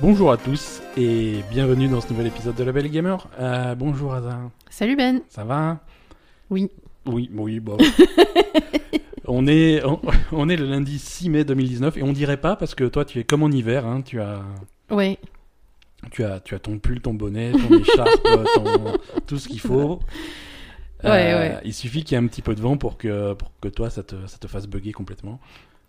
Bonjour à tous et bienvenue dans ce nouvel épisode de La Belle Gamer. Euh, bonjour Azin, Salut Ben. ça va Oui. Oui, oui, bon. on, est, on, on est le lundi 6 mai 2019 et on dirait pas parce que toi tu es comme en hiver, hein, tu, as, Ouais. tu, as, tu as ton pull, ton bonnet, ton écharpe, ton- tout ce qu'il faut. Euh, Ouais, ouais. Il suffit qu'il y ait un petit peu de vent pour que, pour que toi ça te, ça te fasse bugger complètement.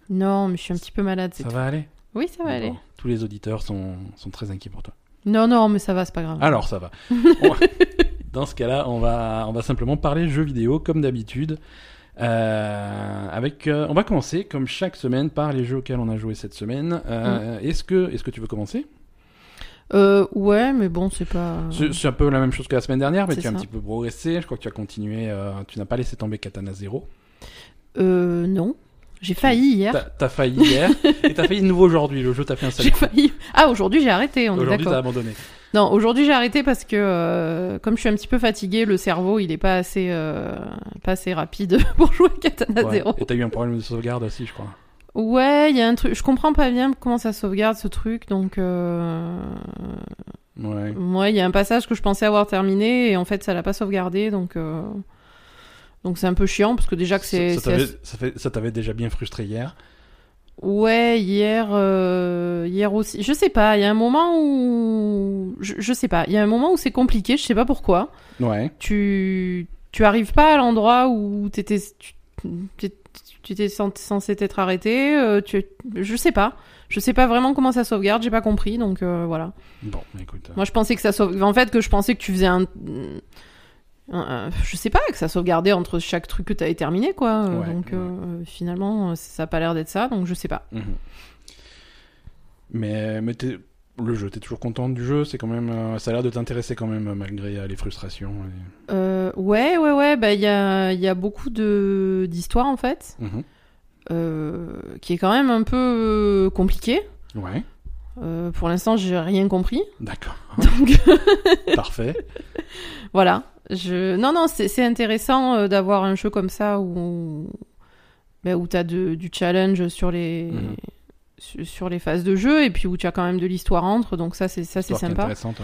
Non, mais je suis un petit peu malade, c'est Ça tout. va aller Oui, ça va aller. D'accord. Tous les auditeurs sont, sont très inquiets pour toi. Non, non, mais ça va, c'est pas grave. Alors ça va. On- Dans ce cas-là, on va, on va simplement parler jeux vidéo comme d'habitude. Euh, avec, euh, on va commencer comme chaque semaine par les jeux auxquels on a joué cette semaine. Euh, Mm. Est-ce que, est-ce que tu veux commencer Euh, ouais, mais bon, c'est pas. C'est c'est un peu la même chose que la semaine dernière, mais C'est tu as un ça. petit peu progressé. Je crois que tu as continué. euh, tu n'as pas laissé tomber Katana Zero. Euh, non. J'ai failli hier. T'as t'as failli hier et t'as failli de nouveau aujourd'hui. Le jeu t'a fait un sale J'ai coup. failli. Ah, aujourd'hui j'ai arrêté, on est Aujourd'hui, t'as d'accord. abandonné. Non, aujourd'hui j'ai arrêté parce que euh, comme je suis un petit peu fatiguée, le cerveau il est pas assez, euh, pas assez rapide pour jouer à Katana Ouais. Zero. Et t'as eu un problème de sauvegarde aussi, je crois. Ouais, il y a un truc. Je comprends pas bien comment ça sauvegarde ce truc, donc. Euh... Ouais. Ouais, il y a un passage que je pensais avoir terminé et en fait ça l'a pas sauvegardé donc euh, donc c'est un peu chiant parce que déjà que Ça- c'est ça c'est t'avait- assez- ça fait- ça t'avait déjà bien frustré hier. ouais hier euh, hier aussi je sais pas il y a un moment où je, je sais pas il y a un moment où c'est compliqué je sais pas pourquoi Ouais. tu tu arrives pas à l'endroit où t'étais tu t'es- tu t'es sent- censé t'être arrêté euh, tu je sais pas je sais pas vraiment comment ça sauvegarde j'ai pas compris donc euh, voilà Bon, écoute. euh, Moi, je pensais que ça sauve. En fait, que je pensais que tu faisais un. un- un- Je sais pas, que ça sauvegardait entre chaque truc que t'avais terminé, quoi. Euh, Ouais, donc, ouais. euh, finalement, euh, ça a pas l'air d'être ça, donc je sais pas. Mhm. Mais, mais t'es- le jeu, t'es toujours contente du jeu, c'est quand même, euh, ça a l'air de t'intéresser quand même euh, malgré euh, les frustrations. et- Euh, ouais, ouais, ouais, bah, il y a, il y a beaucoup de- d'histoires, en fait, Mhm. euh, qui est quand même un peu euh, compliquée. Ouais, Euh, pour l'instant, j'ai rien compris. d'accord, Donc, parfait. Voilà. Je... Non, non, c'est c'est intéressant euh, d'avoir un jeu comme ça où, ben, où tu as du challenge sur les... Mhm. su- sur les phases de jeu et puis où tu as quand même de l'histoire entre. Donc ça, c'est ça c'est Histoire qui est sympa. Intéressante,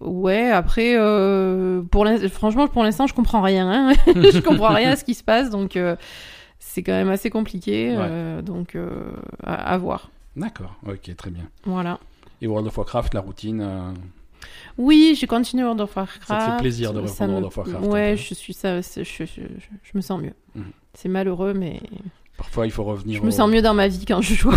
ouais. Ouais, après, euh, pour l'in- franchement, pour l'instant, je comprends rien. hein. je comprends rien à ce qui se passe. Donc euh, c'est quand même assez compliqué. Ouais. euh, donc euh, à, à voir. D'accord, ok, très bien. Voilà. Et World of Warcraft, la routine, euh, Oui, j'ai continué World of Warcraft. Ça te fait plaisir de Ça reprendre me- World of Warcraft, un Ouais, peu. je suis ça, c'est- je, je- je- je me sens mieux. Mhm. Oh. C'est malheureux, mais parfois il faut revenir. je me au- sens mieux dans ma vie quand je joue.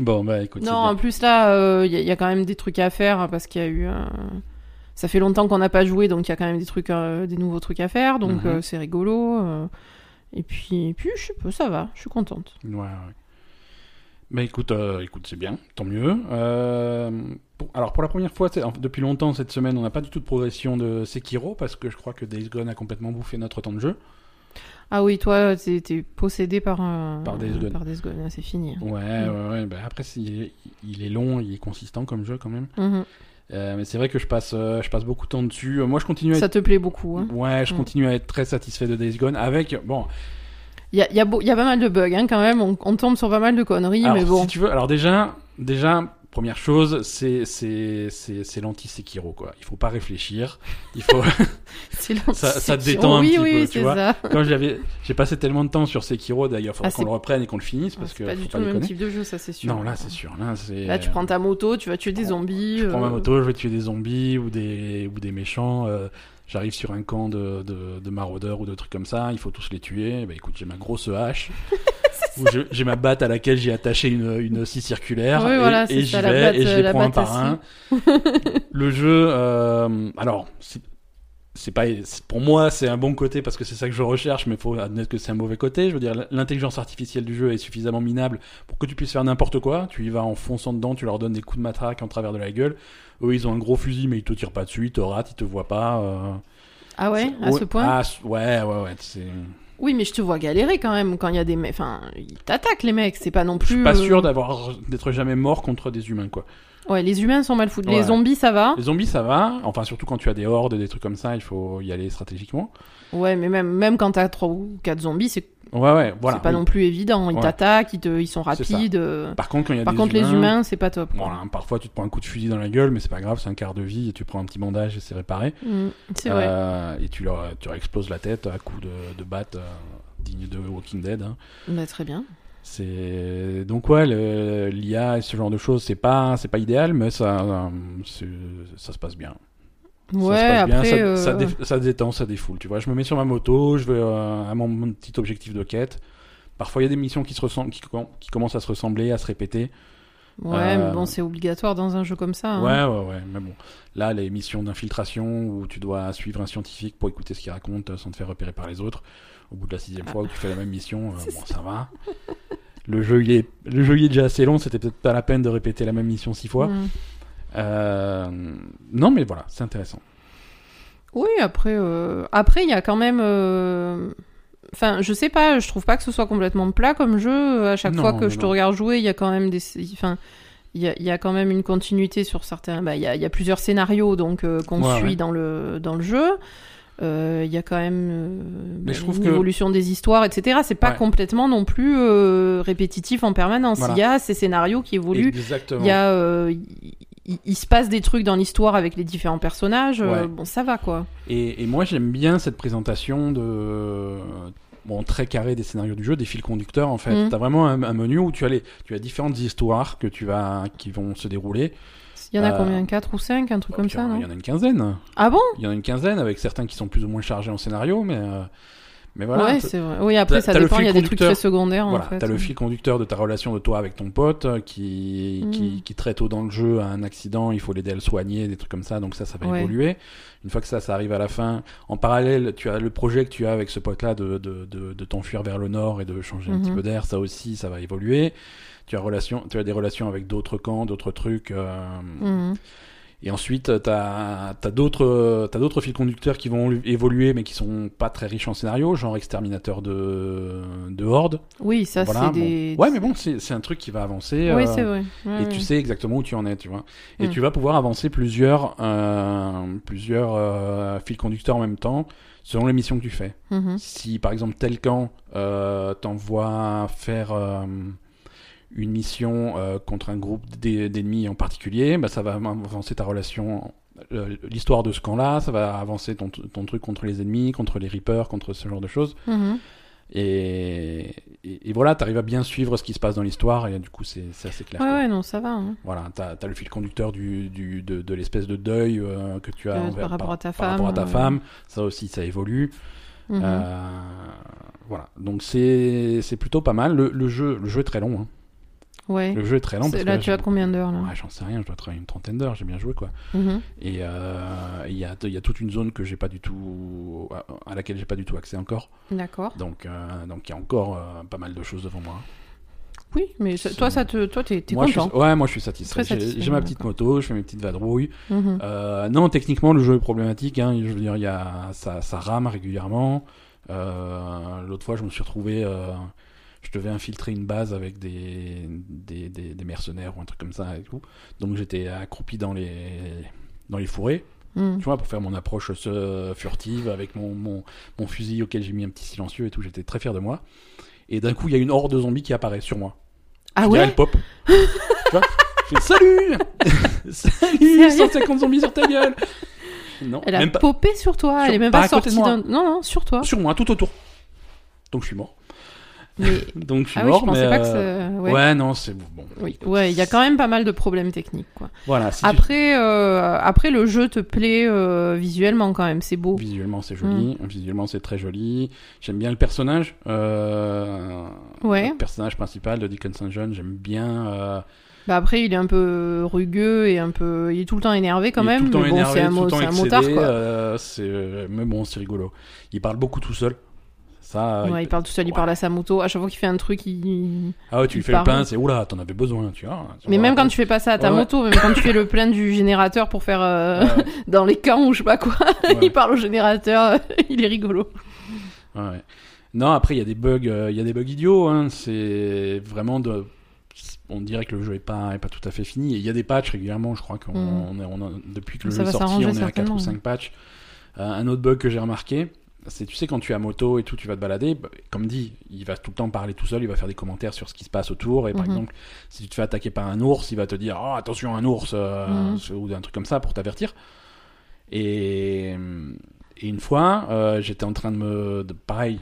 Bon, bah écoute, c'est non, en bien. plus là, il y, a- y a quand même des trucs à faire hein, parce qu'il y a eu un- Ça fait longtemps qu'on n'a pas joué, donc il y a quand même des trucs, euh, des nouveaux trucs à faire, donc Mhm. euh, c'est rigolo. euh, Et puis, et puis, je sais pas, ça va, je suis contente. Ouais, ouais. Bah écoute, euh, écoute, c'est bien, tant mieux. Euh, pour- alors pour la première fois, c'est- en- depuis longtemps cette semaine, on n'a pas du tout de progression de Sekiro parce que je crois que Days Gone a complètement bouffé notre temps de jeu. Ah oui, toi, t'es t'es possédé par un. Par Days Gone. Par Days Gone, ah, c'est fini. Ouais, Mm. ouais, ouais. Ben, après, c'est- il est, il est long, il est consistant comme jeu quand même. Mhm. Euh, mais c'est vrai que je passe, euh, je passe beaucoup de temps dessus. Euh, Moi, je continue à Ça être, te plaît beaucoup. hein. ouais, je Mm. continue à être très satisfait de Days Gone. Avec, bon, Il y a, y, a beau- y a pas mal de bugs hein, quand même, on, on tombe sur pas mal de conneries, alors, mais bon. si tu veux, alors déjà, déjà, première chose, c'est, c'est, c'est, c'est l'anti-Sekiro, quoi. Il faut pas réfléchir. Il faut, c'est long- ça- c'est ça te chiant. détend un oui, petit oui, peu, tu c'est vois. ça. quand j'avais, j'ai passé tellement de temps sur Sekiro, d'ailleurs, faudra Ah, qu'on c'est- Ah, le reprenne et qu'on le finisse parce c'est que pas faut du tout pas le même déconner. type de jeu, ça c'est sûr. Non, là, c'est sûr. Là, c'est. Là, tu prends ta moto, tu vas tuer des prends- zombies. Je prends ma euh, moto, je vais tuer des zombies ou des, ou des méchants. euh, J'arrive sur un camp de, de, de maraudeurs ou de trucs comme ça. Il faut tous les tuer. Bah écoute, j'ai ma grosse hache. ou je- j'ai ma batte à laquelle j'ai attaché une, une scie circulaire. Oui, et voilà, c'est et j'y ça, la vais batte, et je euh, les la prends un batte par aussi. un. Le jeu. euh, alors, c'est. C'est pas c'est- pour moi c'est un bon côté parce que c'est ça que je recherche mais faut admettre que c'est un mauvais côté je veux dire l'intelligence artificielle du jeu est suffisamment minable pour que tu puisses faire n'importe quoi tu y vas en fonçant dedans tu leur donnes des coups de matraque en travers de la gueule eux, ils ont un gros fusil, mais ils te tirent pas dessus, ils te ratent, ils te voient pas. euh. Ah ouais, C'est- à ce point Ah, c- Ouais, ouais, ouais. c'est- Oui, mais je te vois galérer quand même quand il y a des mecs. Enfin, ils t'attaquent les mecs, c'est pas non Je plus. suis pas euh, sûr d'avoir d'être jamais mort contre des humains, quoi. Ouais, les humains sont mal foutus. Ouais. Les zombies, ça va. Les zombies, ça va. Enfin, surtout quand tu as des hordes, des trucs comme ça, il faut y aller stratégiquement. Ouais, mais même, même quand t'as 3 ou 4 zombies, c'est Ouais, ouais, voilà. c'est pas oui. non plus évident. Ils Ouais. t'attaquent, ils, te- ils sont C'est ça. rapides. euh. Par contre, quand il y a Par des contre, humains, les humains, c'est pas top. quoi. voilà, parfois tu te prends un coup de fusil dans la gueule, mais c'est pas grave, c'est un quart de vie et tu prends un petit bandage et c'est réparé. Mm, c'est vrai. Euh, et tu leur, tu leur exploses la tête à coups de, de batte euh, digne de Walking Dead. hein. Bah, très bien. C'est donc ouais, le- l'IA et ce genre de choses, c'est pas, c'est pas idéal, mais ça, euh, c'est- ça se passe bien. Ouais, ça se passe bien, après. ça, euh, ça dé- ça détend, ça défoule. Tu vois, je me mets sur ma moto, je vais euh, à mon, mon petit objectif de quête. Parfois, il y a des missions qui se ressemblent, qui, com- qui commencent à se ressembler, à se répéter. Ouais, euh, mais bon, c'est obligatoire dans un jeu comme ça. hein. Ouais, ouais, ouais. Mais bon, là, les missions d'infiltration où tu dois suivre un scientifique pour écouter ce qu'il raconte euh, sans te faire repérer par les autres. Au bout de la sixième fois où tu fais la même mission, euh, Ah. C'est bon, ça va. Le jeu, il est, le jeu, il est déjà assez long. C'était peut-être pas la peine de répéter la même mission six fois. Mm. Euh, Non, mais voilà, c'est intéressant. Oui, après, euh, après il y a quand même. euh, Enfin, je sais pas, je trouve pas que ce soit complètement plat comme jeu. À chaque Non, fois que non, je te non. regarde jouer, il y a quand même des. Enfin, il y a, il y a quand même une continuité sur certains. bah, Il y, a, il y a plusieurs scénarios donc euh, qu'on Ouais, suit ouais. dans le dans le jeu. Euh, Il y a quand même euh, Mais je trouve une que- évolution des histoires, etc. C'est pas Ouais. complètement non plus euh, répétitif en permanence. Voilà. Il y a ces scénarios qui évoluent. Exactement. Il y a, euh, il- il il se passe des trucs dans l'histoire avec les différents personnages. euh, Ouais. bon, ça va quoi. Et, et moi, j'aime bien cette présentation de bon très carré des scénarios du jeu, des fils conducteurs en fait. Mm. T'as vraiment un, un menu où tu as les, tu as différentes histoires que tu vas, qui vont se dérouler. Il y en a Euh, combien 4 ou 5 Un truc comme Puis, euh, ça, non Il y en a une quinzaine. Ah bon Il y en a une quinzaine avec certains qui sont plus ou moins chargés en scénario, mais euh, mais voilà. Ouais, T'as- c'est vrai. Oui, après, t'as- ça t'as le dépend. fil Il y a des trucs conducteur. très secondaires Voilà, en fait. t'as le fil conducteur de ta relation de toi avec ton pote euh, qui, qui, Mm. qui très tôt dans le jeu a un accident, il faut l'aider à le soigner, des trucs comme ça, donc ça, ça va Ouais. évoluer. Une fois que ça, ça arrive à la fin, en parallèle, tu as le projet que tu as avec ce pote-là de, de, de, de t'enfuir vers le nord et de changer un Mhm. petit peu d'air, ça aussi, ça va évoluer. Tu as, relation, tu as des relations avec d'autres camps, d'autres trucs. euh, Mhm. Et ensuite, t'as as, d'autres t'as d'autres fils conducteurs qui vont évoluer, mais qui sont pas très riches en scénario, genre Exterminateur de, de Horde. Oui, ça, Voilà, c'est des. bon. Ouais, mais bon, c'est c'est un truc qui va avancer. Oui, euh, c'est vrai. Ouais, Et tu ouais. sais exactement où tu en es, tu vois. Et Mm. tu vas pouvoir avancer plusieurs, euh, plusieurs euh, fils conducteurs en même temps, selon les missions que tu fais. Mhm. Si, par exemple, tel camp euh, t'envoie faire euh, une mission euh, contre un groupe d'e- d'ennemis en particulier, bah, ça va avancer ta relation, euh, l'histoire de ce camp-là, ça va avancer ton, ton truc contre les ennemis, contre les Reapers, contre ce genre de choses. Mhm. Et, et, et voilà, t'arrives à bien suivre ce qui se passe dans l'histoire, et du coup, c'est c'est assez clair. Ouais, quoi. ouais, non, ça va. hein. Voilà, t'as as le fil conducteur du, du, de, de l'espèce de deuil euh, que tu as Euh, envers- par rapport à ta par rapport à ta femme, euh. femme. Ça aussi, ça évolue. Mhm. Euh, voilà, donc c'est c'est plutôt pas mal. Le, le jeu, le jeu est très long. hein. Ouais. Le jeu est très long. C'est- Parce que Là, là, tu j'ai- as combien d'heures là Ouais, j'en sais rien, je dois travailler une trentaine d'heures, j'ai bien joué quoi. Mhm. Et euh, il y, a, il y a toute une zone que j'ai pas du tout, à, à laquelle j'ai pas du tout accès encore. D'accord. Donc euh, donc il y a encore euh, pas mal de choses devant moi. Oui, mais ça- C'est- toi, ça te... toi, t'es t'es moi, content. Je suis, ouais, moi je suis satisfait. Très J'ai- satisfait, J'ai ma petite d'accord. moto, je fais mes petites vadrouilles. Mhm. Euh, non, techniquement, le jeu est problématique. Hein. Je veux dire, il y a, ça, ça rame régulièrement. Euh, L'autre fois, je me suis retrouvé. euh, je devais infiltrer une base avec des, des, des- des mercenaires ou un truc comme ça et tout. Donc j'étais accroupi dans les, dans les fourrés, Mhm. tu vois, pour faire mon approche euh, furtive avec mon, mon, mon fusil auquel j'ai mis un petit silencieux et tout. J'étais très fier de moi. Et d'un coup, il y a une horde de zombies qui apparaît sur moi. Ah Je dirais, ouais elle pop. tu vois Je fais, salut Salut Sérieux 150 zombies sur ta gueule Non, Elle a hein. même pas. popé sur toi, Sur- elle est même pas pas à côté de sortie moi. d'un. Non, non, sur toi. Sur moi, tout autour. Donc je suis mort. Mais... Donc je suis Ah oui, mort, je pensais mais, pas que euh, ça. Ouais. Ouais. non, c'est bon. Oui, ouais, il y a quand même pas mal de problèmes techniques. Quoi. Voilà, si tu- Après, euh, après, le jeu te plaît euh, visuellement quand même, c'est beau. Visuellement, c'est joli. Hmm. Visuellement, c'est très joli. J'aime bien le personnage. euh, Ouais. Le personnage principal de Deacon St. John, j'aime bien. euh, Bah après, il est un peu rugueux et un peu, il est tout le temps énervé quand il est même. tout le temps mais bon, énervé, c'est un, tout le mo- temps c'est un excédé, motard quoi. euh, c'est... euh, Mais bon, c'est rigolo. Il parle beaucoup tout seul. Ça, Ouais, il parle tout seul, il Ah, ouais. parle à sa moto. À chaque fois qu'il fait un truc, il. Ah ouais, tu Il lui fais le parle. plein, c'est oula, t'en avais besoin, tu vois. Mais même quand tu fais pas ça à ta Ouais, ouais. moto, même quand tu fais le plein du générateur pour faire euh, dans les camps ou je sais pas quoi, il parle au générateur, il est rigolo. Non, après, il y a des bugs, euh, il y a des bugs idiots, hein, c'est vraiment de. On dirait que le jeu est pas, est pas tout à fait fini. Et il y a des patchs régulièrement, je crois qu'on Mm. on est, on en- depuis que le Ça jeu est va sorti, s'arranger on est à 4 certainement, ou ouais. 5 patchs. Euh, un autre bug que j'ai remarqué, c'est, tu sais, quand tu es à moto et tout, tu vas te balader, bah, comme dit, il va tout le temps parler tout seul, il va faire des commentaires sur ce qui se passe autour. Et par Mhm. exemple, si tu te fais attaquer par un ours, il va te dire Oh, attention, un ours, euh, Mhm. ce- ou un truc comme ça pour t'avertir. Et, hum, et une fois, euh, j'étais en train de me. de- pareil,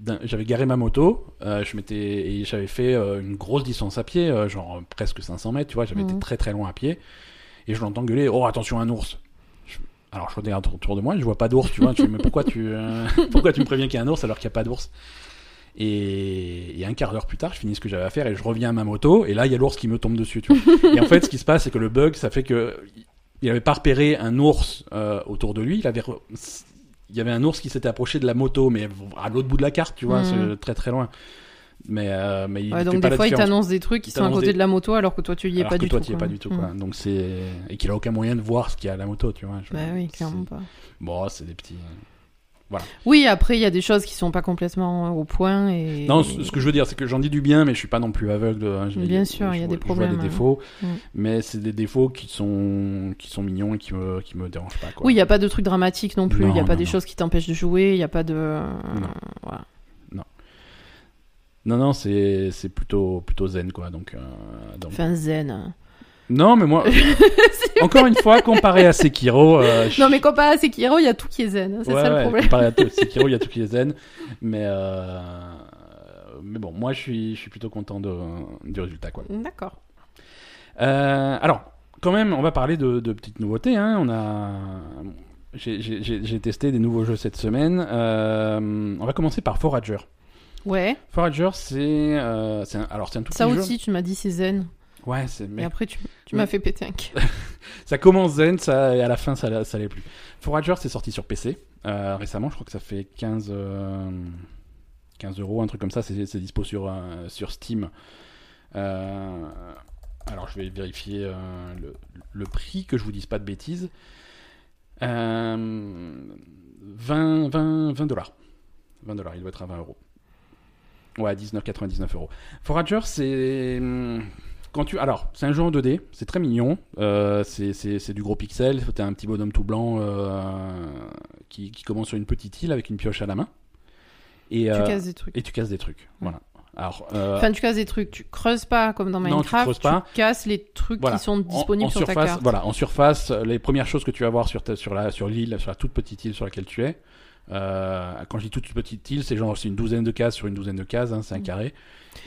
d'un- j'avais garé ma moto, euh, je m'étais, et j'avais fait euh, une grosse distance à pied, euh, genre euh, presque 500 mètres, tu vois, j'avais été Mhm. très très loin à pied, et je l'entends gueuler Oh, attention, un ours Je- Alors je regarde autour de moi, je vois pas d'ours, tu vois, je me dis Mais pourquoi tu, euh, pourquoi tu me préviens qu'il y a un ours alors qu'il n'y a pas d'ours et, et un quart d'heure plus tard, je finis ce que j'avais à faire et je reviens à ma moto, et là il y a l'ours qui me tombe dessus, tu vois. et en fait, ce qui se passe, c'est que le bug, ça fait que. Il n'avait pas repéré un ours euh, autour de lui, il avait re- il y avait un ours qui s'était approché de la moto, mais à l'autre bout de la carte, tu vois, Mhm. c'est très très loin. Mais, euh, mais il Ouais, fait donc pas des la fois, il différence. t'annonce des trucs qui Il sont à t'annonce côté des- de la moto alors que toi, tu y es Alors pas que du toi, tout. tu y es quoi. pas du tout. Mm. Quoi. Donc c'est et qu'il a aucun moyen de voir ce qu'il y a à la moto, tu vois. je- Bah oui, clairement pas. c'est- Bon, c'est des petits. Oui, après, il y a des choses qui sont pas complètement au point. Et... Non, ce ce que je veux dire, c'est que j'en dis du bien, mais je suis pas non plus aveugle. hein, je- Bien sûr, je il y a vois- des je vois problèmes, hein. des défauts, Mm. mais c'est des défauts qui sont qui sont mignons et qui me qui me dérangent pas. Quoi. Oui, il n'y a pas de trucs dramatiques non plus. Il n'y a Non, pas non, des non. choses qui t'empêchent de jouer. Il n'y a pas de. Voilà. Non, non, c'est c'est plutôt plutôt zen, quoi. Donc, euh, donc- Enfin, zen. non, mais moi, encore une fois, comparé à Sekiro, euh, je- Non, mais comparé à Sekiro, il y a tout qui est zen. hein, C'est Ouais, ça ouais, le problème. comparé à tout- Sekiro, il y a tout qui est zen. Mais, euh, mais bon, moi, je suis, je suis plutôt content de, du résultat. Quoi. D'accord. Euh, alors, quand même, on va parler de, de petites nouveautés. hein. On a... J'ai- J'ai j'ai- j'ai testé des nouveaux jeux cette semaine. Euh, on va commencer par Forager. Ouais, Forager, c'est euh, c'est un, alors c'est un tout ça petit aussi, tu m'as dit c'est zen. jeu. Ouais, c'est- mais Et après, tu, tu Mais- m'as fait péter un câble. ça commence zen, ça, et à la fin, ça, ça l'est plus. Forager, c'est sorti sur PC euh, récemment. Je crois que ça fait 15, euh, 15 euros, un truc comme ça. C'est c'est dispo sur, euh, sur Steam. Euh, alors, je vais vérifier euh, le, le prix, que je vous dise pas de bêtises. Euh, 20, 20, 20 dollars. 20 dollars, il doit être à 20 euros. Ouais, 19,99 euros. Forager, c'est. hum, Quand tu... Alors, c'est un jeu en 2D, c'est très mignon, euh, c'est- c'est c'est du gros pixel, t'as un petit bonhomme tout blanc euh, qui, qui commence sur une petite île avec une pioche à la main. Et, euh, Tu casses des trucs. et tu casses des trucs. Voilà. Alors, euh, Enfin, tu casses des trucs. Tu creuses pas comme dans Non, tu Minecraft. creuses pas. casses les trucs Voilà. qui sont en- disponibles en sur surface, ta carte. Voilà, en surface, les premières choses que tu vas voir sur, ta- sur, la, sur l'île, sur la toute petite île sur laquelle tu es. euh, quand je dis toute petite île, c'est genre c'est une douzaine de cases sur une douzaine de cases, hein, c'est un carré.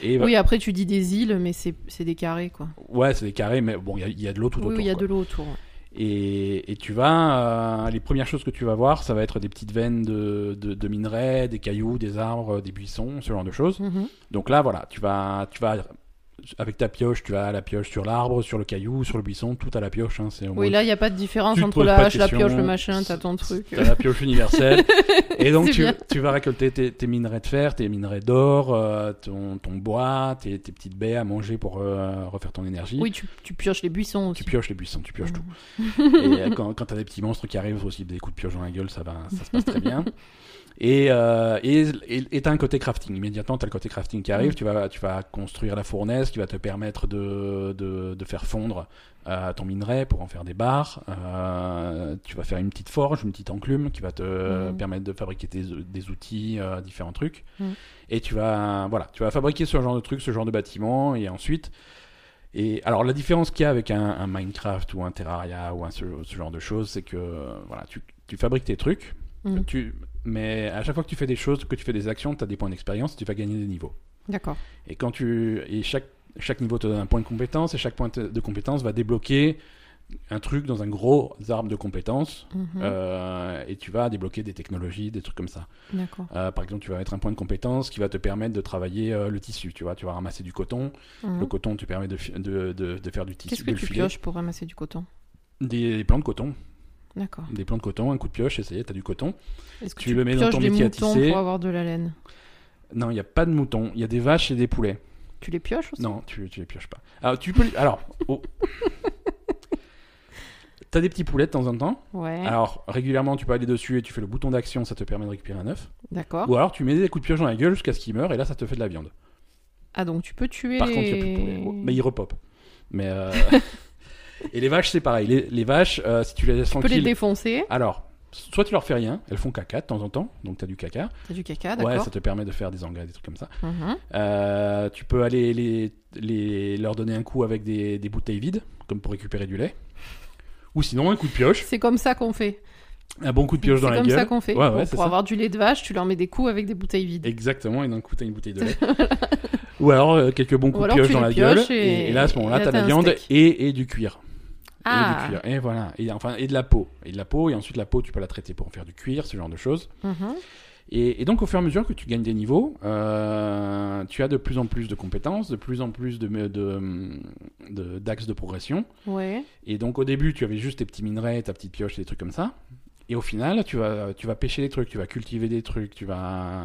Et bah, Mmh. Oui, après, tu dis des îles, mais c'est c'est des carrés, quoi. ouais, c'est des carrés, mais bon, il y a- il y, a de l'eau tout Oui, autour. oui, il y a quoi. de l'eau autour. ouais. Et, et tu vas, euh, les premières choses que tu vas voir, ça va être des petites veines de, de, de minerais, des cailloux, des arbres, des buissons, ce genre de choses. Mhm. Donc là, voilà, tu vas, tu vas avec ta pioche, tu as la pioche sur l'arbre, sur le caillou, sur le buisson, tout à la pioche. hein, c'est au moins- Oui, là, il n'y a pas de différence tu te entre poses la pas de hache, la questions. pioche, le machin, t'as ton truc. T'as la pioche universelle. et donc, C'est tu, bien. tu vas récolter tes, tes minerais de fer, tes minerais d'or, euh, ton, ton bois, tes, tes petites baies à manger pour euh, refaire ton énergie. Oui, tu, tu pioches les buissons aussi. Tu pioches les buissons, tu pioches Mhm. tout. Et euh, quand, quand t'as des petits monstres qui arrivent aussi, des coups de pioche dans la gueule, ça, va, ça se passe très bien. Et euh, et et- et t'as un côté crafting. Immédiatement, t'as le côté crafting qui arrive. Mhm. Tu, vas, tu vas construire la fournaise qui va te permettre de, de, de faire fondre euh, ton minerai pour en faire des barres. Euh, tu vas faire une petite forge, une petite enclume qui va te euh, Mhm. permettre de fabriquer tes- des outils, euh, différents trucs. Mhm. Et tu vas, voilà, tu vas fabriquer ce genre de truc, ce genre de bâtiment. Et ensuite, et alors la différence qu'il y a avec un, un Minecraft ou un Terraria ou un ce, ce genre de choses, c'est que voilà, tu, tu fabriques tes trucs, Mhm. tu, mais à chaque fois que tu fais des choses, que tu fais des actions, tu as des points d'expérience, tu vas gagner des niveaux. D'accord. Et quand tu et chaque chaque niveau te donne un point de compétence et chaque point te- de compétence va débloquer un truc dans un gros arbre de compétences Mhm. euh, et tu vas débloquer des technologies, des trucs comme ça. D'accord. Euh, par exemple, tu vas mettre un point de compétence qui va te permettre de travailler euh, le tissu. Tu vois, tu vas ramasser du coton. Mhm. Le coton te permet de, fi- de, de, de faire du tissu. Qu'est-ce de que le tu filer. pioches pour ramasser du coton Des, des plans de coton. D'accord. Des plans de coton, un coup de pioche, et ça y est, t'as du coton. Est-ce que Tu tu, le mets dans pioches ton des métier à moutons tisser. pour avoir de la laine Non, il n'y a pas de moutons, il y a des vaches et des poulets. Tu les pioches aussi Non, tu, tu les pioches pas. Alors, tu peux. les- Alors, oh. t'as des petits poulets de temps en temps. Ouais. Alors, régulièrement, tu peux aller dessus et tu fais le bouton d'action, ça te permet de récupérer un œuf. D'accord. Ou alors, tu mets des coups de pioche dans la gueule jusqu'à ce qu'il meure, et là, ça te fait de la viande. Ah, donc tu peux tuer Par les... contre, il n'y a plus de poulet. Oh, Mais ils repopent. Mais. euh, et les vaches, c'est pareil. Les, les vaches, euh, si tu les laisses Tu peux les tranquilles. défoncer. Alors, Soit tu leur fais rien, elles font caca de temps en temps, donc t'as du caca. T'as du caca, Ah, d'accord. Ouais, ça te permet de faire des engrais, des trucs comme ça. Mhm. Euh, tu peux aller les, les- leur donner un coup avec des, des bouteilles vides, comme pour récupérer du lait. Ou sinon, un coup de pioche, C'est comme ça qu'on fait. un bon coup de C'est pioche dans la comme gueule. ça qu'on fait. Ouais, ouais, Pour- c'est pour ça. avoir du lait de vache, tu leur mets des coups avec des bouteilles vides. Exactement, et d'un coup, t'as une bouteille de lait. Ou alors, euh, quelques bons Ou coups de alors, pioche tu dans les la gueule. pioches Et, et- et là, à ce moment-là, et là, t'as de la t'as un viande steak. et, et du cuir. Et Ah. du cuir, et voilà. Et, enfin, et de la peau. Et de la peau, et ensuite, la peau, tu peux la traiter pour en faire du cuir, ce genre de choses. Mhm. Et, et donc, au fur et à mesure que tu gagnes des niveaux, euh, tu as de plus en plus de compétences, de plus en plus d'axes de, de, de- d'axes de progression. Ouais. Et donc, au début, tu avais juste tes petits minerais, ta petite pioche, des trucs comme ça. Et au final, tu vas, tu vas pêcher des trucs, tu vas cultiver des trucs, tu vas,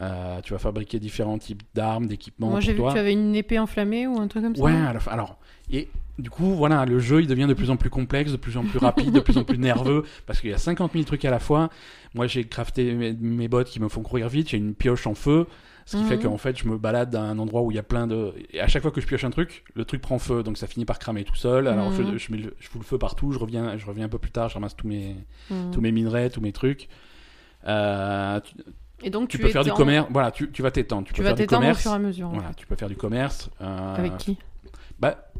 euh, tu vas fabriquer différents types d'armes, d'équipements. Moi, pour j'ai vu toi. que tu avais une épée enflammée ou un truc comme ça. Ouais, à la fin- alors. Et du coup, voilà, le jeu, il devient de plus en plus complexe, de plus en plus rapide, de plus en plus nerveux, parce qu'il y a 50 000 trucs à la fois. Moi, j'ai crafté mes, mes bottes qui me font courir vite, j'ai une pioche en feu, ce qui Mhm. fait qu'en fait, je me balade d'un endroit où il y a plein de. Et à chaque fois que je pioche un truc, le truc prend feu, donc ça finit par cramer tout seul. Alors, je- Mhm. je, mets le- je fous le feu partout, je reviens, je reviens un peu plus tard, je ramasse tous mes, Mhm. tous mes minerais, tous mes trucs. Euh, tu, Et donc, tu tu, peux faire du étends- commerce, voilà, tu, tu vas t'étendre, tu, Tu peux vas faire du t'étendre au commerce. fur et à mesure. en Voilà, fait. tu peux faire du commerce. euh, Avec qui bah,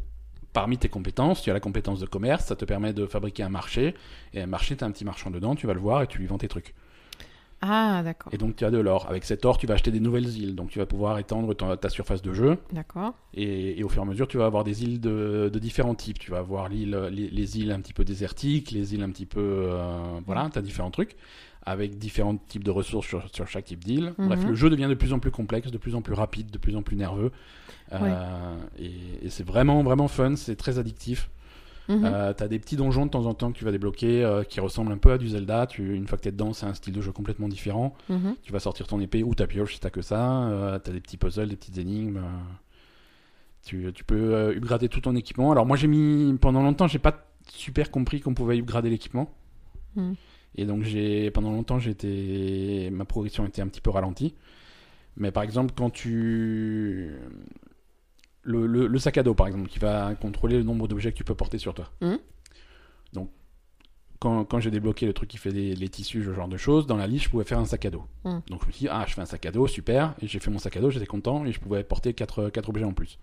parmi tes compétences, tu as la compétence de commerce, ça te permet de fabriquer un marché. Et un marché, tu as un petit marchand dedans, tu vas le voir et tu lui vends tes trucs. Ah, d'accord. Et donc tu as de l'or. Avec cet or, tu vas acheter des nouvelles îles. Donc tu vas pouvoir étendre ton- ta surface de jeu. D'accord. Et, et au fur et à mesure, tu vas avoir des îles de, de différents types. Tu vas avoir l'île, les, les îles un petit peu désertiques, les îles un petit peu... euh, voilà, tu as différents trucs. Avec différents types de ressources sur, sur chaque type d'île. Bref, Mhm. le jeu devient de plus en plus complexe, de plus en plus rapide, de plus en plus nerveux. Euh, et, et c'est vraiment, vraiment fun. C'est très addictif. Mhm. Euh, t'as des petits donjons de temps en temps que tu vas débloquer euh, qui ressemblent un peu à du Zelda. Tu, une fois que t'es dedans, c'est un style de jeu complètement différent. Mhm. Tu vas sortir ton épée ou ta pioche si t'as que ça. Euh, t'as des petits puzzles, des petites énigmes. euh. Tu, tu peux euh, upgrader tout ton équipement. Alors moi j'ai mis pendant longtemps j'ai pas super compris qu'on pouvait upgrader l'équipement. Mm. Et donc j'ai pendant longtemps j'étais ma progression était un petit peu ralentie. Mais par exemple quand tu le, le- le sac à dos par exemple qui va contrôler le nombre d'objets que tu peux porter sur toi. Mm. Donc quand, quand j'ai débloqué le truc qui fait des- les tissus ce genre de choses dans la liste je pouvais faire un sac à dos. Mm. Donc je me suis dit ah je fais un sac à dos super et j'ai fait mon sac à dos j'étais content et je pouvais porter 4 quatre objets en plus.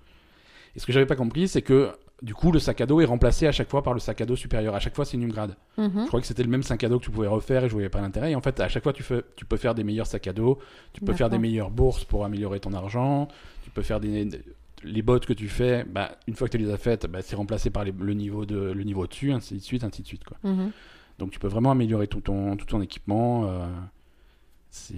Et ce que j'avais pas compris c'est que du coup, le sac à dos est remplacé à chaque fois par le sac à dos supérieur. À chaque fois, c'est une upgrade. Mhm. Je croyais que c'était le même sac à dos que tu pouvais refaire et je voyais pas l'intérêt. Et en fait, à chaque fois, tu, fais- tu peux faire des meilleurs sacs à dos, tu peux faire des D'accord. meilleures bourses pour améliorer ton argent, tu peux faire des. Les bottes que tu fais, bah, une fois que tu les as faites, bah, c'est remplacé par les- le niveau de le niveau dessus, ainsi de suite, ainsi de suite. Quoi. Mhm. Donc tu peux vraiment améliorer tout ton, tout ton équipement. euh, c'est-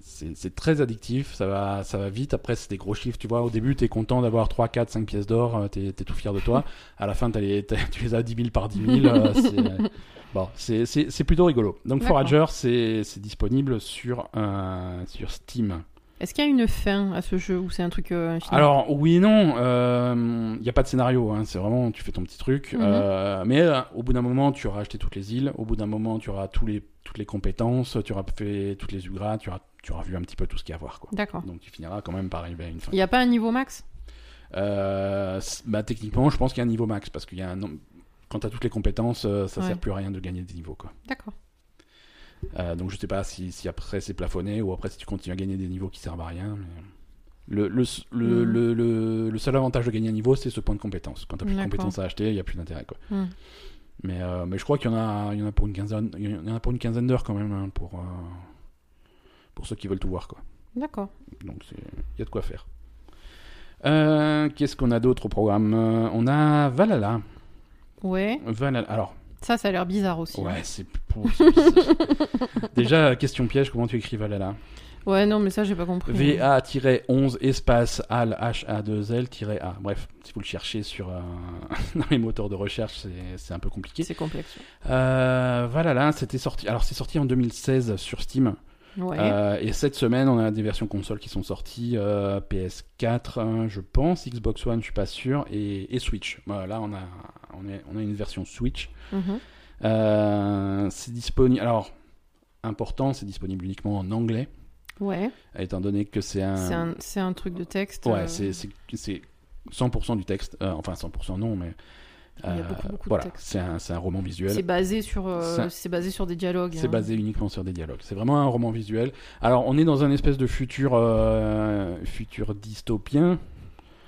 c'est c'est très addictif, ça va, ça va vite. Après, c'est des gros chiffres, tu vois. Au début, tu es content d'avoir 3, 4, 5 pièces d'or, euh, t'es t'es tout fier de toi. À la fin, t'as les- t'as- tu les as 10 000 par 10 000. euh, c'est- bon, c'est- c'est c'est plutôt rigolo. Donc D'accord. Forager, c'est c'est disponible sur, euh, sur Steam. Est-ce qu'il y a une fin à ce jeu ou c'est un truc euh, infini Alors oui et non, il n'y a pas de scénario, hein, c'est vraiment tu fais ton petit truc. Mhm. euh, mais euh, au bout d'un moment, tu auras acheté toutes les îles, au bout d'un moment, tu auras tous les, toutes les compétences, tu auras fait toutes les ugras, tu auras, tu auras vu un petit peu tout ce qu'il y a à voir. Quoi. D'accord. Donc tu finiras quand même par arriver à une fin. Il n'y a pas un niveau max Euh, c- bah, techniquement, je pense qu'il y a un niveau max, parce qu'il y a un... nom- Quand tu as toutes les compétences, euh, ça Ouais. sert plus à rien de gagner des niveaux. Quoi. D'accord. Euh, donc je sais pas si, si après c'est plafonné ou après si tu continues à gagner des niveaux qui servent à rien. mais- Le, le, s- le, Mhm. le, le- le seul avantage de gagner un niveau, c'est ce point de compétence. Quand t'as plus de D'accord. compétences à acheter, il n'y a plus d'intérêt. quoi. Mhm. Mais, euh, mais je crois qu'il y, en a- il y en a pour une quinzaine, il y en a pour une quinzaine d'heures quand même, hein, pour, euh, pour ceux qui veulent tout voir. Quoi. D'accord. Donc c'est- il y a de quoi faire. Euh, Qu'est-ce qu'on a d'autre au programme Euh, On a Valhalla. Ouais. Valhalla. Alors, Ça, ça a l'air bizarre aussi. hein. ouais, c'est. c'est- Déjà, question piège comment tu écris Valhalla Ouais, non, mais ça, j'ai pas compris. hein. VA-11 espace AL HA2L-A. Bref, si vous le cherchez sur euh, dans les moteurs de recherche, c'est- c'est un peu compliqué. C'est complexe. Euh, voilà, là, c'était sorti. Alors, c'est sorti en 2016 sur Steam. Ouais. Euh, et cette semaine, on a des versions consoles qui sont sorties euh, PS4, hein, je pense, Xbox One, je suis pas sûr, et, et Switch. Voilà, là, on a, on, est- on a une version Switch. Mhm. Euh, c'est disponible. Alors, important, c'est disponible uniquement en anglais, Ouais. étant donné que c'est C'est un, c'est un truc de texte. euh, Ouais, euh, c'est- c'est c'est 100% du texte. Euh, enfin, 100% non, mais Il y a beaucoup, beaucoup de voilà, textes. c'est un, c'est un roman visuel. C'est basé sur, euh, Ça- c'est basé sur des dialogues. C'est hein. basé uniquement sur des dialogues. C'est vraiment un roman visuel. Alors, on est dans un espèce de futur, euh, futur dystopien.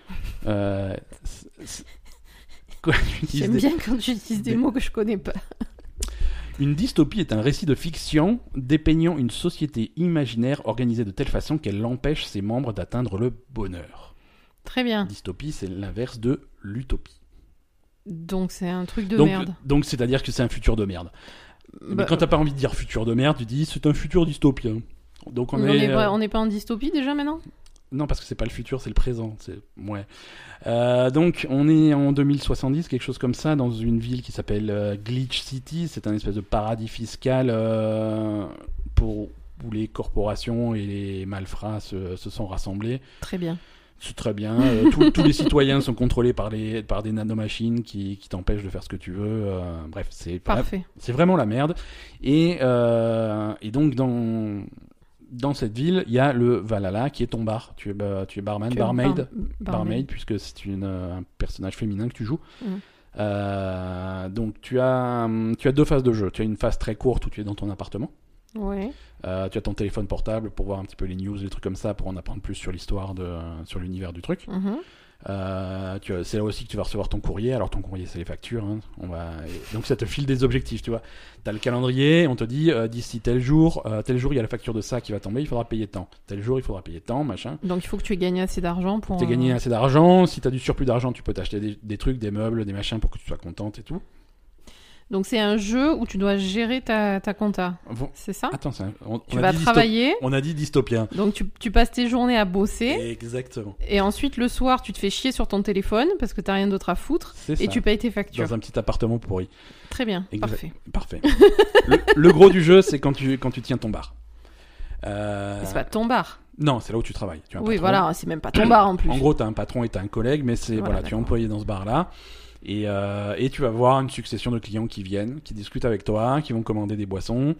Euh, c'est- c'est- Quoi, j'utilise J'aime des- bien quand j'utilise des des- mots que je connais pas. Une dystopie est un récit de fiction dépeignant une société imaginaire organisée de telle façon qu'elle empêche ses membres d'atteindre le bonheur. Très bien. Dystopie, c'est l'inverse de l'utopie. Donc c'est un truc de Donc, merde. donc c'est-à-dire que c'est un futur de merde. Bah, Mais quand t'as pas envie de dire futur de merde, tu dis c'est un futur dystopien. Donc on, on est, n'est pas, euh, on n'est pas en dystopie déjà maintenant Non, parce que c'est pas le futur, c'est le présent. C'est ouais. Euh, donc on est en 2070, quelque chose comme ça, dans une ville qui s'appelle euh, Glitch City. C'est un espèce de paradis fiscal euh, pour où les corporations et les malfrats se, se sont rassemblés. Très bien. C'est très bien. Euh, tous- tous les citoyens sont contrôlés par, les, par des nanomachines qui, qui t'empêchent de faire ce que tu veux. Euh, bref, c'est vra- Parfait. c'est vraiment la merde. Et, euh, et donc, dans, dans cette ville, il y a le Valhalla qui est ton bar. Tu es, bah, tu es barman, Tu- barmaid, bar- barmaid, puisque c'est une, euh, un personnage féminin que tu joues. Mhm. Euh, donc, tu as, hum, tu as deux phases de jeu. Tu as une phase très courte où tu es dans ton appartement. Ouais. Euh, tu as ton téléphone portable pour voir un petit peu les news, les trucs comme ça, pour en apprendre plus sur l'histoire, de, sur l'univers du truc. Mhm. Euh, tu as- c'est là aussi que tu vas recevoir ton courrier. Alors ton courrier, c'est les factures. hein. On va et donc ça te file des objectifs, tu vois. T'as le calendrier. On te dit euh, d'ici tel jour, euh, tel jour, il y a la facture de ça qui va tomber. Il faudra payer tant. Tel jour, il faudra payer tant, machin. Donc il faut que tu aies gagné assez d'argent pour. T'as euh, gagné assez d'argent. Si t'as du surplus d'argent, tu peux t'acheter des, des trucs, des meubles, des machins pour que tu sois contente et tout. Donc c'est un jeu où tu dois gérer ta, ta compta. Bon, C'est ça attends, ça, on, Ah. Tu Ah, on a vas dit dysto- travailler, on a dit dystopien. donc tu, tu passes tes journées à bosser, Exactement. et... ensuite le soir tu te fais chier sur ton téléphone parce que t'as rien d'autre à foutre, C'est ça. et tu payes tes factures. Dans un petit appartement pourri. Très bien, Exact. Parfait. parfait. le, le gros du jeu, c'est quand tu quand tu tiens ton bar. Euh, Mais C'est pas ton bar. Non, c'est là où tu travailles. Tu as un Oui, patron. voilà, c'est même pas ton bar en plus. En gros, tu as un patron et tu as un collègue, mais c'est Voilà, voilà, tu es d'accord. employé dans ce bar-là. Et, euh, et tu vas voir une succession de clients qui viennent, qui discutent avec toi, qui vont commander des boissons.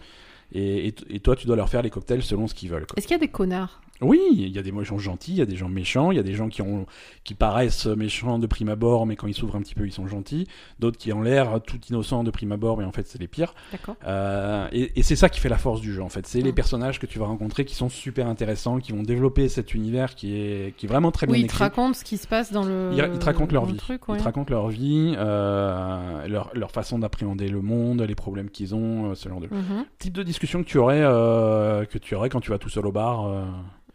Et, et t- et toi, tu dois leur faire les cocktails selon ce qu'ils veulent. quoi. Est-ce qu'il y a des connards Oui, il y a des gens gentils, il y a des gens méchants, il y a des gens qui, ont, qui paraissent méchants de prime abord, mais quand ils s'ouvrent un petit peu, ils sont gentils. D'autres qui ont l'air tout innocents de prime abord, mais en fait, c'est les pires. D'accord. Euh, et et c'est ça qui fait la force du jeu en fait. C'est les Mm. personnages que tu vas rencontrer qui sont super intéressants, qui vont développer cet univers qui est, qui est vraiment très Oui, bien ils te écrit. racontent ce qui se passe dans le. Ils, ils te racontent leur dans le vie. truc, Ils ouais. te racontent leur vie, euh, leur, leur façon d'appréhender le monde, les problèmes qu'ils ont, euh, ce genre de Mhm. type de discussion que tu aurais, euh, que tu aurais quand tu vas tout seul au bar. euh,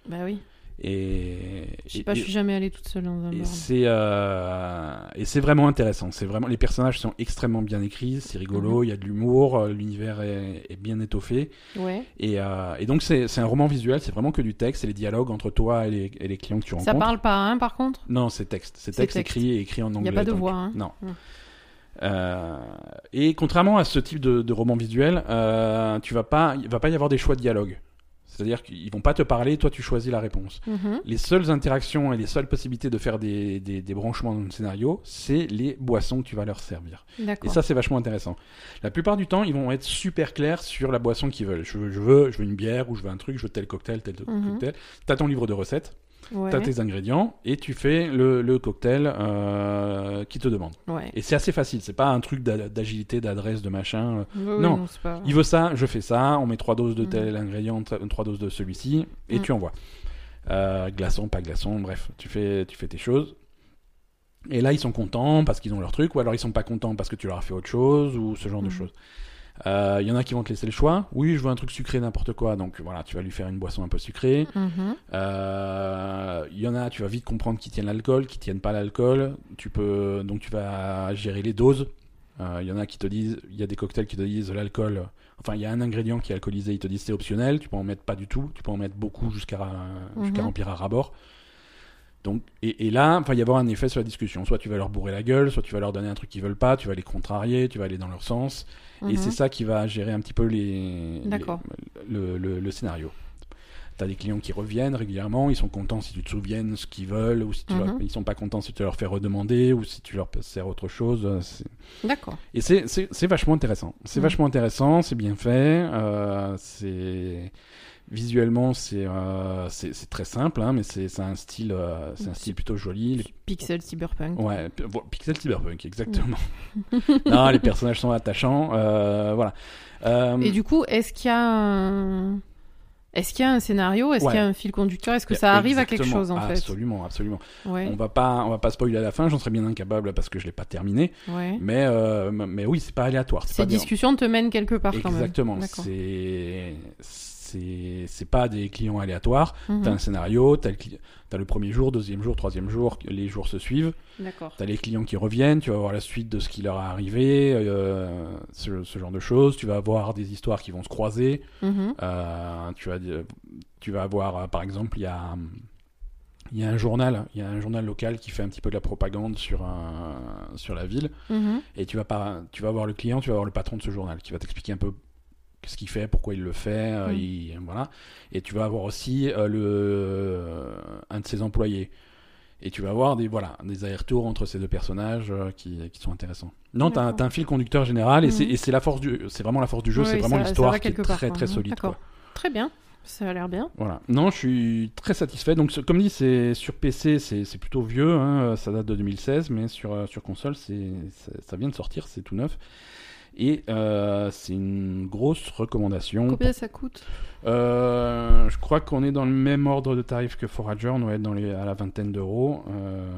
Bah oui. et Je sais et- pas, je suis jamais allée toute seule dans un et bar. c'est euh, et c'est vraiment intéressant. C'est vraiment les personnages sont extrêmement bien écrits, c'est Mhm. rigolo, il y a de l'humour, euh, l'univers est, est bien étoffé. Ouais. Et, euh, et donc c'est c'est un roman visuel, c'est vraiment que du texte, c'est les dialogues entre toi et les, et les clients que tu rencontres. Ça parle pas, hein, par contre Non, c'est texte, c'est C'est texte, texte. écrit et écrit en anglais. Il n'y a pas de donc- voix. hein. Non. Mm. Euh, et contrairement à ce type de, de roman visuel, euh, tu vas pas, il va pas y avoir des choix de dialogue. C'est-à-dire qu'ils vont pas te parler, toi tu choisis la réponse. Mhm. Les seules interactions et les seules possibilités de faire des, des- des branchements dans le scénario, c'est les boissons que tu vas leur servir. Et D'accord. ça, c'est vachement intéressant. La plupart du temps, ils vont être super clairs sur la boisson qu'ils veulent. Je veux, je veux, je veux une bière ou je veux un truc, je veux tel cocktail, tel Mhm. cocktail. T'as ton livre de recettes, Ouais. t'as tes ingrédients et tu fais le, le cocktail euh, qui te demande. Ouais. Et c'est assez facile. C'est pas un truc d'a- d'agilité, d'adresse, de machin. Oui, oui, Non. c'est pas- Il veut ça, je fais ça. On met trois doses de Mhm. tel ingrédient, t- trois doses de celui-ci et Mhm. tu envoies. Euh, glaçon, pas glaçon, bref, tu fais, tu fais tes choses. Et là, ils sont contents parce qu'ils ont leur truc, ou alors ils sont pas contents parce que tu leur as fait autre chose, ou ce genre de Mhm. choses. Euh, Il y en a qui vont te laisser le choix. Oui, je veux un truc sucré, n'importe quoi. Donc voilà, tu vas lui faire une boisson un peu sucrée. Mhm. Euh, Il y en a, tu vas vite comprendre qui tiennent l'alcool, qui tiennent pas l'alcool. Tu peux donc tu vas gérer les doses. Euh, Il y en a qui te disent, il y a des cocktails qui te disent l'alcool. Enfin, il y a un ingrédient qui est alcoolisé, ils te disent c'est optionnel. Tu peux en mettre pas du tout, tu peux en mettre beaucoup jusqu'à jusqu'à Mhm. remplir à ras-bord. Donc, et, et là, il va y avoir un effet sur la discussion. Soit tu vas leur bourrer la gueule, soit tu vas leur donner un truc qu'ils veulent pas, tu vas les contrarier, tu vas aller dans leur sens. Et Mhm. c'est ça qui va gérer un petit peu les, les- D'accord. le, le- le scénario. T'as des clients qui reviennent régulièrement, ils sont contents si tu te souviennes ce qu'ils veulent, ou si tu leur- Mhm. ils sont pas contents si tu leur fais redemander, ou si tu leur sers autre chose. euh, c'est- D'accord. Et c'est- c'est c'est vachement intéressant. C'est Mhm. vachement intéressant, c'est bien fait, euh, c'est visuellement c'est euh, c'est c'est très simple, hein, mais c'est c'est un style euh, c'est un style plutôt joli. Les- Pixel cyberpunk. Ouais, p- vo- Pixel Cyberpunk, Mm. exactement. non, les personnages sont attachants, euh, voilà. Euh, Et du coup, est-ce qu'il y a un... Est-ce qu'il y a un scénario Est-ce Ouais. qu'il y a un fil conducteur Est-ce que ça arrive à quelque exactement, Ah, chose en Absolument, absolument. fait Ouais, On va pas, on va pas spoiler à la fin. J'en serais bien incapable parce que je l'ai pas terminé. ouais. Mais, euh, m- mais oui, c'est pas aléatoire. C'est Ces pas bien. discussions te mènent quelque part quand même. Exactement. D'accord. C'est, c'est, c'est pas des clients aléatoires. Mhm. T'as un scénario, t'as le, cli- t'as le premier jour, deuxième jour, troisième jour, les jours se suivent. D'accord. T'as les clients qui reviennent, tu vas voir la suite de ce qui leur est arrivé, euh, ce, ce genre de choses. Tu vas avoir des histoires qui vont se croiser. Mhm. Euh, tu, vas, dire- tu vas avoir, euh, par exemple, il y a, hum, il y a un journal, il y a un journal local qui fait un petit peu de la propagande sur, un, sur la ville. Mhm. Et tu vas, par- tu vas voir le client, tu vas voir le patron de ce journal qui va t'expliquer un peu ce qu'il fait, pourquoi il le fait, euh, Mm. il- voilà. Et tu vas avoir aussi euh, le, un de ses employés. Et tu vas avoir des, voilà, des allers-retours entre ces deux personnages euh, qui, qui sont intéressants. Non, t'as un, D'accord. t'as un fil conducteur général et Mhm. c'est- et c'est la force du, c'est vraiment la force du jeu, Oui, c'est oui, vraiment ça- ça va l'histoire qui est quelque part, très quoi. très solide. D'accord. quoi. Très bien. Ça a l'air bien. Voilà. Non, je suis très satisfait. Donc, ce- comme dit, c'est sur PC, c'est c'est plutôt vieux, hein, euh, ça date de 2016, mais sur, euh, sur console, c'est ça ça vient de sortir, c'est tout neuf. Et euh, c'est une grosse recommandation. Combien ça coûte Euh, je crois qu'on est dans le même ordre de tarif que Forager, on doit être dans les, à la vingtaine d'euros. euh,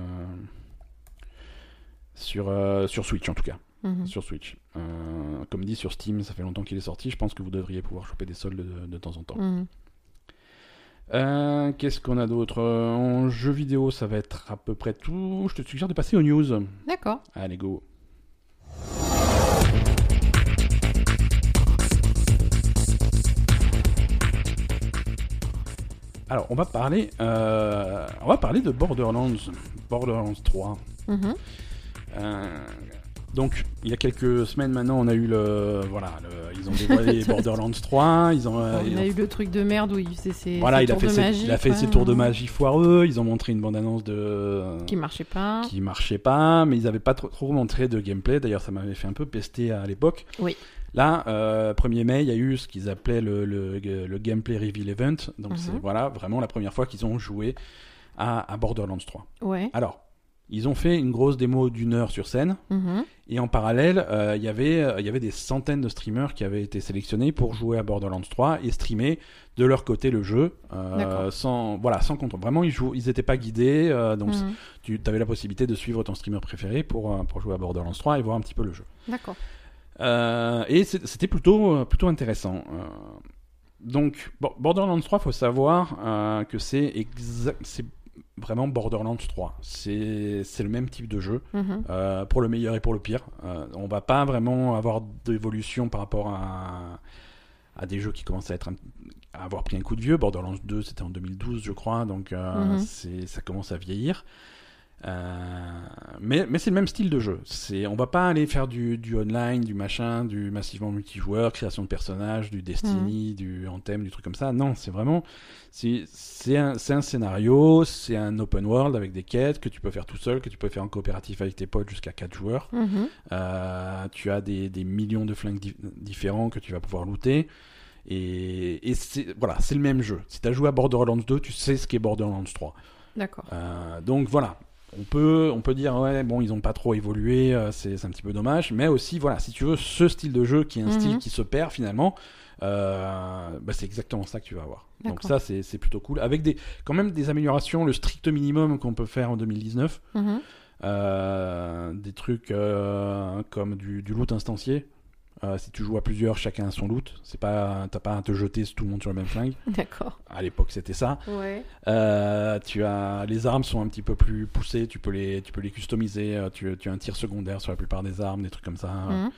sur, euh, sur Switch en tout cas. Mhm. Sur Switch. Euh, comme dit sur Steam, ça fait longtemps qu'il est sorti, je pense que vous devriez pouvoir choper des soldes de- de temps en temps. Mhm. Euh, Qu'est-ce qu'on a d'autre Euh, En jeu vidéo, ça va être à peu près tout. Je te suggère de passer aux news. D'accord. Allez, go. Alors, on va parler, euh, on va parler de Borderlands, Borderlands 3. Mhm. Euh, donc, il y a quelques semaines maintenant, on a eu le, voilà, le- ils ont dévoilé Borderlands 3, ils ont, euh, On ils a ont eu le truc de merde où il faisait ses, Voilà, ses il a, tours fait de ses, magie. il a fait quoi. ses tours de magie foireux. Ils ont montré une bande-annonce de Qui marchait pas. qui marchait pas, mais ils n'avaient pas trop, trop montré de gameplay. D'ailleurs, ça m'avait fait un peu pester à l'époque. Oui. Là, euh, 1er mai, il y a eu ce qu'ils appelaient le, le- le gameplay reveal event. Donc, Mhm. c'est voilà, vraiment la première fois qu'ils ont joué à, à Borderlands 3. Ouais. Alors, ils ont fait une grosse démo d'une heure sur scène. Mhm. Et en parallèle, euh, il y avait, euh, il y avait des centaines de streamers qui avaient été sélectionnés pour jouer à Borderlands 3 et streamer de leur côté le jeu, euh, D'accord. sans, voilà, sans contrôle. Vraiment, ils jouent, ils n'étaient pas guidés, euh, donc Mhm. tu avais la possibilité de suivre ton streamer préféré pour, euh, pour jouer à Borderlands 3 et voir un petit peu le jeu. D'accord. Euh, et c'est- c'était plutôt, euh, plutôt intéressant. Euh, donc, Bo- Borderlands 3, faut savoir euh, que c'est exa- c'est vraiment Borderlands 3. C'est c'est le même type de jeu. Mhm. Euh, pour le meilleur et pour le pire. Euh, on va pas vraiment avoir d'évolution par rapport à, à des jeux qui commencent à, être un- à avoir pris un coup de vieux. Borderlands 2, c'était en 2012, je crois, donc euh, Mhm. c'est- ça commence à vieillir. Euh, mais mais c'est le même style de jeu. C'est on va pas aller faire du, du online, du machin, du massivement multijoueur, création de personnages, du Destiny, du Anthem, du truc comme ça. Non, c'est vraiment c'est c'est un, c'est un scénario, c'est un open world avec des quêtes que tu peux faire tout seul, que tu peux faire en coopératif avec tes potes jusqu'à 4 joueurs. Mhm. Euh, tu as des, des millions de flingues di- différents que tu vas pouvoir looter. Et, et c'est voilà, c'est le même jeu. Si tu as joué à Borderlands 2, tu sais ce qu'est Borderlands 3. D'accord. Euh, donc voilà, on peut, on peut dire, ouais, bon, ils ont pas trop évolué, euh, c'est c'est un petit peu dommage, mais aussi, voilà, si tu veux, ce style de jeu qui est un Mhm. style qui se perd finalement, euh, bah, c'est exactement ça que tu vas avoir. Donc D'accord. ça, c'est c'est plutôt cool. Avec des, quand même des améliorations, le strict minimum qu'on peut faire en 2019, Mhm. euh, des trucs euh, comme du, du loot instancié. Euh, si tu joues à plusieurs, chacun a son loot. C'est pas, t'as pas à te jeter tout le monde sur le même flingue. D'accord. À l'époque, c'était ça. Ouais. Euh, tu as les armes sont un petit peu plus poussées, tu peux les tu peux les customiser, euh, tu, tu as un tir secondaire sur la plupart des armes, des trucs comme ça. Mhm.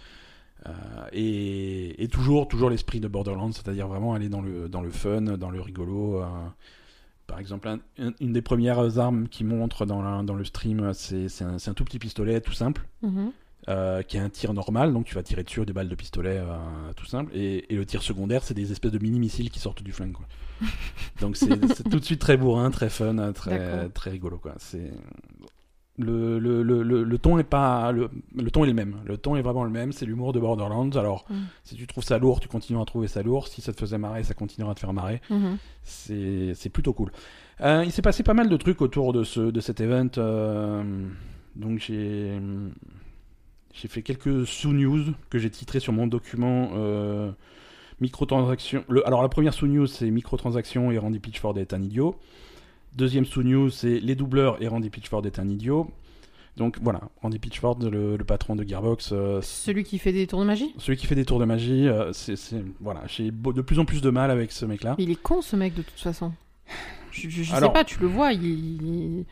Euh, et, et toujours toujours l'esprit de Borderlands, c'est-à-dire vraiment aller dans le dans le fun, dans le rigolo. euh. Par exemple, un- un- une des premières armes qui montre dans la- dans le stream, euh, c'est c'est un, c'est un tout petit pistolet tout simple. Mhm. euh, qui a un tir normal, donc tu vas tirer dessus des balles de pistolet euh, tout simple, et, et le tir secondaire, c'est des espèces de mini missiles qui sortent du flingue. Quoi. Donc c'est c'est tout de suite très bourrin, très fun, hein, très, D'accord. très rigolo. Quoi. C'est... Le, le, le, le, le ton est pas le, le ton est le même le ton est vraiment le même c'est l'humour de Borderlands alors Mm. si tu trouves ça lourd tu continues à trouver ça lourd si ça te faisait marrer ça continuera à te faire marrer Mhm. c'est c'est plutôt cool. Euh, il s'est passé pas mal de trucs autour de, ce, de cet event. euh, donc j'ai j'ai fait quelques sous-news que j'ai titré sur mon document euh, microtransactions. Le, alors la première sous-news c'est microtransactions et Randy Pitchford est un idiot. Deuxième sous-news c'est les doubleurs et Randy Pitchford est un idiot. Donc voilà, Randy Pitchford, le, le patron de Gearbox, euh, Celui qui fait des tours de magie celui qui fait des tours de magie, euh, c'est c'est- voilà, j'ai beau- de plus en plus de mal avec ce mec-là. Il est con ce mec de toute façon. Je, je- je Alors- sais pas, tu le vois, il, il-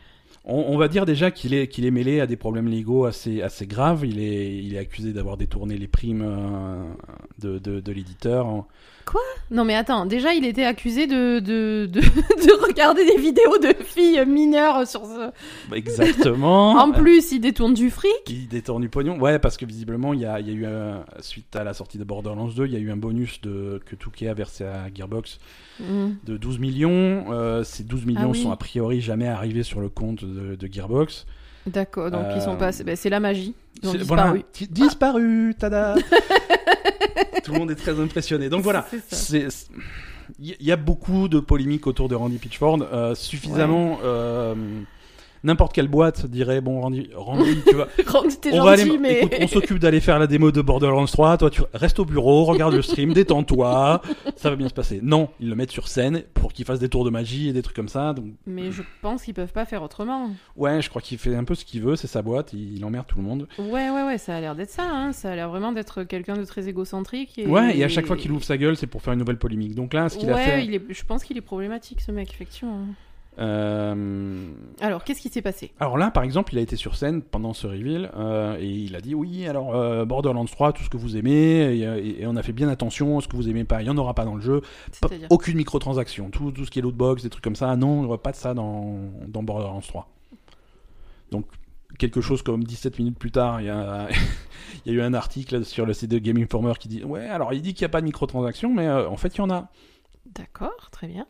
On, on va dire déjà qu'il est, qu'il est mêlé à des problèmes légaux assez, assez graves. Il est, il est accusé d'avoir détourné les primes euh, de, de, de l'éditeur. Non mais attends, déjà il était accusé de, de, de, de regarder des vidéos de filles mineures sur ce... Exactement. Euh, En plus, il détourne du fric. Il détourne du pognon. Ouais, parce que visiblement, il y a, il y a eu, un- suite à la sortie de Borderlands 2, il y a eu un bonus de, que Touquet a versé à Gearbox Mm. de 12 millions. Euh, ces 12 millions Ah oui. sont a priori jamais arrivés sur le compte de, de Gearbox. D'accord, donc ils Euh, sont pas... ben, c'est la magie. Ils ont C'est- disparu. voilà, Ti- disparu, tada Tout le monde est très impressionné. Donc voilà, C'est ça. c'est c'est- il y- il y a beaucoup de polémiques autour de Randy Pitchford, euh, suffisamment. euh, N'importe quelle boîte dirait bon Randy, Randy tu vois, Randy, t'es on gentil, va aller, mais... écoute, on s'occupe d'aller faire la démo de Borderlands 3, toi tu restes au bureau, regarde le stream, détends-toi, ça va bien se passer. Non, ils le mettent sur scène pour qu'il fasse des tours de magie et des trucs comme ça. Donc mais je pense qu'ils peuvent pas faire autrement. ouais, je crois qu'il fait un peu ce qu'il veut, c'est sa boîte, il, il emmerde tout le monde. Ouais, ouais, ouais, ça a l'air d'être ça. Hein. Ça a l'air vraiment d'être quelqu'un de très égocentrique. Et... Ouais, et à chaque fois qu'il ouvre sa gueule, c'est pour faire une nouvelle polémique. Donc là, ce qu'il a ouais, fait, il est... je pense qu'il est problématique ce mec, effectivement. euh, Alors, qu'est-ce qui s'est passé Alors là, par exemple, il a été sur scène pendant ce reveal euh, et il a dit oui, alors euh, Borderlands 3, tout ce que vous aimez, et, euh, et- et on a fait bien attention, à ce que vous aimez pas, il y en aura pas dans le jeu, Pas- C'est-à-dire aucune microtransaction, tout, tout ce qui est lootbox, des trucs comme ça, non, il n'y aura pas de ça dans, dans Borderlands 3. Donc, quelque chose comme 17 minutes plus tard, il y a, il y a eu un article sur le site de Game Informer qui dit ouais, alors il dit qu'il n'y a pas de microtransaction, mais euh, en fait, il y en a. D'accord, très bien.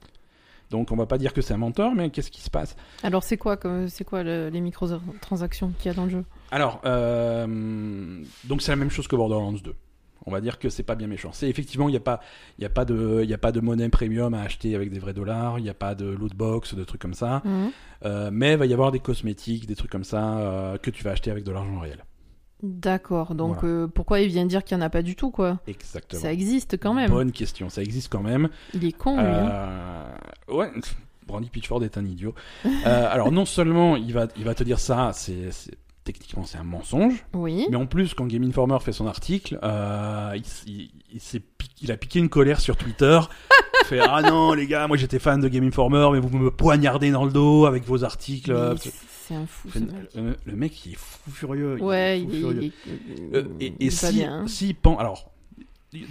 Donc, on va pas dire que c'est un menteur, mais qu'est-ce qui se passe Alors, c'est quoi, comme... c'est quoi le- les microtransactions qu'il y a dans le jeu Alors, euh, donc c'est la même chose que Borderlands 2. On va dire que c'est pas bien méchant. C'est effectivement, il n'y a, pas- il y a, pas de- il y a pas de monnaie premium à acheter avec des vrais dollars, il n'y a pas de loot box, de trucs comme ça. Mhm. Euh, mais il va y avoir des cosmétiques, des trucs comme ça euh, que tu vas acheter avec de l'argent réel. D'accord, donc euh, pourquoi il vient dire qu'il n'y en a pas du tout, quoi Exactement. Ça existe quand même. Bonne question, ça existe quand même. Il est con, lui. hein. Euh, ouais, Brandy Pitchford est un idiot. Euh, alors non seulement il va, il va te dire ça, c'est c'est- techniquement c'est un mensonge. Oui. Mais en plus, quand Game Informer fait son article, euh, il, s- il- il s'est pi- il a piqué une colère sur Twitter. Il fait Ah non, les gars, moi j'étais fan de Game Informer, mais vous me poignardez dans le dos avec vos articles. Mais Euh, c'est- C'est un fou, ce Le, mec. le- le mec, il est fou furieux. il est Ouais, fou il est, furieux. il est- il Euh, et est et pas si, bien. hein. s'il pen- Alors,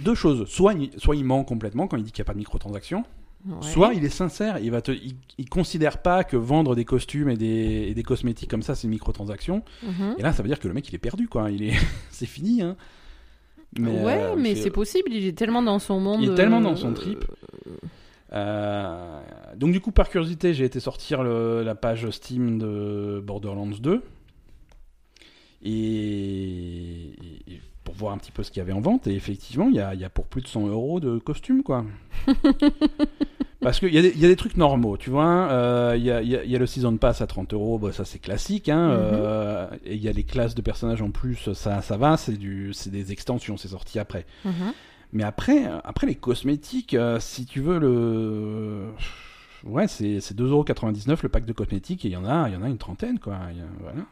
deux choses. Soit, il- soit il ment complètement quand il dit qu'il n'y a pas de microtransaction. Ouais. Soit il est sincère, il va te, il, il considère pas que vendre des costumes et des, et des cosmétiques comme ça, c'est une microtransaction. Mhm. Et là, ça veut dire que le mec, il est perdu, quoi. Il est, c'est fini. Hein. ouais, euh, mais c'est possible, il est tellement dans son monde. Il est tellement dans euh, son trip. Euh, Donc du coup, par curiosité, j'ai été sortir le- la page Steam de Borderlands 2 et, et- et pour voir un petit peu ce qu'il y avait en vente. Et effectivement, il y a, il y a pour plus de 100 euros de costumes, quoi. Parce qu'il y, a des- il y a des trucs normaux, tu vois. euh, Il y, a, il y a- il y a le Season Pass à 30 euros, bah, ça c'est classique. hein, Mhm. euh, et il y a les classes de personnages en plus, ça, ça va, c'est du- c'est des extensions, c'est sorti après. mhm. Mais après, euh, après les cosmétiques, euh, si tu veux le. Ouais, c'est c'est 2,99€ le pack de cosmétiques et il y en a, il y en a une trentaine, quoi. Il y a- voilà.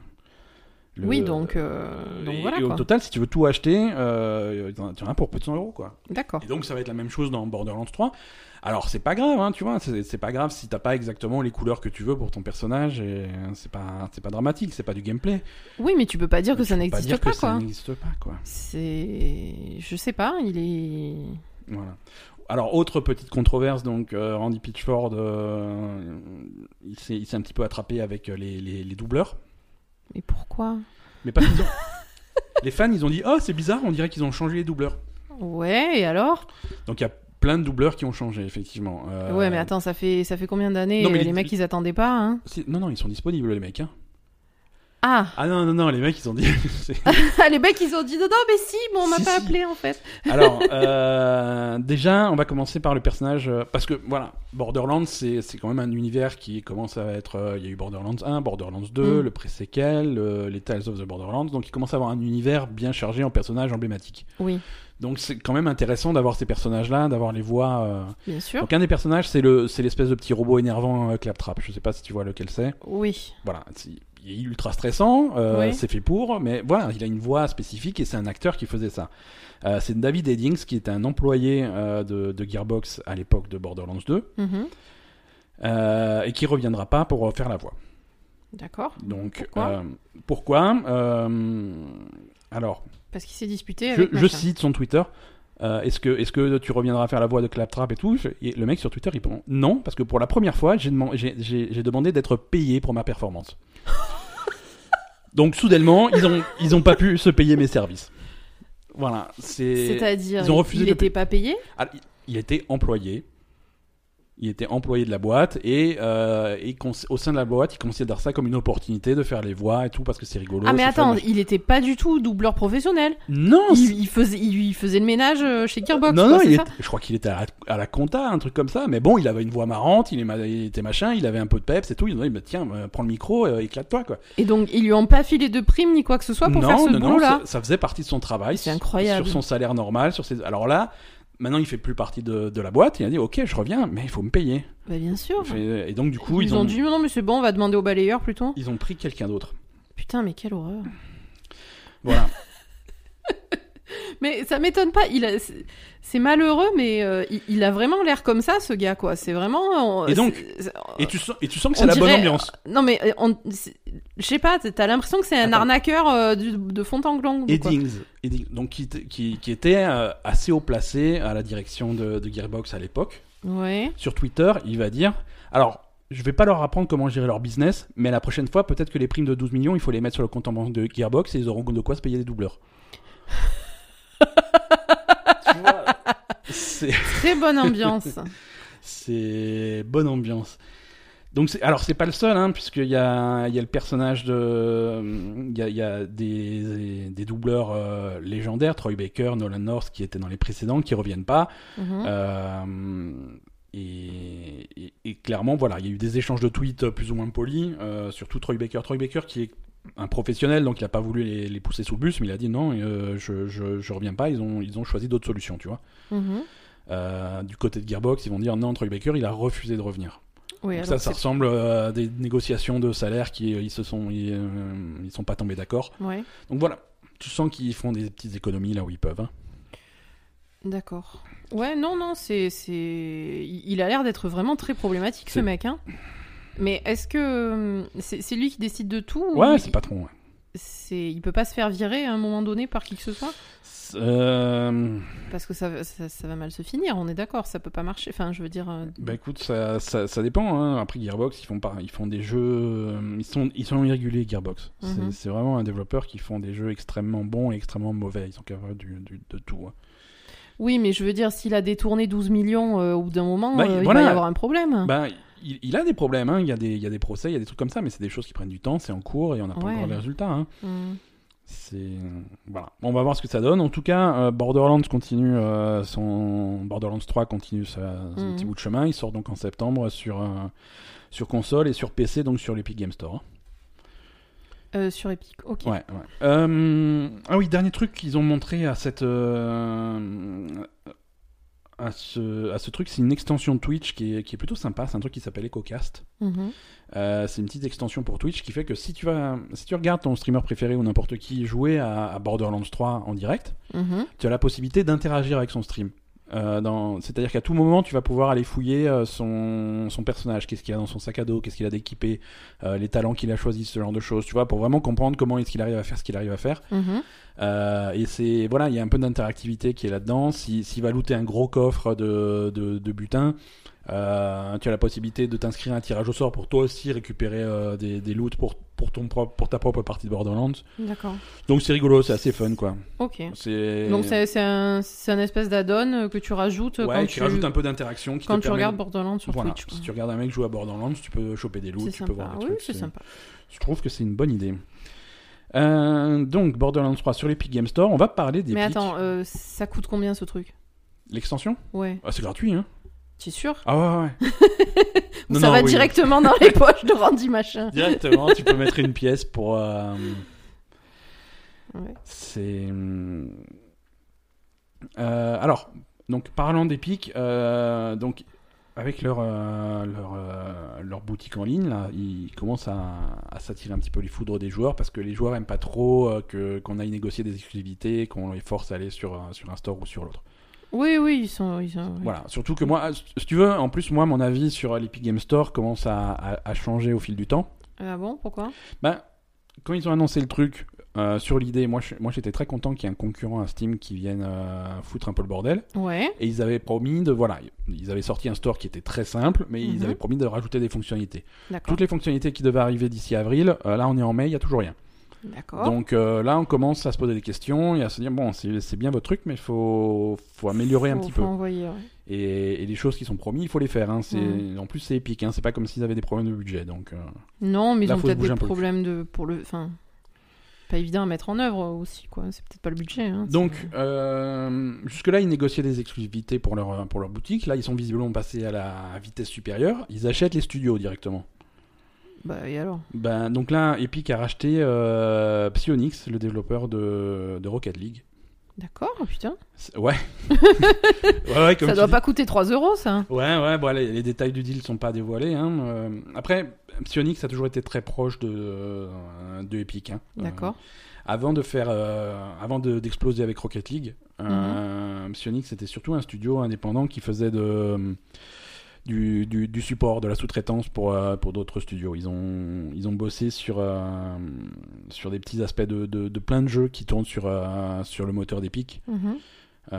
Le- Oui, donc, euh, euh, donc et, voilà et au quoi. total, si tu veux tout acheter, euh, tu en tu en as pour plus de 100 euros, quoi. D'accord. Et donc, ça va être la même chose dans Borderlands 3. Alors, c'est pas grave, hein, tu vois, c'est c'est pas grave si t'as pas exactement les couleurs que tu veux pour ton personnage, et euh, c'est pas, c'est pas dramatique, c'est pas du gameplay. Oui, mais tu peux pas dire que Tu ça peux pas n'existe dire pas, que ça quoi. n'existe pas, quoi. C'est. Je sais pas, il est. Voilà. Alors, autre petite controverse, donc euh, Randy Pitchford, euh, il s'est il s'est un petit peu attrapé avec euh, les, les- les doubleurs. Mais pourquoi Mais pas qu'ils ont- les fans, ils ont dit Oh, c'est bizarre, on dirait qu'ils ont changé les doubleurs. Ouais, et alors Donc, il y a plein de doubleurs qui ont changé, effectivement. Euh, Ouais, mais attends, ça fait, ça fait combien d'années Non, mais euh, les- Les mecs, ils attendaient pas, hein c'est- Non, non, ils sont disponibles, les mecs. hein. Ah Ah non, non, non, les mecs, ils ont dit. c'est- Les mecs, ils ont dit non, non, mais si, mais on m'a Si, pas si. appelé, en fait. Alors, euh, déjà, on va commencer par le personnage. euh, Parce que, voilà, Borderlands, c'est c'est quand même un univers qui commence à être. euh, Il y a eu Borderlands 1, Borderlands 2, Mm. le pré-séquel, euh, les Tales of the Borderlands. Donc, il commence à avoir un univers bien chargé en personnages emblématiques. Oui, Donc, c'est quand même intéressant d'avoir ces personnages-là, d'avoir les voix. euh, bien sûr. Donc, un des personnages, c'est le- c'est l'espèce de petit robot énervant euh, Claptrap. Je sais pas si tu vois lequel c'est. Oui. Voilà, c'est- il est ultra stressant, euh, Oui. c'est fait pour, mais voilà, il a une voix spécifique et c'est un acteur qui faisait ça. Euh, c'est David Eddings qui était un employé euh, de, de Gearbox à l'époque de Borderlands 2 Mhm. euh, et qui reviendra pas pour euh, faire la voix. D'accord. Donc Pourquoi euh, pourquoi Euh, Alors, Parce qu'il s'est disputé je, avec je machin. cite son Twitter. euh, est-ce que est-ce que tu reviendras faire la voix de Claptrap et tout Je- et Le mec sur Twitter il répond non parce que pour la première fois j'ai deman- j'ai- j'ai- j'ai demandé d'être payé pour ma performance. Donc soudainement ils ont ils ont pas pu se payer mes services. Voilà c'est C'est-à-dire, ils ont refusé il de était payer. pas payé Ah, il- il était employé il était employé de la boîte et, euh, et cons- au sein de la boîte il considère ça comme une opportunité de faire les voix et tout parce que c'est rigolo. Ah, mais c'est attends, fun. il était pas du tout doubleur professionnel. non c'est- Il, il faisait, il, il faisait le ménage euh, chez Gearbox. Non, quoi, non, c'est il ça était- je crois qu'il était à la, à la compta, un truc comme ça. Mais bon, il avait une voix marrante, il, est ma- il était machin, il avait un peu de peps et tout. Ils ont dit, bah, tiens, euh, prends le micro, euh, éclate-toi, quoi. Et donc, ils lui ont pas filé de prime ni quoi que ce soit pour non, faire ce non, non, boulot-là. ça, ça faisait partie de son travail. C'est sur- incroyable. Sur son salaire normal, sur ses... Alors là, maintenant, il fait plus partie de, de la boîte. Il a dit, ok, je reviens, mais il faut me payer. Bah, bien sûr. Et donc, du coup, ils, ils ont dit non, mais c'est bon, on va demander au balayeur plutôt. ils ont pris quelqu'un d'autre. Putain, mais quelle horreur. Voilà. Mais ça m'étonne pas. Il a- c'est- c'est malheureux, mais euh, il, il a vraiment l'air comme ça, ce gars, quoi. C'est vraiment. on- Et donc, c'est- c'est- et, tu sens, et tu sens que On c'est la bonne dirait- ambiance. Non, mais euh, on- c'est- je sais pas. t'as- T'as l'impression que c'est un Attends. arnaqueur euh, du- de fond en comble. quoi. Eddings, Eddings, donc qui, t- qui, qui était euh, assez haut placé à la direction de- de Gearbox à l'époque. Ouais. sur Twitter, il va dire Alors, je vais pas leur apprendre comment gérer leur business, mais la prochaine fois, peut-être que les primes de 12 millions, il faut les mettre sur le compte en banque de Gearbox et ils auront de quoi se payer des doubleurs. Tu vois, c'est, Très bonne ambiance. c'est bonne ambiance. Donc c'est, alors c'est pas le seul, hein, puisqu'il y a, il y a le personnage de, il y a, il y a des, des- des doubleurs euh, légendaires, Troy Baker, Nolan North, qui étaient dans les précédents, qui reviennent pas. Mhm. Euh, et, et- et clairement, voilà, il y a eu des échanges de tweets euh, plus ou moins polis, euh, surtout Troy Baker. Troy Baker qui est un professionnel, donc il n'a pas voulu les, les pousser sous le bus, mais il a dit non, euh, je, je, je reviens pas, ils ont, ils ont choisi d'autres solutions, tu vois. Mhm. Euh, du côté de Gearbox, ils vont dire non, Troy Baker, il a refusé de revenir. Oui, Donc alors ça, ça c'est- ressemble euh, à des négociations de salaire qui euh, ils se sont, ils, euh, ils sont pas tombés d'accord. Ouais, Donc voilà, tu sens qu'ils font des petites économies là où ils peuvent. hein. d'accord. Ouais, non, non, c'est. c'est- Il il a l'air d'être vraiment très problématique, ce C'est- mec, hein. Mais est-ce que. euh, C'est c'est lui qui décide de tout ou Ouais, il- c'est patron. ouais. c'est- Il peut pas se faire virer à un moment donné par qui que ce soit C'est- euh, Parce que ça, va- ça, ça va mal se finir, on est d'accord, ça peut pas marcher. Enfin, je veux dire. euh, Bah écoute, ça, ça, ça dépend. hein. Après Gearbox, ils font pas, ils font des jeux, euh, ils sont, ils sont irréguliers Gearbox. C'est- Mhm. C'est vraiment un développeur qui font des jeux extrêmement bons et extrêmement mauvais. Ils sont capables du, du- de tout. hein. Oui, mais je veux dire, s'il a détourné 12 millions euh, au bout d'un moment, Bah, euh, il voilà. va y avoir un problème. Bah, il, il a des problèmes. hein. Il y a des, il y a des procès, il y a des trucs comme ça, mais c'est des choses qui prennent du temps. C'est en cours et on n'a pas Ouais. encore les résultats. hein. Hmm. C'est voilà. Bon, on va voir ce que ça donne. En tout cas, euh, Borderlands continue euh, son Borderlands 3 continue sa- son Mhm. petit bout de chemin. Il sort donc en septembre sur euh, sur console et sur PC, donc sur l'Epic Game Store. hein. Euh, sur Epic, ok. Ouais, ouais. Euh, ah oui, dernier truc qu'ils ont montré à cette. euh, à, ce, à ce truc, c'est une extension de Twitch qui est, qui est plutôt sympa. C'est un truc qui s'appelle EchoCast. Mhm. Euh, c'est une petite extension pour Twitch qui fait que si tu, vas, si tu regardes ton streamer préféré ou n'importe qui jouer à, à Borderlands 3 en direct, Mhm. tu as la possibilité d'interagir avec son stream. Euh, dans- C'est-à-dire qu'à tout moment, tu vas pouvoir aller fouiller euh, son, son personnage, qu'est-ce qu'il a dans son sac à dos, qu'est-ce qu'il a d'équipé, euh, les talents qu'il a choisis, ce genre de choses, tu vois, pour vraiment comprendre comment est-ce qu'il arrive à faire ce qu'il arrive à faire. Mhm. Euh, et c'est voilà, il y a un peu d'interactivité qui est là-dedans. Si- S'il va looter un gros coffre de, de, de butin, euh, tu as la possibilité de t'inscrire à un tirage au sort pour toi aussi récupérer euh, des, des loots pour pour, ton propre, pour ta propre partie de Borderlands. D'accord. Donc c'est rigolo, c'est assez fun quoi. Ok. C'est Donc c'est c'est un, c'est un espèce d'add-on euh, que tu rajoutes euh, ouais, quand qui tu, rajoute un peu d'interaction qui quand te tu permet- regardes Borderlands sur Voilà, Twitch. quoi. si tu regardes un mec jouer à Borderlands, tu peux choper des C'est loots, tu peux voir sympa. des Oui, trucs. c'est c'est- sympa. Je trouve que c'est une bonne idée. Euh, donc Borderlands 3 sur l'Epic Game Store, on va parler des Mais attends, euh, ça coûte combien ce truc L'extension Ouais. ah, C'est gratuit, hein T'es sûr Ah ouais, ouais, ouais. Ou Non, ça non, va oui. directement dans les poches de Randy Machin. Directement, tu peux mettre une pièce pour. euh, Ouais. C'est. Euh, alors, donc parlant d'Epic, euh, donc avec leur euh, leur, euh, leur boutique en ligne, là, ils commencent à, à s'attirer un petit peu les foudres des joueurs parce que les joueurs aiment pas trop euh, que qu'on aille négocier des exclusivités, qu'on les force à aller sur un- sur un store ou sur l'autre. Oui, oui, ils sont. Ils sont... Voilà, surtout que moi, si tu veux, en plus moi, mon avis sur l'Epic Game Store commence à- à- à changer au fil du temps. Ah bon, pourquoi Ben, quand ils ont annoncé le truc euh, sur l'idée, moi, je- moi j'étais très content qu'il y ait un concurrent à Steam qui vienne euh, foutre un peu le bordel. Ouais. Et ils avaient promis de. Voilà, ils avaient sorti un store qui était très simple, mais ils Mhm. avaient promis de rajouter des fonctionnalités. D'accord. Toutes les fonctionnalités qui devaient arriver d'ici avril, euh, là on est en mai, il n'y a toujours rien. D'accord. Donc euh, là on commence à se poser des questions et à se dire bon, c'est c'est bien votre truc, mais il faut, faut améliorer un Faut- petit faut peu. envoyer, ouais. Et, et les choses qui sont promises, il faut les faire. hein. C'est- Mhm. En plus, c'est épique, hein. c'est pas comme s'ils avaient des problèmes de budget. Donc. euh, Non, mais ils Là, ont faut se peut-être bouger des un peu le cul. problèmes de pour le. Enfin, pas évident à mettre en œuvre aussi, quoi. C'est peut-être pas le budget. hein. Donc, C'est- euh, jusque-là, ils négociaient des exclusivités pour leur, pour leur boutique. Là, ils sont visiblement passés à la vitesse supérieure. Ils achètent les studios directement. Bah et alors Ben, donc là, Epic a racheté euh, Psyonix, le développeur de, de Rocket League. D'accord, oh, putain. C'est- Ouais. ouais, ouais, comme ça tu doit dis. Euh. pas coûter 3 euros, ça. Ouais, ouais, bon, les, les détails du deal sont pas dévoilés. hein. Euh, après, Psyonix a toujours été très proche de, euh, de Epic. hein. Euh, D'accord. avant de faire, euh, avant de- d'exploser avec Rocket League, euh, Psyonix c'était surtout un studio indépendant qui faisait de euh, du, du- du support, de la sous-traitance pour euh, pour d'autres studios. Ils ont ils ont bossé sur euh, sur des petits aspects de, de, de plein de jeux qui tournent sur euh, sur le moteur d'Epic, Mhm.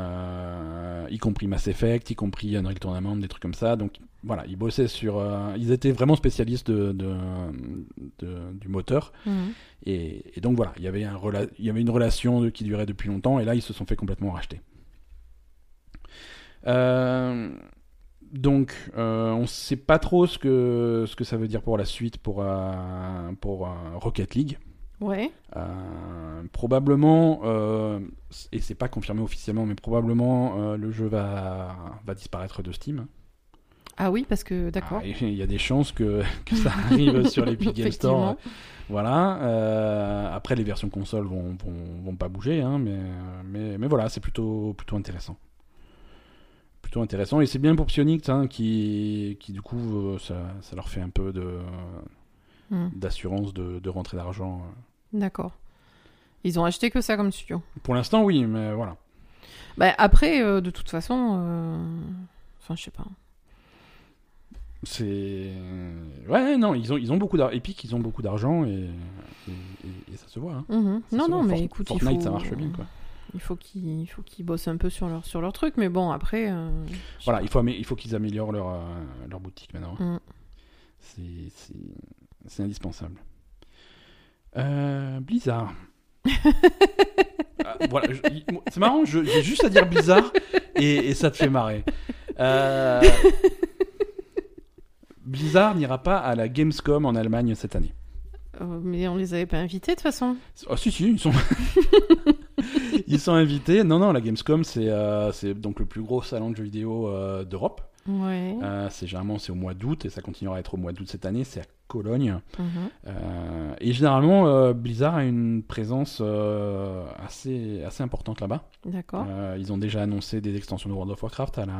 euh, y compris Mass Effect, y compris Unreal Tournament, des trucs comme ça. Donc voilà, ils bossaient sur, euh, ils étaient vraiment spécialistes de- de- de- du moteur. Mhm. Et, et donc voilà, il y avait, un rela- il y avait une relation de- qui durait depuis longtemps, et là ils se sont fait complètement racheter. Euh, donc euh, on ne sait pas trop ce que, ce que ça veut dire pour la suite pour, euh, pour euh, Rocket League. Ouais. Euh, probablement, euh, et c'est pas confirmé officiellement, mais probablement euh, le jeu va, va disparaître de Steam. Ah oui, parce que d'accord. Ah, et Il y a des chances que, que ça arrive sur l'Epic Game Store. Voilà. euh, après, les versions consoles vont, vont, vont pas bouger, hein, mais, mais, mais voilà, c'est plutôt, plutôt intéressant. Plutôt intéressant. Et c'est bien pour Psyonix, hein, qui, qui du coup, euh, ça, ça leur fait un peu de- hein. Mhm. d'assurance de, de rentrée d'argent. D'accord. Ils ont acheté que ça comme studio. Pour l'instant, oui, mais voilà. Bah après, euh, de toute façon, euh, enfin je sais pas. C'est. Ouais, non, ils ont, ils ont beaucoup d'argent. Epic, ils ont beaucoup d'argent et, et, et- et ça se voit. hein. Mhm. Ça Non, se non, voit. mais Fort- écoute, Fortnite, il faut... ça marche bien, quoi. Il faut qu'ils, il faut qu'ils bossent un peu sur leur, sur leur truc, mais bon après. euh, je sais Voilà, pas. il faut, amé- il faut qu'ils améliorent leur, euh, leur boutique maintenant. hein. Mm. C'est- C'est c'est indispensable. Euh, Blizzard. Ah, voilà, je- il- moi, c'est marrant, je- j'ai juste à dire Blizzard et, et ça te fait marrer. Euh, Blizzard n'ira pas à la Gamescom en Allemagne cette année. Euh, mais on les avait pas invités de toute façon. Ah si, si, ils sont... ils sont invités. Non, non, la Gamescom, c'est euh, c'est donc le plus gros salon de jeux vidéo euh, d'Europe. Ouais. Euh, c'est généralement c'est au mois d'août et ça continuera à être au mois d'août cette année. C'est à Cologne Mhm. Euh, et généralement euh, Blizzard a une présence euh, assez assez importante là-bas. D'accord. Euh, ils ont déjà annoncé des extensions de World of Warcraft à la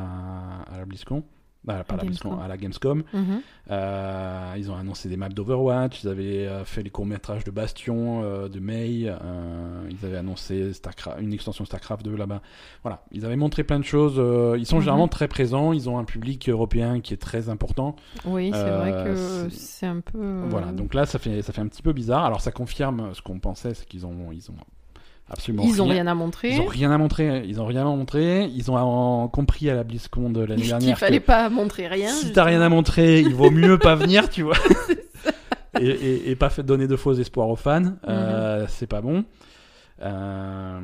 à la BlizzCon. Bah, pas à la Gamescom. BlizzCon, à la Gamescom. Mhm. Euh, ils ont annoncé des maps d'Overwatch. Ils avaient euh, fait les courts métrages de Bastion, euh, de May. euh, ils avaient annoncé Starcraft- une extension Starcraft 2 là-bas. Voilà, ils avaient montré plein de choses. euh, ils sont Mhm. généralement très présents. Ils ont un public européen qui est très important. Oui, c'est vrai Euh, que c'est- c'est un peu. euh, Voilà, donc là, ça fait, ça fait un petit peu bizarre. Alors, ça confirme ce qu'on pensait, c'est qu'ils ont, ils ont absolument ils ont rien à montrer. Ils ont rien à montrer. Ils ont rien à montrer. Ils ont en- compris à la BlizzCon de l'année Il dernière. fallait que pas montrer rien. Si t'as rien à montrer, il vaut mieux pas venir, tu vois. et, et- et pas fait donner de faux espoirs aux fans. Euh, Mm-hmm. C'est pas bon. Euh,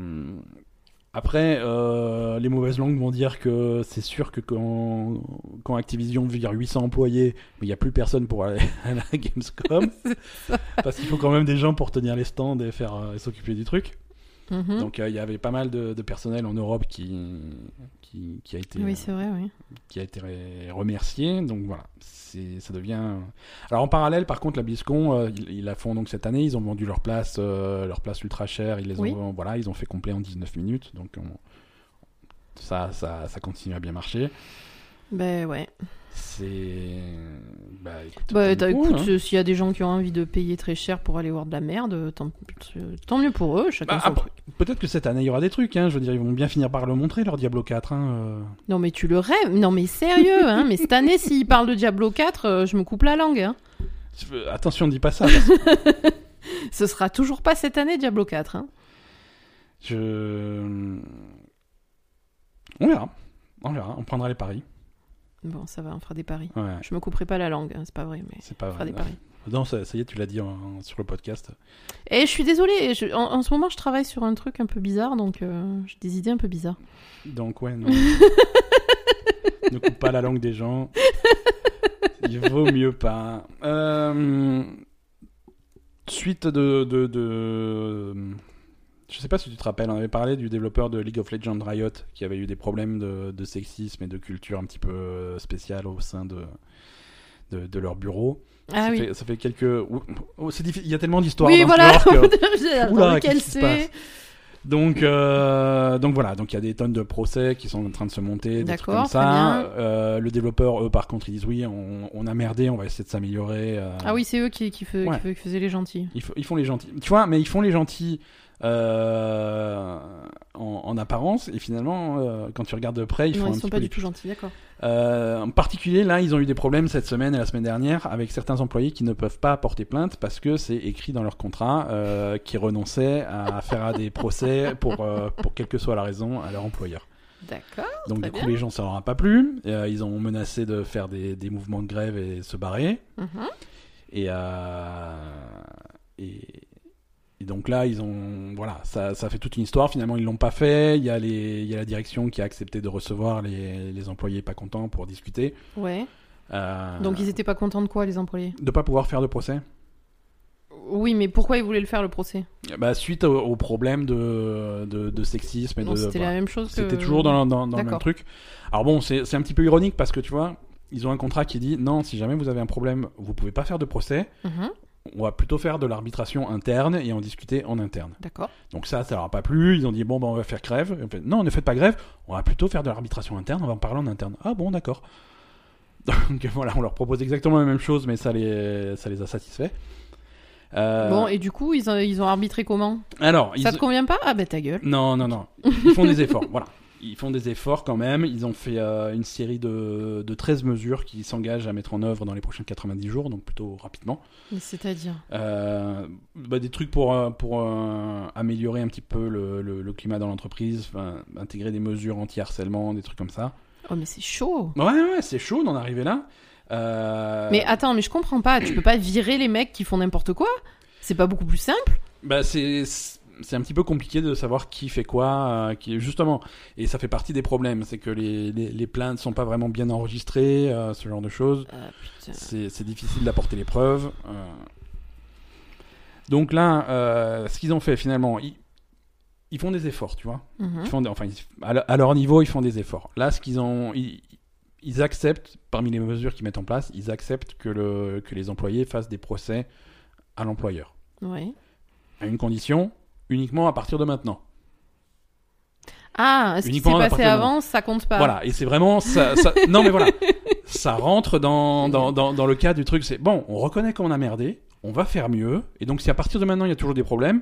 Après, euh, les mauvaises langues vont dire que c'est sûr que quand, quand Activision vire 800 employés, mais il n'y a plus personne pour aller à la Gamescom. parce qu'il faut quand même des gens pour tenir les stands et faire euh, et s'occuper du truc. Mhm. Donc euh, il y avait pas mal de, de personnel en Europe qui, qui, qui a été, Oui, c'est vrai, oui. qui a été re- remercié. Donc voilà, c'est- ça devient. Alors en parallèle, par contre, la BlizzCon, euh, ils, ils la font donc cette année. Ils ont vendu leurs places, euh, leurs places ultra chères. Ils les Oui. ont, voilà, ils ont fait complet en 19 minutes. Donc on- ça, ça, ça continue à bien marcher. Ben ouais. C'est. Bah écoute. Bah tant t'as- mieux pour écoute, eux, hein. euh, s'il y a des gens qui ont envie de payer très cher pour aller voir de la merde, tant, euh, tant mieux pour eux, chacun Bah, son après- truc. Peut-être que cette année il y aura des trucs. Hein, je veux dire, ils vont bien finir par le montrer leur Diablo 4. hein, euh. Non mais tu le rêves, non mais sérieux, hein, mais cette année s'ils parlent de Diablo 4, euh, je me coupe la langue. Hein. euh. Attention, dis pas ça. parce Ce sera toujours pas cette année Diablo 4. Hein. Je. On verra. On verra. On prendra les paris. Bon, ça va, on fera des paris. Ouais. Je me couperai pas la langue, hein, c'est pas vrai, mais C'est pas on fera vrai. des paris. Non, ça, ça y est, tu l'as dit en- sur le podcast. Et Eh, je suis désolée, je- en, en ce moment je travaille sur un truc un peu bizarre, donc euh, j'ai des idées un peu bizarres. Donc, ouais, non. ne coupe pas la langue des gens. Il vaut mieux pas. Euh, Suite de, de, de- Je sais pas si tu te rappelles, on avait parlé du développeur de League of Legends Riot qui avait eu des problèmes de, de sexisme et de culture un petit peu euh, spéciale au sein de, de, de leur bureau. Ah ça, oui. fait, ça fait quelques. Ouh, oh, c'est diffi- Il y a tellement d'histoires. oui, dans voilà. ce genre que- Attends, Oula, lequel qu'est-ce qui se c'est Donc, euh, donc voilà. Donc il y a des tonnes de procès qui sont en train de se monter, des trucs D'accord, comme ça. très Euh, le développeur, eux, par contre, ils disent oui, on, on a merdé, on va essayer de s'améliorer. euh, Ah oui, c'est eux qui, qui, fais- Ouais. qui fais- qui faisaient les gentils. Ils, f- ils font les gentils. Tu vois, mais ils font les gentils euh, en, en apparence et finalement, euh, quand tu regardes de près, ils non, font un ils sont petit pas peu du les- tout gentils, d'accord. Euh, en particulier, là, ils ont eu des problèmes cette semaine et la semaine dernière avec certains employés qui ne peuvent pas porter plainte parce que c'est écrit dans leur contrat euh, qu'ils renonçaient à faire à des procès pour, euh, pour quelle que soit la raison à leur employeur. D'accord. Donc, Très du coup, bien. les gens, ça leur a pas plu. Euh, ils ont menacé de faire des, des mouvements de grève et se barrer. Mhm. Et, euh, et, et donc là, ils ont, voilà, ça, ça fait toute une histoire. Finalement, ils l'ont pas fait. Il y, a les, il y a la direction qui a accepté de recevoir les, les employés pas contents pour discuter. Ouais. Euh, Donc ils étaient pas contents de quoi, les employés de pas pouvoir faire de procès Oui, mais pourquoi ils voulaient le faire, le procès Euh, bah, Suite au, au problème de, de, de sexisme et Non, de. c'était voilà. la même chose que... C'était toujours dans, dans- dans le même D'accord. truc. Alors bon, c'est c'est un petit peu ironique parce que tu vois, ils ont un contrat qui dit non, si jamais vous avez un problème, vous pouvez pas faire de procès. Mhm, On va plutôt faire de l'arbitration interne et en discuter en interne. D'accord. Donc ça, ça leur a pas plu. Ils ont dit bon, ben on va faire grève. Et en fait, non, ne faites pas grève. On va plutôt faire de l'arbitration interne. On va en parler en interne. Ah bon, d'accord. Donc voilà, on leur propose exactement la même chose, mais ça les, ça les a satisfaits. Euh, Bon, et du coup, ils ont, ils ont arbitré comment alors, ils... Ça te convient pas Ah bah ta gueule. non, non, non. Ils font des efforts. Voilà. Ils font des efforts quand même. Ils ont fait euh, une série de, de 13 mesures qui s'engagent à mettre en œuvre dans les prochains 90 jours, donc plutôt rapidement. Mais C'est-à-dire Euh, bah, des trucs pour, euh, pour euh, améliorer un petit peu le, le- le climat dans l'entreprise, enfin, intégrer des mesures anti-harcèlement, des trucs comme ça. Oh mais c'est chaud Ouais, ouais, c'est chaud d'en arriver là. Euh, Mais attends, mais je comprends pas, tu peux pas virer les mecs qui font n'importe quoi C'est pas beaucoup plus simple bah, c'est c'est un petit peu compliqué de savoir qui fait quoi, euh, qui justement. Et ça fait partie des problèmes, c'est que les, les, les plaintes sont pas vraiment bien enregistrées, euh, ce genre de choses. Ah putain. C'est c'est difficile d'apporter les preuves. euh. Donc là, euh, ce qu'ils ont fait finalement, ils, ils font des efforts, tu vois. Mhm. Ils font des- enfin, ils- à, le- à leur niveau, ils font des efforts. Là, ce qu'ils ont, ils, ils acceptent, parmi les mesures qu'ils mettent en place, ils acceptent que, le, que les employés fassent des procès à l'employeur. Ouais. À une condition, uniquement à partir de maintenant. Ah, ce qui s'est Uniquement à passé partir de avant, ça compte pas. Voilà, et c'est vraiment ça, ça- Non, mais voilà, ça rentre dans, dans, dans, dans le cas du truc. C'est bon, on reconnaît qu'on a merdé, on va faire mieux, et donc si à partir de maintenant il y a toujours des problèmes,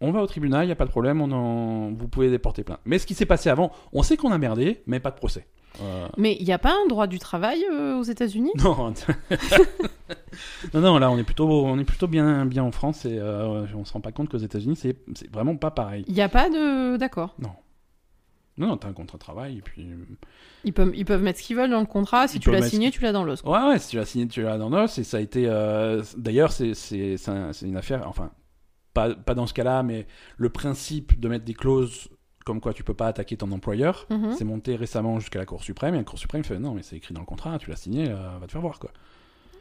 on va au tribunal, il n'y a pas de problème, on en, vous pouvez déporter plainte. Mais ce qui s'est passé avant, on sait qu'on a merdé, mais pas de procès. Euh, Mais il y a pas un droit du travail euh, aux États-Unis Non, non, non, là on est plutôt, on est plutôt bien, bien en France et euh, on se rend pas compte qu'aux États-Unis c'est, c'est vraiment pas pareil. Il y a pas de d'accord. Non. Non, non, t'as un contrat de travail, et puis... Ils peuvent, ils peuvent mettre ce qu'ils veulent dans le contrat. Si Ils tu peuvent l'as mettre signé, ce tu l'as dans l'os. quoi. Ouais, ouais, si tu l'as signé, tu l'as dans l'os, et ça a été... euh, D'ailleurs, c'est- c'est c'est un- c'est une affaire, enfin, pas, pas dans ce cas-là, mais le principe de mettre des clauses comme quoi tu peux pas attaquer ton employeur, Mhm. c'est monté récemment jusqu'à la Cour suprême, et la Cour suprême fait, non, mais c'est écrit dans le contrat, tu l'as signé, euh, va te faire voir, quoi.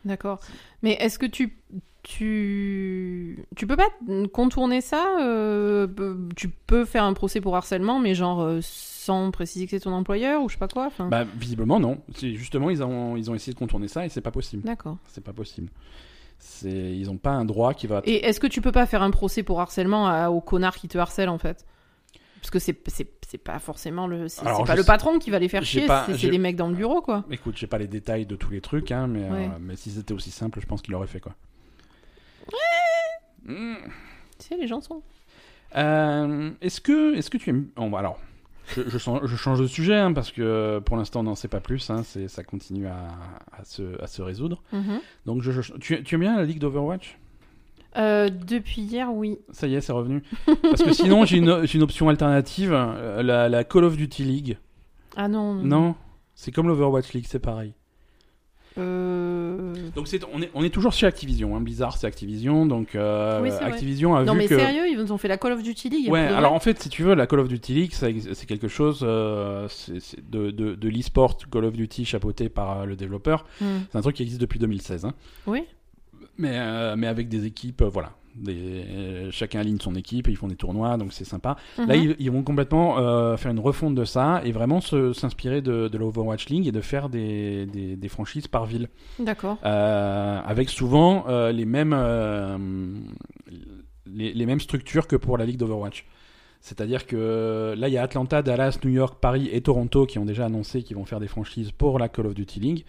D'accord. Mais est-ce que tu, tu, tu peux pas contourner ça euh, peu- Tu peux faire un procès pour harcèlement, mais genre euh, sans préciser que c'est ton employeur ou je sais pas quoi. enfin. Bah, visiblement, non. C'est- Justement, ils ont, ils ont essayé de contourner ça, et c'est pas possible. D'accord. C'est pas possible. C'est- Ils ont pas un droit qui va... Et est-ce que tu peux pas faire un procès pour harcèlement à- au connard qui te harcèle en fait Parce que c'est c'est c'est pas forcément le c'est Alors, c'est pas je le sais- patron qui va les faire j'ai chier, pas- c'est- c'est j'ai- des mecs dans le bureau quoi. Écoute, j'ai pas les détails de tous les trucs, hein, mais, Ouais. euh, mais si c'était aussi simple, je pense qu'il aurait fait quoi. Mm. Tu sais les gens sont. Euh, est-ce que, est-ce que tu aimes bon, bah, alors, je, je, sens- je change de sujet hein, parce que pour l'instant on n'en sait pas plus. Hein, c'est, ça continue à, à se, à se résoudre. Mhm. Donc, je, je- tu, tu aimes bien la ligue d'Overwatch Euh, depuis hier oui. Ça y est, c'est revenu. Parce que sinon, j'ai une, j'ai une option alternative, euh, la, la Call of Duty League. Ah non. Non, c'est comme l'Overwatch League, c'est pareil. Euh... Donc c'est, on, est, on est toujours chez Activision. Hein. Blizzard, c'est Activision. Donc euh, Oui, c'est vrai. Activision a Non vu mais que. sérieux, ils nous ont fait la Call of Duty League. Ouais, pour de alors vrai en fait, si tu veux, la Call of Duty League, ça ex- c'est quelque chose euh, c'est- c'est de, de, de l'e-sport Call of Duty chapeauté par euh, le développeur. Hmm. C'est un truc qui existe depuis 2016. hein. Oui. Mais, euh, mais avec des équipes, euh, voilà. Des, euh, chacun aligne son équipe et ils font des tournois, donc c'est sympa. Là, Mhm. ils, ils vont complètement euh, faire une refonte de ça et vraiment se- s'inspirer de, de l'Overwatch League et de faire des, des, des franchises par ville. D'accord. Euh, avec souvent euh, les mêmes euh, les, les mêmes structures que pour la ligue d'Overwatch. C'est-à-dire que là, il y a Atlanta, Dallas, New York, Paris et Toronto qui ont déjà annoncé qu'ils vont faire des franchises pour la Call of Duty League.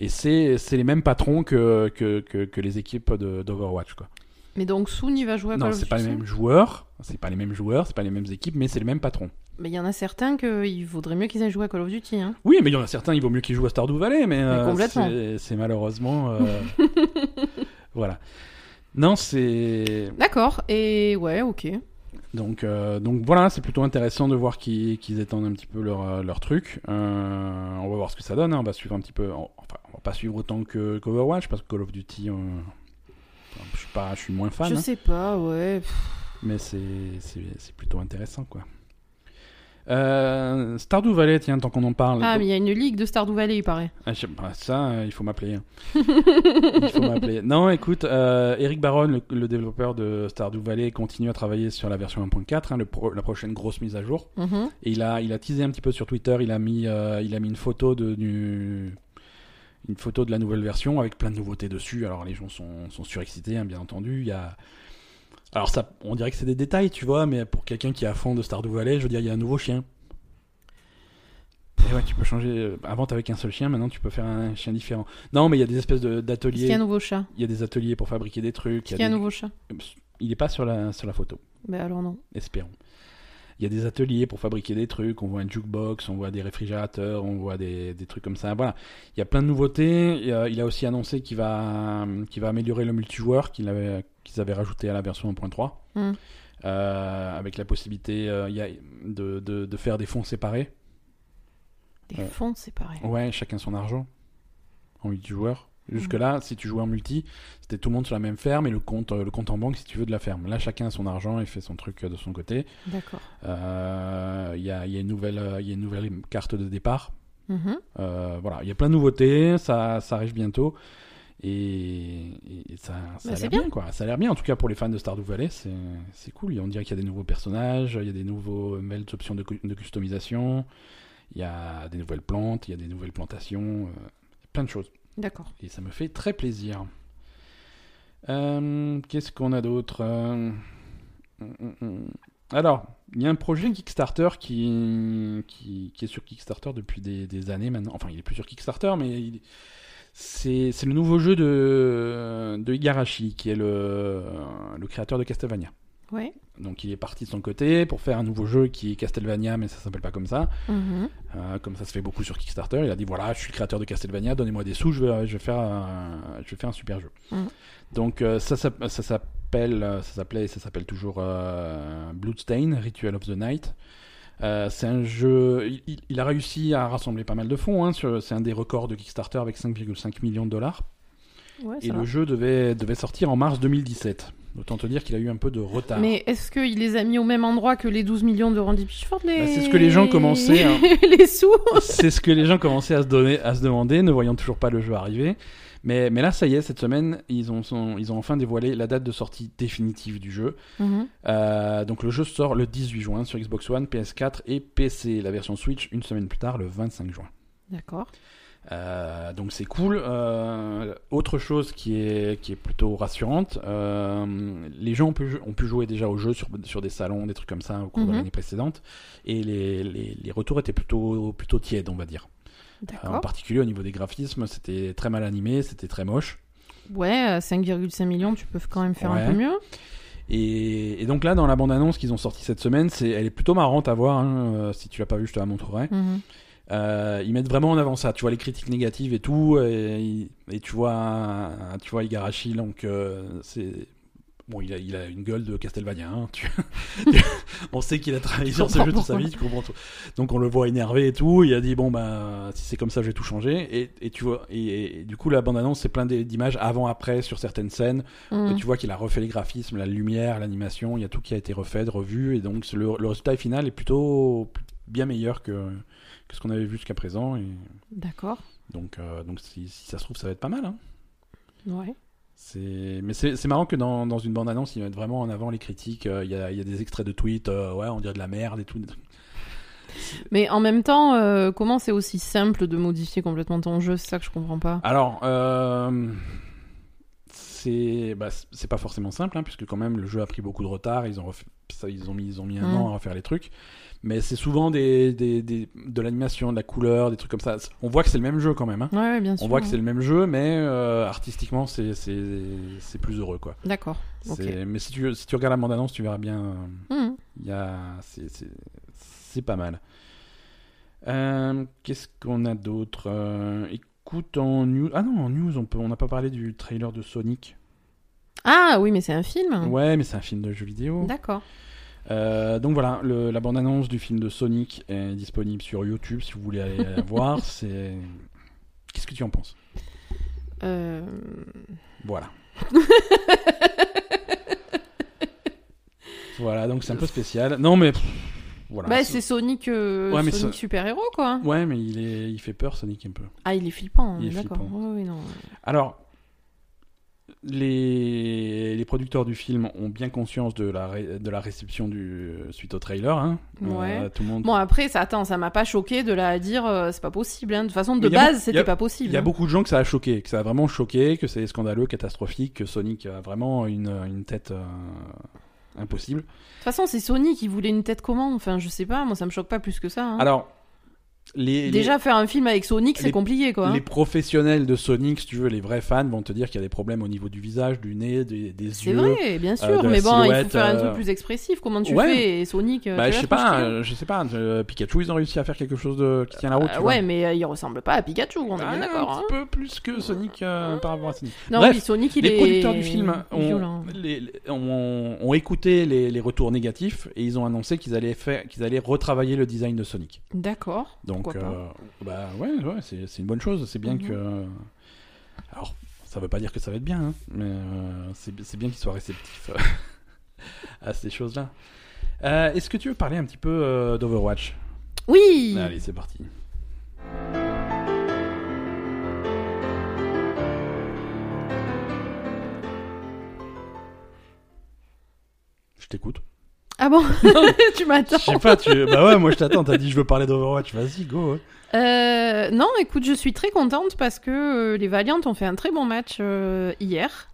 Et c'est c'est les mêmes patrons que, que, que, que les équipes de- d'Overwatch. quoi. Mais donc Soon il va jouer à Non, Call of c'est Duty. pas les mêmes joueurs, c'est pas les mêmes joueurs, c'est pas les mêmes équipes, mais c'est les mêmes patrons. Mais il y en a certains que il vaudrait mieux qu'ils aient joué à Call of Duty. Hein. Oui, mais il y en a certains, il vaut mieux qu'ils jouent à Stardew Valley, mais, euh, complètement. c'est- c'est malheureusement... euh, voilà. Non, c'est... D'accord. Et ouais, ok. Donc, euh, donc voilà, c'est plutôt intéressant de voir qu'ils qu'ils étendent un petit peu leur, euh, leur truc. Euh, on va voir ce que ça donne. hein. On va suivre un petit peu. on- Enfin, on va pas suivre autant que Overwatch parce que Call of Duty, euh, enfin, je suis pas, je suis moins fan. Je hein. sais pas. Ouais. pff, mais c'est c'est c'est plutôt intéressant quoi. Euh, Stardew Valley, tiens, tant qu'on en parle. Ah mais il y a une ligue de Stardew Valley, il paraît. Ah, je- bah, ça, euh, il faut m'appeler. hein. il faut m'appeler. Non, écoute, euh, Eric Baron, le, le développeur de Stardew Valley, continue à travailler sur la version 1.4, hein, le pro- la prochaine grosse mise à jour. Mhm. Et il a, il a teasé un petit peu sur Twitter, il a mis, euh, il a mis une photo de, du- une photo de la nouvelle version avec plein de nouveautés dessus. Alors les gens sont, sont surexcités, hein, bien entendu. Il y a... Alors ça, on dirait que c'est des détails, tu vois, mais pour quelqu'un qui est à fond de Stardew Valley, je veux dire, il y a un nouveau chien. Et ouais, tu peux changer. euh, Avant, t'avais qu'un seul chien, maintenant tu peux faire un chien différent. Non, mais il y a des espèces de- Est-ce qu'il y a d'ateliers. un nouveau chat Il y a des ateliers pour fabriquer des trucs. Est-ce qu'il y a un des- Euh, nouveau chat Il n'est pas sur la, sur la photo. Ben alors non. Espérons. Il y a des ateliers pour fabriquer des trucs, on voit un jukebox, on voit des réfrigérateurs, on voit des, des trucs comme ça. Voilà, il y a plein de nouveautés. Et, euh, il a aussi annoncé qu'il va, qu'il va améliorer le multijoueur qu'il avait- qu'ils avaient rajouté à la version 1.3. Mm. Euh, avec la possibilité euh, il y a de, de- de faire des fonds séparés. Des Ouais. Oh. fonds séparés. Ouais, chacun son argent en multijoueur. Jusque-là, si tu jouais en multi, c'était tout le monde sur la même ferme et le compte, euh, le compte en banque si tu veux de la ferme. Là, chacun a son argent et fait son truc euh, de son côté. D'accord. Euh, Il y, a, il y a une nouvelle, euh, il y a une nouvelle carte de départ. Mhm. Euh, voilà, il y a plein de nouveautés, ça, ça arrive bientôt. Et, et ça, ça Bah, a c'est l'air bien. quoi. Ça a l'air bien, en tout cas pour les fans de Stardew Valley, c'est c'est cool. Et On dirait qu'il y a des nouveaux personnages, il y a des nouveaux mails options de, cu- de customisation, il y a des nouvelles plantes, il y a des nouvelles plantations, euh, plein de choses. D'accord. Et ça me fait très plaisir. Euh, Qu'est-ce qu'on a d'autre Euh, hum, hum, hum. Alors, il y a un projet Kickstarter qui, qui, qui est sur Kickstarter depuis des, des années maintenant. Enfin, il est plus sur Kickstarter, mais il- c'est c'est le nouveau jeu de, de Igarashi, qui est le, le créateur de Castlevania. Ouais. Donc, il est parti de son côté pour faire un nouveau jeu qui est Castlevania, mais ça s'appelle pas comme ça. Mhm. Euh, comme ça se fait beaucoup sur Kickstarter, il a dit voilà, je suis le créateur de Castlevania, donnez-moi des sous, je vais, je vais faire, un, je vais faire un super jeu. Mhm. Donc euh, ça, s'app- ça s'appelle, euh, ça s'appelait, et ça s'appelle toujours euh, Bloodstain, Ritual of the Night. Euh, c'est un jeu. il- Il, il a réussi à rassembler pas mal de fonds. hein, sur- c'est un des records de Kickstarter avec 5,5 millions de dollars. Ouais, Et ça va. le jeu devait, devait sortir en mars 2017. Autant te dire qu'il a eu un peu de retard. Mais est-ce qu'il les a mis au même endroit que les 12 millions de Randy Pitchford les... Bah, c'est ce que les gens commençaient, hein. les sous C'est ce que les gens commençaient à se, donner, à se demander, ne voyant toujours pas le jeu arriver. Mais, mais là, ça y est, cette semaine, ils ont, sont- ils ont enfin dévoilé la date de sortie définitive du jeu. Mhm. Euh, donc le jeu sort le 18 juin sur Xbox One, PS4 et PC. La version Switch, une semaine plus tard, le 25 juin. D'accord. Ah, Euh, donc c'est cool. Euh, autre chose qui est, qui est plutôt rassurante, euh, les gens ont pu, ont pu jouer déjà au jeu sur, sur des salons, des trucs comme ça au cours de Mhm. l'année précédente, et les, les, les retours étaient plutôt, plutôt tièdes, on va dire. Euh, en D'accord. particulier au niveau des graphismes, c'était très mal animé, c'était très moche. Ouais, à 5,5 millions, tu peux quand même faire Ouais. un peu mieux. Et, et donc là, dans la bande-annonce qu'ils ont sortie cette semaine, c'est, elle est plutôt marrante à voir. hein, euh, si tu l'as pas vue, je te la montrerai. Mhm. Euh, ils mettent vraiment en avant ça. Tu vois les critiques négatives et tout, et, et tu vois, tu vois Igarashi, donc euh, c'est bon, il a, il a une gueule de Castelvania. hein, tu- on sait qu'il a travaillé sur ce jeu toute sa vie, tu comprends tout. Donc on le voit énervé et tout. Il a dit bon bah si c'est comme ça, je vais tout changer. Et, et tu vois, et, et du coup la bande-annonce c'est plein d- d'images avant-après sur certaines scènes. Mhm. Et tu vois qu'il a refait les graphismes, la lumière, l'animation, il y a tout qui a été refait, de revu, et donc le, le résultat final est plutôt p- bien meilleur que, que ce qu'on avait vu jusqu'à présent. Et D'accord. donc, euh, donc si, si ça se trouve, ça va être pas mal. hein. Ouais. C'est... Mais c'est, c'est marrant que dans, dans une bande-annonce, ils mettent vraiment en avant les critiques. euh, Il y, a, il y a des extraits de tweets, euh, ouais, on dirait de la merde et tout. Mais en même temps, euh, comment c'est aussi simple de modifier complètement ton jeu C'est ça que je comprends pas. Alors, euh, c'est bah, c'est- c'est pas forcément simple, hein, puisque quand même le jeu a pris beaucoup de retard, ils ont, refait- ça, ils ont, mis, ils ont mis un Mm. an à refaire les trucs. Mais c'est souvent des, des- des- de l'animation, de la couleur, des trucs comme ça. On voit que c'est le même jeu quand même. hein. Ouais, ouais, bien sûr. On voit que c'est le même jeu, mais euh, artistiquement, c'est- c'est c'est plus heureux. quoi. D'accord. Ok. C'est- Mais si tu, si tu regardes la bande-annonce, tu verras bien. euh, Mhm. il y a- c'est- C'est c'est pas mal. Euh, Qu'est-ce qu'on a d'autre Euh, Écoute, en news... Ah non, en news, on peut- on n'a pas parlé du trailer de Sonic. Ah oui, mais c'est un film. Ouais, mais c'est un film de jeu vidéo. D'accord. Euh, donc voilà, le- la bande-annonce du film de Sonic est disponible sur YouTube si vous voulez aller la voir. C'est... Qu'est-ce que tu en penses Euh, Voilà. voilà, donc c'est un peu spécial. Non, mais... pff, voilà. bah, C'est- c'est Sonic, euh, Ouais, mais Sonic ça- super-héros, quoi. Ouais, mais il, est... il fait peur, Sonic, un peu. Ah, il est flippant. Il est D'accord. flippant. Ouais, ouais, non. Alors, les, les producteurs du film ont bien conscience de la, ré- de la réception du, suite au trailer. hein. Ouais. tout le monde. Bon, après, ça, attends, ça m'a pas choqué de la dire, euh, c'est pas possible. hein. De toute façon, de Mais y a base, beaucoup- y a- c'était pas possible. Il y a hein. beaucoup de gens que ça a choqué, que ça a vraiment choqué, que c'est scandaleux, catastrophique, que Sonic a vraiment une, une tête euh, impossible. De toute façon, c'est Sonic, il voulait une tête comment Enfin, je sais pas, moi, ça me choque pas plus que ça. hein. Alors, les, Déjà, faire un film avec Sonic, les- c'est compliqué, quoi. les, hein. les professionnels de Sonic, si tu veux, les vrais fans, vont te dire qu'il y a des problèmes au niveau du visage, du nez, des, des C'est yeux. euh, vrai, bien sûr, de la mais bon, il faut silhouette, faire un euh, truc plus expressif. Comment tu Ouais. fais Et Sonic euh, Bah, tu je vois, sais pas, franchement, euh, je sais pas. euh, Pikachu, ils ont réussi à faire quelque chose de qui tient la route. euh, tu vois. ouais, mais euh, il ressemble pas à Pikachu, on est Ah, bien d'accord. Un hein. petit peu plus que Sonic euh, par rapport à Sonic. Non, Bref, oui, Sonic, il les est producteurs du film ont, violent. les- les- ont- ont écouté les, les retours négatifs et ils ont annoncé qu'ils allaient faire, qu'ils allaient retravailler le design de Sonic. D'accord. Donc, Pourquoi pas. euh, bah ouais, ouais, c'est, c'est une bonne chose. C'est bien Mhm. que. Alors, ça veut pas dire que ça va être bien, hein, mais euh, c'est, c'est bien qu'ils soient réceptifs euh, à ces choses-là. Euh, est-ce que tu veux parler un petit peu euh, d'Overwatch Oui Allez, c'est parti. Je t'écoute. Ah bon Tu m'attends Je sais pas, tu. Bah ouais, moi je t'attends. T'as dit je veux parler d'Overwatch. Vas-y, go. ouais. Euh, non, écoute, je suis très contente parce que euh, les Valiantes ont fait un très bon match euh, hier.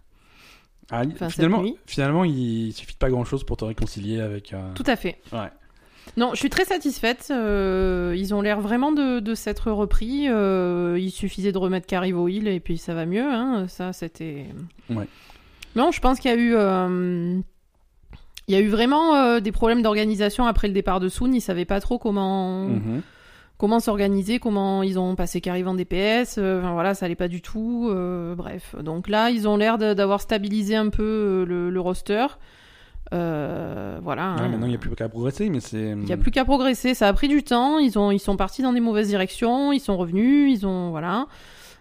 Ah, il- Enfin, cette finalement, nuit. finalement, il suffit de pas grand chose pour te réconcilier avec. euh, Tout à fait. Ouais. Non, je suis très satisfaite. euh, ils ont l'air vraiment de, de s'être repris. euh, il suffisait de remettre Carivo Hill et puis ça va mieux. hein, Ça, c'était. Ouais. Non, je pense qu'il y a eu. euh, Il y a eu vraiment euh, des problèmes d'organisation après le départ de Soon. Ils savaient pas trop comment Mhm. comment s'organiser, comment ils ont passé qu'arrive en DPS, euh, enfin voilà, ça allait pas du tout, euh, bref. Donc là, ils ont l'air de- d'avoir stabilisé un peu euh, le, le roster. Euh, voilà. Ouais, hein. maintenant, il n'y a plus qu'à progresser, mais c'est. hmm, Il n'y a plus qu'à progresser. Ça a pris du temps. Ils, ont, ils sont partis dans des mauvaises directions. Ils sont revenus. Ils ont. Voilà.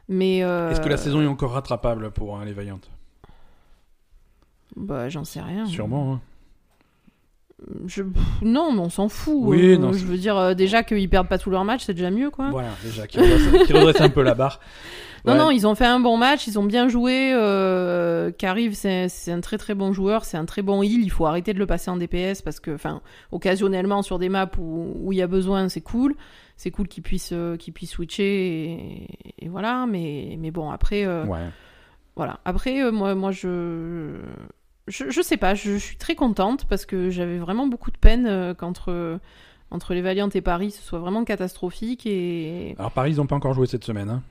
Mais. euh, Est-ce que la saison est encore rattrapable pour hein, les Vaillantes Bah, j'en sais rien. Sûrement. hein. Je- pff, Non, mais on s'en fout. Oui, Euh, non, je c'est- veux dire, euh, déjà qu'ils perdent pas tous leurs matchs, c'est déjà mieux, quoi. Voilà, déjà, qui redresse, qui redresse un peu la barre. Non, Ouais. non, ils ont fait un bon match, ils ont bien joué. Euh, Kariv, c'est c'est un très très bon joueur, c'est un très bon heal. Il faut arrêter de le passer en DPS parce que, enfin, occasionnellement sur des maps où où il y a besoin, c'est cool. C'est cool qu'il puisse, euh, qu'il puisse switcher et, et voilà. Mais, mais bon, après, euh, Ouais. voilà. Après, euh, moi, moi je, je. je sais pas, je, je suis très contente parce que j'avais vraiment beaucoup de peine euh, qu'entre entre les Valiant et Paris, ce soit vraiment catastrophique et. Alors, Paris, ils n'ont pas encore joué cette semaine. hein.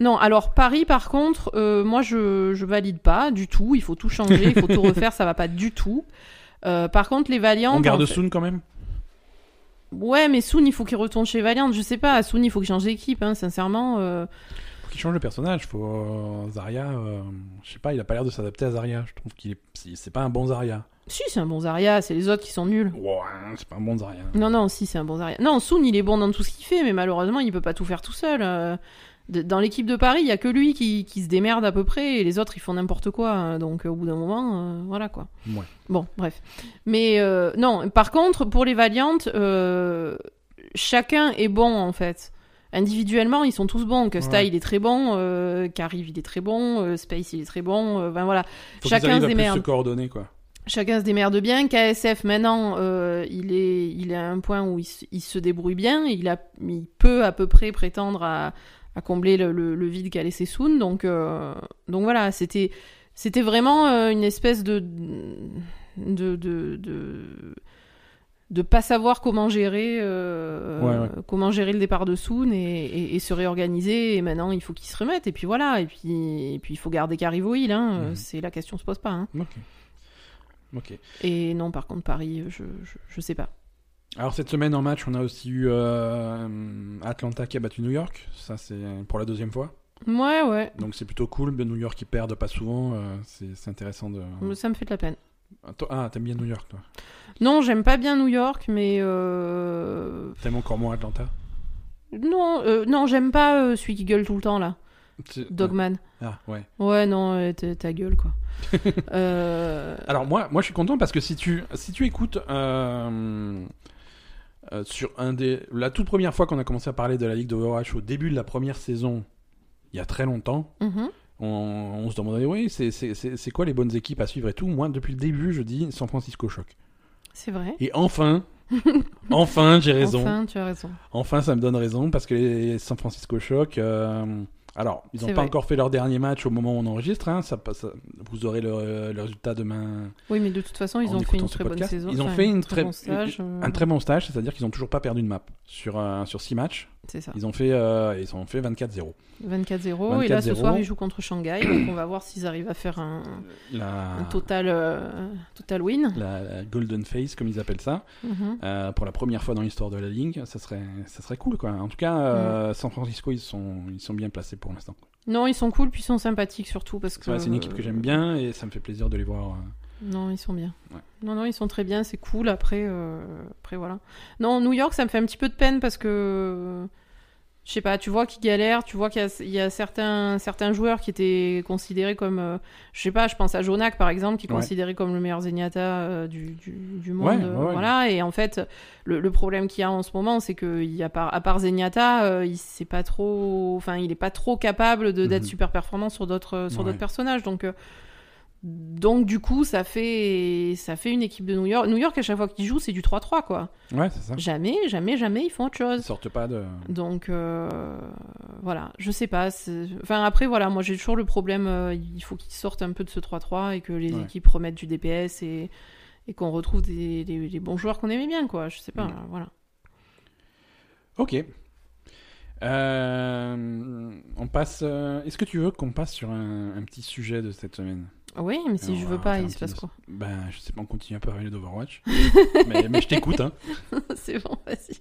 Non, alors Paris, par contre, euh, moi je, je valide pas du tout. Il faut tout changer, il faut tout refaire, ça va pas du tout. Euh, par contre, les Valiant. On garde en fait- Soon quand même Ouais, mais Soon, il faut qu'il retourne chez Valiant. Je sais pas, Soon, il faut qu'il change d'équipe, hein, sincèrement. euh, Faut qu'il change le personnage. Faut. euh, Zarya, euh, je sais pas, il a pas l'air de s'adapter à Zarya. Je trouve qu'il est. c'est- C'est pas un bon Zarya. Si, c'est un bon Zarya, c'est les autres qui sont nuls. Ouah, c'est pas un bon Zarya. Non, non, si, c'est un bon Zarya. Non, Soon, il est bon dans tout ce qu'il fait, mais malheureusement, il peut pas tout faire tout seul. euh. De- Dans l'équipe de Paris, il y a que lui qui, qui se démerde à peu près, et les autres, ils font n'importe quoi. hein. Donc, au bout d'un moment, euh, voilà quoi. Ouais. Bon, bref. Mais euh, non, par contre, pour les Valiantes, euh, chacun est bon en fait. Individuellement, ils sont tous bons. Costa, Ouais. il est très bon. Euh, Kariv, il est très bon. euh, Space, il est très bon. euh, ben voilà. Faut Chacun qu'ils arrivent se à plus démerde. se coordonner, quoi. Chacun se démerde bien. KSF, maintenant, euh, il, est, il est à un point où il, se- il se débrouille bien. Il, a, il peut à peu près prétendre à, à combler le, le- le vide qu'a laissé Soon. Donc, euh, donc voilà, c'était, c'était vraiment euh, une espèce de. de. de. de de pas savoir comment gérer euh, Ouais, ouais. comment gérer le départ de Soon et, et- et se réorganiser et maintenant il faut qu'il se remette et puis voilà et puis et puis il faut garder Carivo Hill hein, Mhm. c'est la question se pose pas hein. Ok. Ok. Et non, par contre, Paris, je, je, je sais pas. Alors cette semaine en match, on a aussi eu euh, Atlanta qui a battu New York. Ça c'est pour la deuxième fois. Ouais, ouais. Donc c'est plutôt cool. New York qui perdent pas souvent. euh, c'est c'est intéressant de. Ça me fait de la peine. Ah, toi- Ah t'aimes bien New York toi. Non, j'aime pas bien New York, mais euh... T'aimes encore moins Atlanta. non, euh, non, j'aime pas euh, celui qui gueule tout le temps là, C'est- Dogman. Ah ouais. Ouais, non, euh, t'es- ta gueule quoi. Euh, Alors moi, moi je suis content parce que si tu, si tu écoutes euh, euh, sur un des, la toute première fois qu'on a commencé à parler de la ligue d'Overwatch au début de la première saison, il y a très longtemps, mhm. on, on se demandait oui c'est- c'est c'est- c'est quoi les bonnes équipes à suivre et tout. Moi depuis le début je dis San Francisco choc. C'est vrai. Et enfin, enfin j'ai raison. Enfin. Enfin, tu as raison. ça me donne raison parce que les San Francisco choc. euh, alors, ils n'ont C'est pas vrai. encore fait leur dernier match au moment où on enregistre. hein, ça, passe- vous aurez le- le résultat demain, Oui, mais de toute façon, ils En ont fait écoutant une ce très bonne podcast, saison. ils ont enfin, fait un une très très- bon stage, euh, un très bon stage, c'est-à-dire qu'ils n'ont toujours pas perdu une map sur, euh, sur 6 matchs. C'est ça. Ils ont fait, euh, ils ont fait 24-0. 24-0. Et là, ce 24-0. soir, ils jouent contre Shanghai. donc on va voir s'ils arrivent à faire un, un La, total, euh, total win. la- la Golden Face, comme ils appellent ça, Mhm. euh, pour la première fois dans l'histoire de la ligue, ça serait, ça serait cool. Quoi. En tout cas, euh, San Francisco, ils sont, ils sont bien placés pour l'instant. Non, ils sont cool, puis ils sont sympathiques surtout parce Ah que. euh, Ouais, C'est une équipe que j'aime bien et ça me fait plaisir de les voir. euh. Non, ils sont bien. Ouais. Non, non, ils sont très bien, c'est cool. Après, euh, après voilà. Non, New York, ça me fait un petit peu de peine parce que. Je sais pas, tu vois qu'ils galèrent, tu vois qu'il y a, il y a certains, certains joueurs qui étaient considérés comme. euh, je sais pas, je pense à Jonak par exemple, qui est Ouais. considéré comme le meilleur Zenyatta euh, du, du, du monde. Ouais, ouais, euh, ouais. Voilà, et en fait, le, le problème qu'il y a en ce moment, c'est que il y a par- à part Zenyatta, euh, il sait pas trop, enfin, il est pas trop capable de- d'être Mhm. super performant sur d'autres sur Ouais. d'autres personnages. Donc, euh, donc du coup, ça fait ça fait une équipe de New York. New York à chaque fois qu'ils jouent, c'est du 3-3 quoi. euh, Ouais, c'est ça. Jamais, jamais, jamais ils font autre Ils chose. sortent pas de. Donc euh, voilà, je sais pas. c'est- Enfin après voilà, moi j'ai toujours le problème, euh, il faut qu'ils sortent un peu de ce 3-3 et que les Ouais. équipes remettent du DPS et, et qu'on retrouve des, les- les bons joueurs qu'on aimait bien quoi. Je sais pas, Mm. voilà. Ok. Euh, on passe. euh, Est-ce que tu veux qu'on passe sur un- un petit sujet de cette semaine Oui, mais si Alors, je on veux va pas, faire un il se petit passe dossier. quoi Ben, je sais pas, on continue un peu à parler d'Overwatch. mais, mais je t'écoute, hein. C'est bon, vas-y.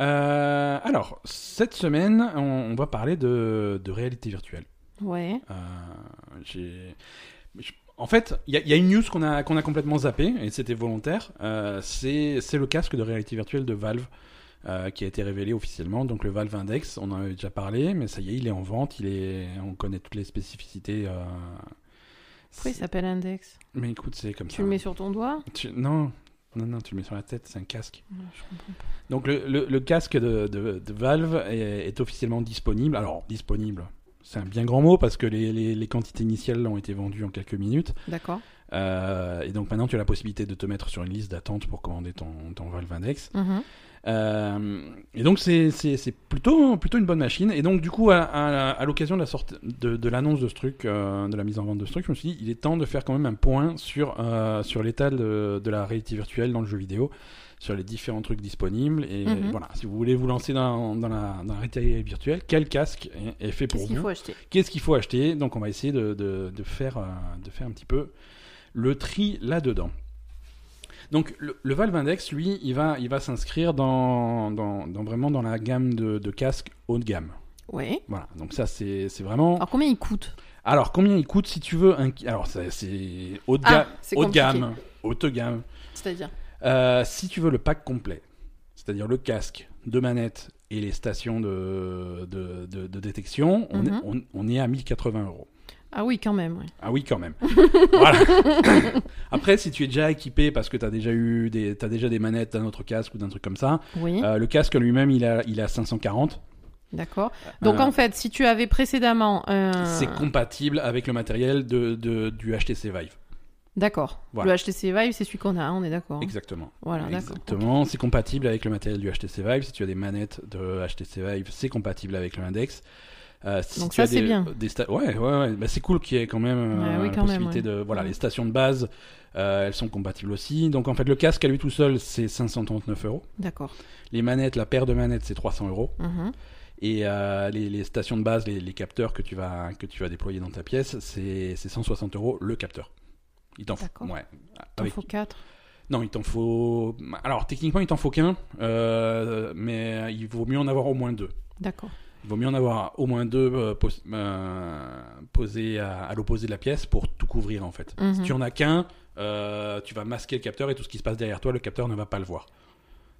Euh, alors, cette semaine, on, on va parler de, de réalité virtuelle. Ouais. Euh, j'ai- je- En fait, il y, a- il y a une news qu'on a, qu'on a complètement zappée, et c'était volontaire. Euh, c'est c'est le casque de réalité virtuelle de Valve euh, qui a été révélé officiellement. Donc le Valve Index, on en avait déjà parlé, mais ça y est, il est en vente, il est... on connaît toutes les spécificités. euh, Pourquoi il s'appelle Index Mais écoute, c'est comme ça. hein. Tu le mets sur ton doigt Tu- Non, non, non, tu le mets sur la tête, c'est un casque. Ouais, je comprends. Donc le, le- le casque de, de- de Valve est, est officiellement disponible. Alors disponible, c'est un bien grand mot parce que les, les- les quantités initiales ont été vendues en quelques minutes. D'accord. Euh, et donc maintenant tu as la possibilité de te mettre sur une liste d'attente pour commander ton, ton Valve Index. Mhm. Euh, et donc c'est- c'est c'est plutôt, plutôt une bonne machine. Et donc du coup à, à- à l'occasion de la sorte de, de l'annonce de ce truc, euh, de la mise en vente de ce truc, je me suis dit il est temps de faire quand même un point sur, euh, sur l'état de, de la réalité virtuelle dans le jeu vidéo, sur les différents trucs disponibles. Et Mhm. voilà, si vous voulez vous lancer dans, dans la, dans la réalité virtuelle, quel casque est, est fait pour Qu'est-ce qu'il vous faut acheter Qu'est-ce qu'il faut acheter Donc on va essayer de, de- de faire, euh, de faire un petit peu le tri là-dedans. Donc le, le Valve Index, lui, il va, il va s'inscrire dans, dans- dans vraiment dans la gamme de, de casques haut de gamme. Ouais. Voilà, donc ça c'est c'est vraiment... Alors combien il coûte Alors combien il coûte si tu veux un... Alors ça, c'est haut de, Ah, gamme c'est haut de compliqué. gamme, haute gamme. C'est-à-dire Euh, si tu veux le pack complet, c'est-à-dire le casque, deux manettes et les stations de, de- de- de détection, on, Mhm. est, on- on est à 1080 euros. Ah oui, quand même. ouais. Ah oui, quand même. voilà. Après, si tu es déjà équipé parce que tu as déjà eu des, t'as déjà des manettes d'un autre casque ou d'un truc comme ça, Oui, euh, le casque lui-même, il a, il a 540. d'accord. Donc euh, en fait, si tu avais précédemment un... C'est compatible avec le matériel de, de- du HTC Vive. D'accord. Voilà. Le HTC Vive, c'est celui qu'on a, hein, on est d'accord. hein. Exactement. Voilà, d'accord. Exactement. C'est compatible avec le matériel du HTC Vive. Si tu as des manettes de HTC Vive, c'est compatible avec le index. Euh, si Donc tu ça, as des- c'est bien. des sta- ouais, ouais, ouais. Bah, c'est cool qu'il y ait quand même euh, Ouais, oui, la quand même, possibilité de. Voilà, Ouais. les stations de base, euh, elles sont compatibles aussi. Donc en fait, le casque à lui tout seul, c'est 539 euros. D'accord. Les manettes, la paire de manettes, c'est 300 euros. Mhm. Et euh, les, les stations de base, les, les capteurs que tu vas que tu vas déployer dans ta pièce, c'est c'est 160 euros le capteur. Il t'en faut. D'accord. Ouais. T'en Avec- faut 4. non, il t'en faut. Alors, techniquement, il t'en faut qu'un, euh, mais il vaut mieux en avoir au moins deux. D'accord. Il vaut mieux en avoir au moins deux euh, pos- euh, posés à, à l'opposé de la pièce pour tout couvrir, en fait. Mhm. Si tu en as qu'un, euh, tu vas masquer le capteur et tout ce qui se passe derrière toi, le capteur ne va pas le voir.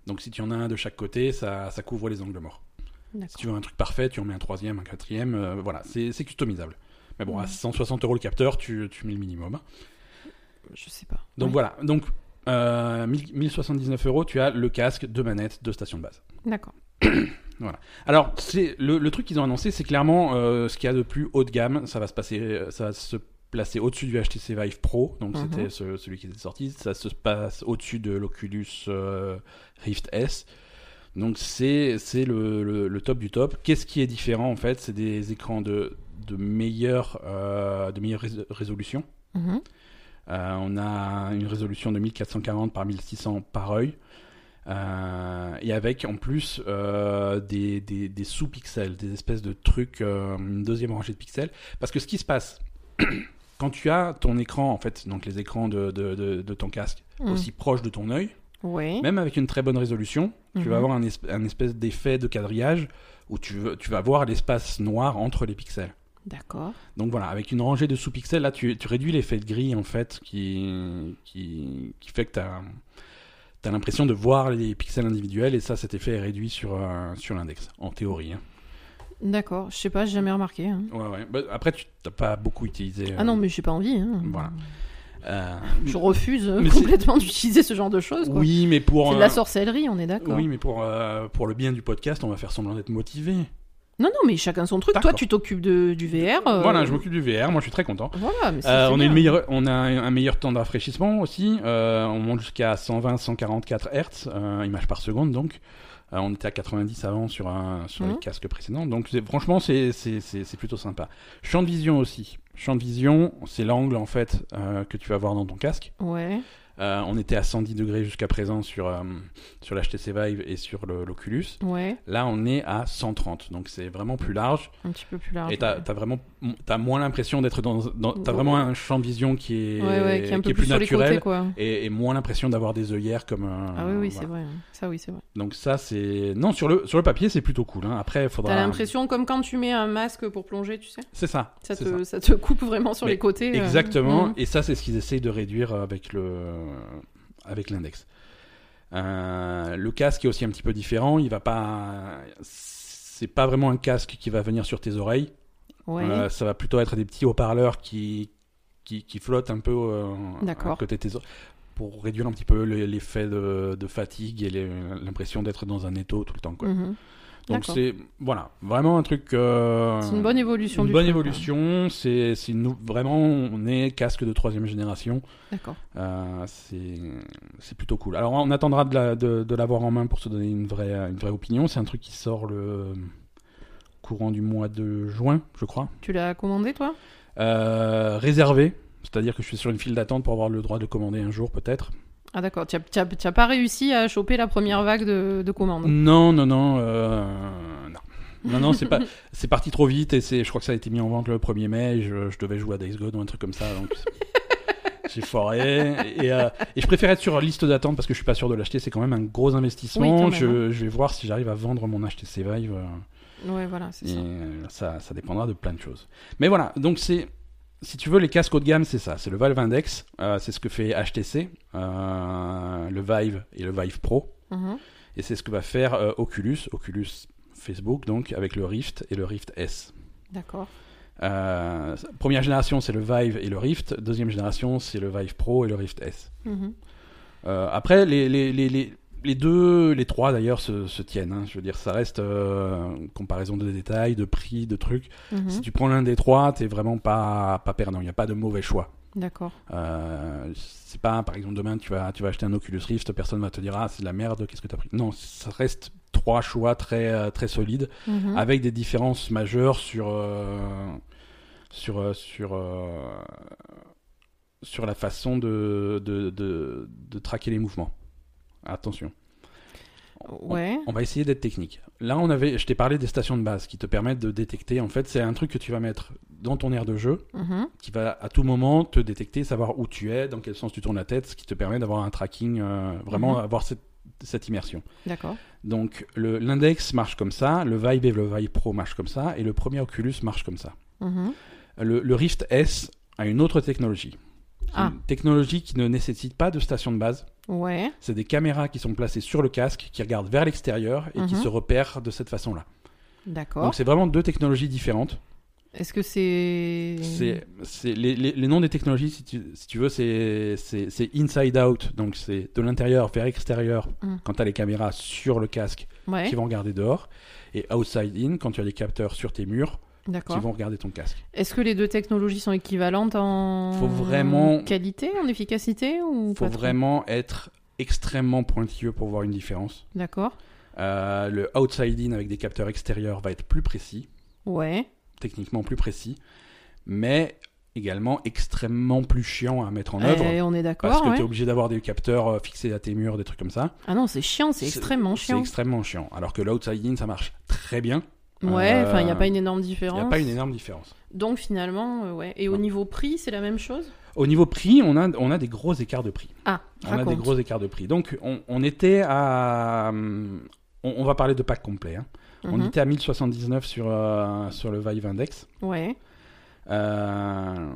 Donc, si tu en as un de chaque côté, ça, ça couvre les angles morts. Si D'accord. tu veux un truc parfait, tu en mets un troisième, un quatrième, euh, voilà, c'est c'est customisable. Mais bon, à Mhm. 160 euros le capteur, tu, tu mets le minimum. Je sais pas. Donc Ouais. voilà, donc euh, 1000 1079 euros, tu as le casque, deux manettes, deux stations de base. D'accord. Alors c'est le, le truc qu'ils ont annoncé, c'est clairement euh, ce qu'il y a de plus haut de gamme. Ça va se passer, euh, ça va se placer au-dessus du HTC Vive Pro, donc Mhm. c'était ce- celui qui était sorti. Ça se passe au-dessus de l'Oculus euh, Rift S. Donc c'est c'est le, le- le top du top. Qu'est-ce qui est différent en fait C'est des écrans de de meilleure euh, de meilleure rés- résolution. Mhm. Euh, on a une résolution de 1440 par 1600 par œil. Euh, et avec en plus euh, des, des- des sous-pixels, des espèces de trucs, euh, une deuxième rangée de pixels. Parce que ce qui se passe, quand tu as ton écran, en fait, donc les écrans de, de- de- de ton casque Mhm. aussi proches de ton œil, Ouais. même avec une très bonne résolution, tu vas Mhm. avoir un, esp- un espèce d'effet de quadrillage où tu, veux- tu vas voir l'espace noir entre les pixels. D'accord. Donc voilà, avec une rangée de sous-pixels, là, tu, tu réduis l'effet de gris, en fait, qui, qui, qui fait que tu as, l'impression de voir les pixels individuels, et ça, cet effet est réduit sur, euh, sur l'index, en théorie. hein. D'accord. Je sais pas, j'ai jamais remarqué. hein. Ouais, ouais. Bah, après, tu t'as pas beaucoup utilisé. euh, Ah non, mais j'ai pas envie. hein. Voilà. euh, Je refuse euh, Mais c'est- complètement d'utiliser ce genre de choses. quoi. oui, mais pour... C'est de la euh, sorcellerie, on est d'accord. oui, mais pour, euh, pour le bien du podcast, on va faire semblant d'être motivé. Non, non, mais chacun son truc. Toi, D'accord. tu t'occupes de, du VR. euh, Voilà, je m'occupe du VR, moi je suis très content. Voilà, mais ça, Euh, c'est on, a bien. une meilleure, on a un un meilleur temps de rafraîchissement aussi. Euh, on monte jusqu'à 120-144 Hz, euh, images par seconde donc. Euh, on était à 90 avant sur, un, sur les Mhm. casques précédents. Donc c'est- franchement, c'est- c'est c'est- c'est plutôt sympa. Champ de vision aussi. Champ de vision, c'est l'angle en fait euh, que tu vas voir dans ton casque. Ouais. Euh, on était à 110 degrés jusqu'à présent sur, euh, sur l'HTC Vive et sur le- l'Oculus. Ouais, Là, on est à 130, donc c'est vraiment plus large. un petit peu plus large. Et t'as ouais. as vraiment, t'as moins l'impression d'être dans, dans- t'as vraiment un champ de vision qui est, Ouais, ouais, qui est un peu plus, sur les naturel côtés, quoi. et, et moins l'impression d'avoir des œillères comme un. Ah oui, oui, voilà. c'est vrai. Ça, oui, c'est vrai. Donc ça, c'est non sur le sur le papier, c'est plutôt cool. hein. Après, il faudra. T'as l'impression comme quand tu mets un masque pour plonger, tu sais C'est ça. ça c'est te, ça. te coupe vraiment sur Mais les côtés. euh. Exactement. Mhm. Et ça, c'est ce qu'ils essayent de réduire avec le avec l'index. Euh, le casque est aussi un petit peu différent. Il va pas. C'est pas vraiment un casque qui va venir sur tes oreilles. Ouais. Euh, ça va plutôt être des petits haut-parleurs qui, qui, qui flottent un peu euh, D'accord. à côté de tes oreilles pour réduire un petit peu le- l'effet de, de fatigue et les- l'impression d'être dans un étau tout le temps. Quoi. Mhm. Donc d'accord. c'est voilà, vraiment un truc. euh, C'est une bonne évolution Une du bonne truc, évolution. C'est c'est une nou- vraiment on est casque de troisième génération. D'accord. Euh, c'est c'est plutôt cool. Alors on attendra de la- de, de l'avoir en main pour se donner une vraie une vraie opinion. C'est un truc qui sort le courant du mois de juin, je crois. Tu l'as commandé, toi Euh, réservé, c'est-à-dire que je suis sur une file d'attente pour avoir le droit de commander un jour peut-être. Ah d'accord, tu n'as pas réussi à choper la première vague de, de commandes. Non, non, non, euh, non. Non, non, c'est pas, c'est parti trop vite et c'est, je crois que ça a été mis en vente le 1er mai. et Je, je devais jouer à Days Gone ou un truc comme ça, donc c'est- j'ai foiré. Et, euh, et je préfère être sur liste d'attente parce que je suis pas sûr de l'acheter. C'est quand même un gros Oui, investissement. quand même, hein. je, je vais voir si j'arrive à vendre mon HTC Vive. euh, Ouais, voilà, c'est Et ça. euh, ça, ça dépendra de plein de choses. Mais voilà, donc c'est. Si tu veux, les casques haut de gamme, c'est ça. C'est le Valve Index, euh, c'est ce que fait HTC, euh, le Vive et le Vive Pro. Mhm. Et c'est ce que va faire euh, Oculus, Oculus Facebook, donc avec le Rift et le Rift S. D'accord. Euh, première génération, c'est le Vive et le Rift. Deuxième génération, c'est le Vive Pro et le Rift S. Mhm. Euh, après, les, les, les, les, les deux, les trois d'ailleurs, se, se tiennent. hein. Je veux dire, ça reste euh, une comparaison de détails, de prix, de trucs. Mhm. Si tu prends l'un des trois, t'es vraiment pas, pas perdant. Il n'y a pas de mauvais choix. D'accord. Euh, c'est pas, par exemple, demain, tu vas, tu vas acheter un Oculus Rift, personne va te dire, ah, c'est de la merde, qu'est-ce que t'as pris Non, ça reste trois choix très, euh, très solides, Mhm. avec des différences majeures sur. euh, sur. euh, sur euh, sur la façon de, de, de, de traquer les mouvements. Attention. Ouais. On va essayer d'être technique. Là, on avait, je t'ai parlé des stations de base qui te permettent de détecter. En fait, c'est un truc que tu vas mettre dans ton aire de jeu Mhm. qui va à tout moment te détecter, savoir où tu es, dans quel sens tu tournes la tête, ce qui te permet d'avoir un tracking, euh, vraiment Mhm. avoir cette, cette immersion. D'accord. Donc, le- l'index marche comme ça, le Vive et le Vive Pro marchent comme ça, et le premier Oculus marche comme ça. Mhm. Le, le Rift S a une autre technologie. C'est Ah. Une technologie qui ne nécessite pas de station de base. Ouais. C'est des caméras qui sont placées sur le casque, qui regardent vers l'extérieur et qui Mhm. se repèrent de cette façon-là. D'accord. Donc c'est vraiment deux technologies différentes. Est-ce que c'est... C'est, c'est les, les- les noms des technologies, si tu, si tu veux, c'est, c'est, c'est inside out, donc c'est de l'intérieur vers l'extérieur Mm. quand tu as les caméras sur le casque Ouais. qui vont regarder dehors, et outside in quand tu as les capteurs sur tes murs qui D'accord. vont regarder ton casque. Est-ce que les deux technologies sont équivalentes en Faut vraiment- qualité, en efficacité ou faut pas trop vraiment être extrêmement pointilleux pour voir une différence. D'accord. Euh, le outside in avec des capteurs extérieurs va être plus précis, Ouais. techniquement plus précis, mais également extrêmement plus chiant à mettre en œuvre. Eh, on Parce est d'accord. que ouais. t'es obligé d'avoir des capteurs euh, fixés à tes murs, des trucs comme ça. Ah non, c'est chiant, c'est C'est- extrêmement C'est chiant. extrêmement chiant. Alors que l'outside in, ça marche très bien. Ouais, Euh, enfin, il n'y a pas une énorme Il différence. n'y a pas une énorme différence. Donc finalement, euh, ouais. Et au Non. niveau prix, c'est la même chose Au niveau prix, on a, on a des gros écarts de prix. Ah, On raconte. a des gros écarts de prix. Donc, on, on était à. hum, On, on va parler de pack complet. hein. On Mhm. était à 1079 sur, euh, sur le Vive Index. Ouais, Euh,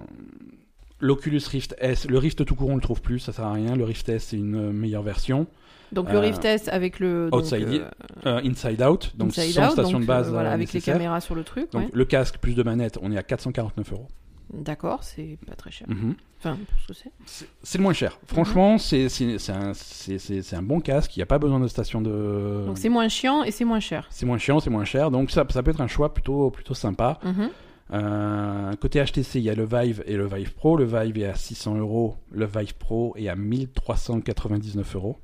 L'Oculus Rift S, le Rift tout court, on le trouve plus, ça sert à rien. Le Rift S, c'est une euh, meilleure version. donc Euh, le Rift S avec le donc, outside euh, Euh, inside Out, donc Inside sans Out, station donc, de base euh, voilà, euh, avec les nécessaire. caméras sur le truc. Donc ouais. le casque plus de manette, on est à 449 euros. D'accord, c'est pas très cher. Mhm. Enfin, pour ce que c'est. C'est c'est le moins cher. Franchement, Mhm. c'est- c'est c'est un, c'est- c'est- c'est un bon casque. Il n'y a pas besoin de station de. Donc c'est moins chiant et c'est moins cher. C'est moins chiant, c'est moins cher. Donc ça, ça peut être un choix plutôt, plutôt sympa. Mhm. Euh, côté HTC, il y a le Vive et le Vive Pro. Le Vive est à 600 euros. Le Vive Pro est à 1399 euros.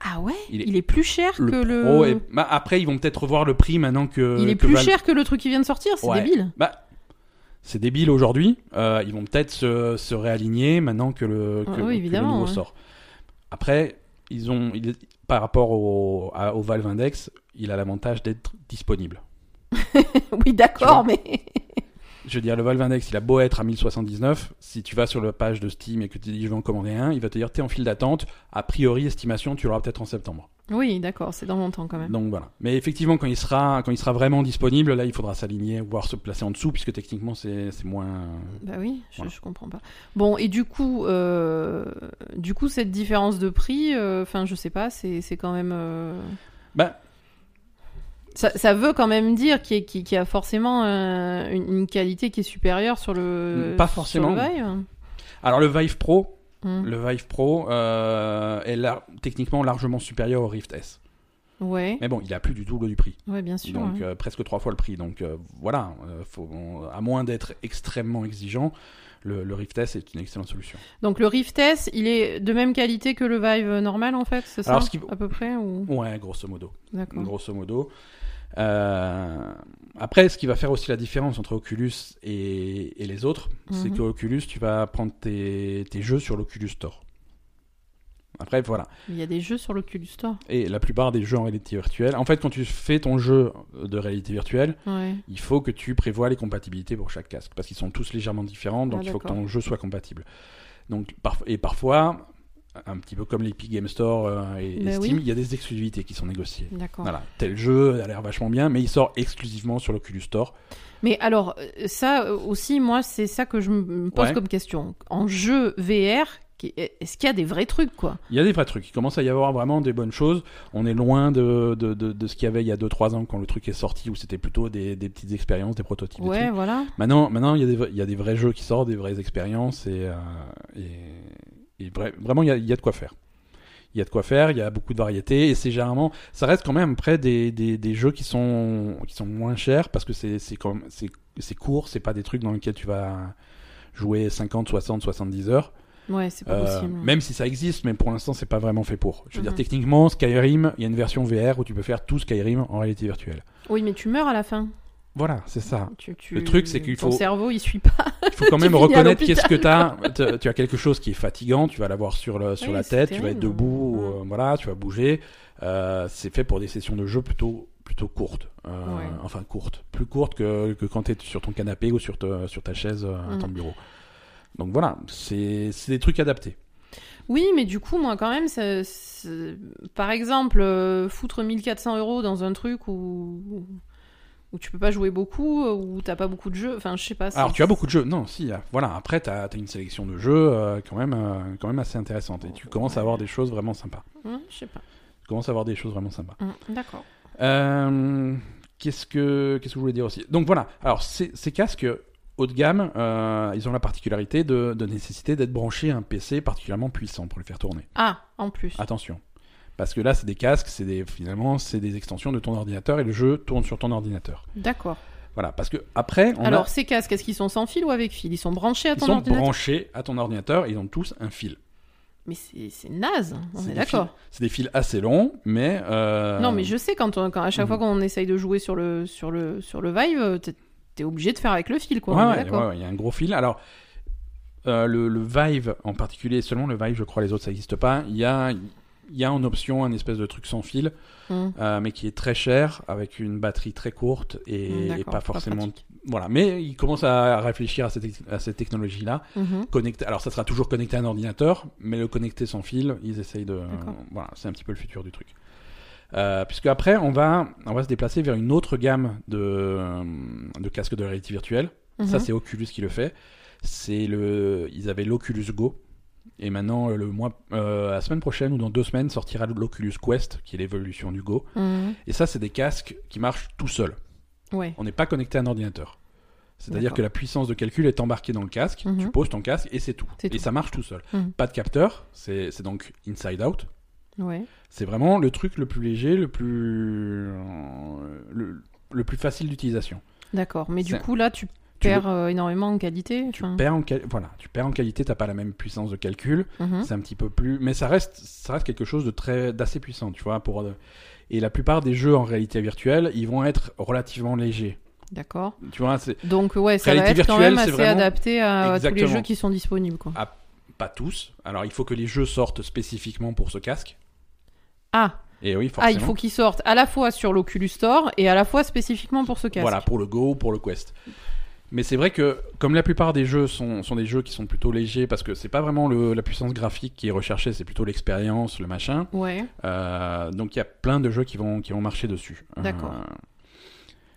Ah ouais, Il il est- est, plus cher Le que le. Pro est- bah, après, ils vont peut-être revoir le prix maintenant que. il est que plus Valve- cher que le truc qui vient de sortir, c'est Ouais. débile. Bah, c'est débile aujourd'hui. Euh, ils vont peut-être se, se réaligner maintenant que le, que, Ah oui, que le évidemment, nouveau ouais. sort. Après, ils ont, ils- par rapport au, à- au Valve Index, il a l'avantage d'être disponible. oui, d'accord, mais. Je veux dire, le Valve Index, il a beau être à 1079, si tu vas sur la page de Steam et que tu dis je vais en commander un, il va te dire t'es en file d'attente. A priori, estimation, tu l'auras peut-être en septembre. Oui, d'accord, c'est dans longtemps quand même. Donc voilà. Mais effectivement, quand il sera, quand il sera vraiment disponible, là, il faudra s'aligner, voire se placer en dessous, puisque techniquement, c'est c'est moins. euh. Bah oui, je, Voilà. je comprends pas. Bon, et du coup, euh, du coup, cette différence de prix, euh, enfin, je sais pas, c'est c'est quand même. euh, Bah, Ça, ça veut quand même dire qu'il y, a- qu'il- qu'il y a forcément euh, une, une qualité qui est supérieure sur le. Pas sur forcément. le hein. Vive. alors le Vive Pro, Hmm. Le Vive Pro euh, est lar- techniquement largement supérieur au Rift S. Ouais, Mais bon, il a plus du double du prix. ouais, bien sûr. donc ouais. euh, presque trois fois le prix. Donc euh, voilà, euh, faut- on- à moins d'être extrêmement exigeant, le, le Rift S est une excellente solution. Donc le Rift S, il est de même qualité que le Vive normal en fait, c'est ça Alors, ce qui- À peu près ou Ouais, grosso modo. D'accord. Grosso modo. Euh, après, ce qui va faire aussi la différence entre Oculus et, et les autres, c'est Mhm. que Oculus, tu vas prendre tes, tes jeux sur l'Oculus Store. Après, voilà. Il y a des jeux sur l'Oculus Store. Et la plupart des jeux en réalité virtuelle. En fait, quand tu fais ton jeu de réalité virtuelle, Ouais. il faut que tu prévois les compatibilités pour chaque casque, parce qu'ils sont tous légèrement différents, donc Ah, il faut que d'accord. ton jeu soit compatible. Donc, parf- et parfois, un petit peu comme l'Epic Game Store euh, et, et Bah Steam, oui. il y a des exclusivités qui sont négociées. D'accord. Voilà, tel jeu a l'air vachement bien, mais il sort exclusivement sur l'Oculus Store. Mais alors, euh, ça euh, aussi, moi, c'est ça que je me pose Ouais. comme question. En jeu VR, qui- est-ce qu'il y a des vrais trucs, quoi Il y a des vrais trucs, il commence à y avoir vraiment des bonnes choses. On est loin de, de, de- de ce qu'il y avait il y a 2-3 ans quand le truc est sorti, où c'était plutôt des, des petites expériences, des prototypes. des Ouais, voilà. Maintenant, maintenant, il y, a des vra- il y a des vrais jeux qui sortent, des vraies expériences et, euh, et- et vra- vraiment, il y, a, il y a de quoi faire. Il y a de quoi faire, il y a beaucoup de variétés et c'est généralement, ça reste quand même près des, des, des jeux qui sont, qui sont moins chers parce que c'est c'est quand même- c'est- c'est court, c'est pas des trucs dans lesquels tu vas jouer 50, 60, 70 heures. Ouais, c'est pas Euh, possible. même si ça existe, mais pour l'instant, c'est pas vraiment fait pour. Je veux dire, Mhm. techniquement, Skyrim, il y a une version VR où tu peux faire tout Skyrim en réalité virtuelle. Oui, mais tu meurs à la fin. Voilà, c'est ça. Tu, tu- Le truc, c'est qu'il ton faut- cerveau, il suit pas. Il faut quand Tu même finis à reconnaître l'hôpital. qu'est-ce que t'as. Te- Tu as quelque chose qui est fatigant, tu vas l'avoir sur, le, sur Oui, la c'est tête, tu vas terrible. être debout, euh, voilà, tu vas bouger. Euh, c'est fait pour des sessions de jeu plutôt, plutôt courtes. Euh, Ouais. Enfin, courtes. Plus courtes que, que quand tu es sur ton canapé ou sur, te- sur ta chaise euh, à Mm. ton bureau. Donc voilà, c'est c'est des trucs adaptés. Oui, mais du coup, moi, quand même, ça- ça- par exemple, euh, foutre 1400 euros dans un truc où... où tu peux pas jouer beaucoup, euh, où t'as pas beaucoup de jeux. Enfin, je sais pas. c'est- Alors, tu as beaucoup de jeux. Non, si, euh, voilà. Après, tu as, une sélection de jeux euh, quand, même, euh, quand même assez intéressante. Et tu commences à avoir des choses vraiment sympas. Ouais, je sais pas. Tu commences à avoir des choses vraiment sympas. Hum, D'accord. Euh, qu'est-ce que qu'est-ce que je voulais dire aussi Donc voilà. Alors ces, ces casques haut de gamme, euh, ils ont la particularité de, de nécessiter d'être branchés à un PC particulièrement puissant pour le faire tourner. Ah, en plus. Attention, parce que là c'est des casques, c'est des finalement c'est des extensions de ton ordinateur et le jeu tourne sur ton ordinateur. D'accord. Voilà, parce que après on a- Alors, ces casques, est-ce qu'ils sont sans fil ou avec fil Ils sont branchés à ils ton sont ordinateur branchés à ton ordinateur et ils ont tous un fil. Mais c'est c'est naze, on C'est est des fils- d'accord. C'est des fils assez longs, mais euh, Non, mais je sais, quand, on- quand à Mhm. chaque fois qu'on essaye de jouer sur le, sur le, sur le Vive, euh, t'es t'es obligé de faire avec le fil, quoi. Ouais, on est ouais, d'accord. ouais, ouais, il y a un gros fil. Alors, euh, le, le Vive en particulier, seulement le Vive, je crois, les autres ça n'existe pas. Il y a, il y a en option un espèce de truc sans fil, Hum, euh, mais qui est très cher, avec une batterie très courte et, hum, et d'accord, pas forcément. pratique. voilà, mais ils commencent à réfléchir à cette, ex- à cette technologie-là. Mhm. Connecté... Alors, ça sera toujours connecté à un ordinateur, mais le connecter sans fil, ils essayent de. D'accord. Voilà, c'est un petit peu le futur du truc. Euh, puisque après, on va, on va se déplacer vers une autre gamme de, de casques de réalité virtuelle. Ça, Mhm. c'est Oculus qui le fait. C'est le, ils avaient l'Oculus Go. Et maintenant, le mois, euh, la semaine prochaine ou dans deux semaines, sortira l'Oculus Quest, qui est l'évolution du Go. Mhm. Et ça, c'est des casques qui marchent tout seuls. Ouais. On n'est pas connecté à un ordinateur. C'est-à-dire D'accord. que la puissance de calcul est embarquée dans le casque. Mhm. Tu poses ton casque et c'est tout. C'est Et tout. ça marche tout seul. Mhm. Pas de capteur. C'est c'est donc inside out. ouais. C'est vraiment le truc le plus léger, le plus, euh, le, le plus facile d'utilisation. D'accord. Mais du C'est- coup, là, tu Tu perds euh, énormément en qualité. Tu enfin. perds en quali- voilà, tu perds en qualité, t'as pas la même puissance de calcul, Mhm. c'est un petit peu plus, mais ça reste, ça reste quelque chose de très, d'assez puissant, tu vois. Pour euh, et la plupart des jeux en réalité virtuelle, ils vont être relativement légers. D'accord. Tu vois, c'est Donc ouais, ça va Réalité être quand virtuelle, même c'est assez vraiment- adapté à, à tous les Exactement. jeux qui sont disponibles quoi. pas tous. Alors, il faut que les jeux sortent spécifiquement pour ce casque. Ah, Et oui, ah forcément. il faut qu'ils sortent à la fois sur l'Oculus Store et à la fois spécifiquement pour ce casque. Voilà, pour le Go, pour le Quest. Mais c'est vrai que, comme la plupart des jeux sont, sont des jeux qui sont plutôt légers, parce que c'est pas vraiment le- la puissance graphique qui est recherchée, c'est plutôt l'expérience, le machin. Ouais. Euh, donc il y a plein de jeux qui vont, qui vont marcher dessus. D'accord. Euh,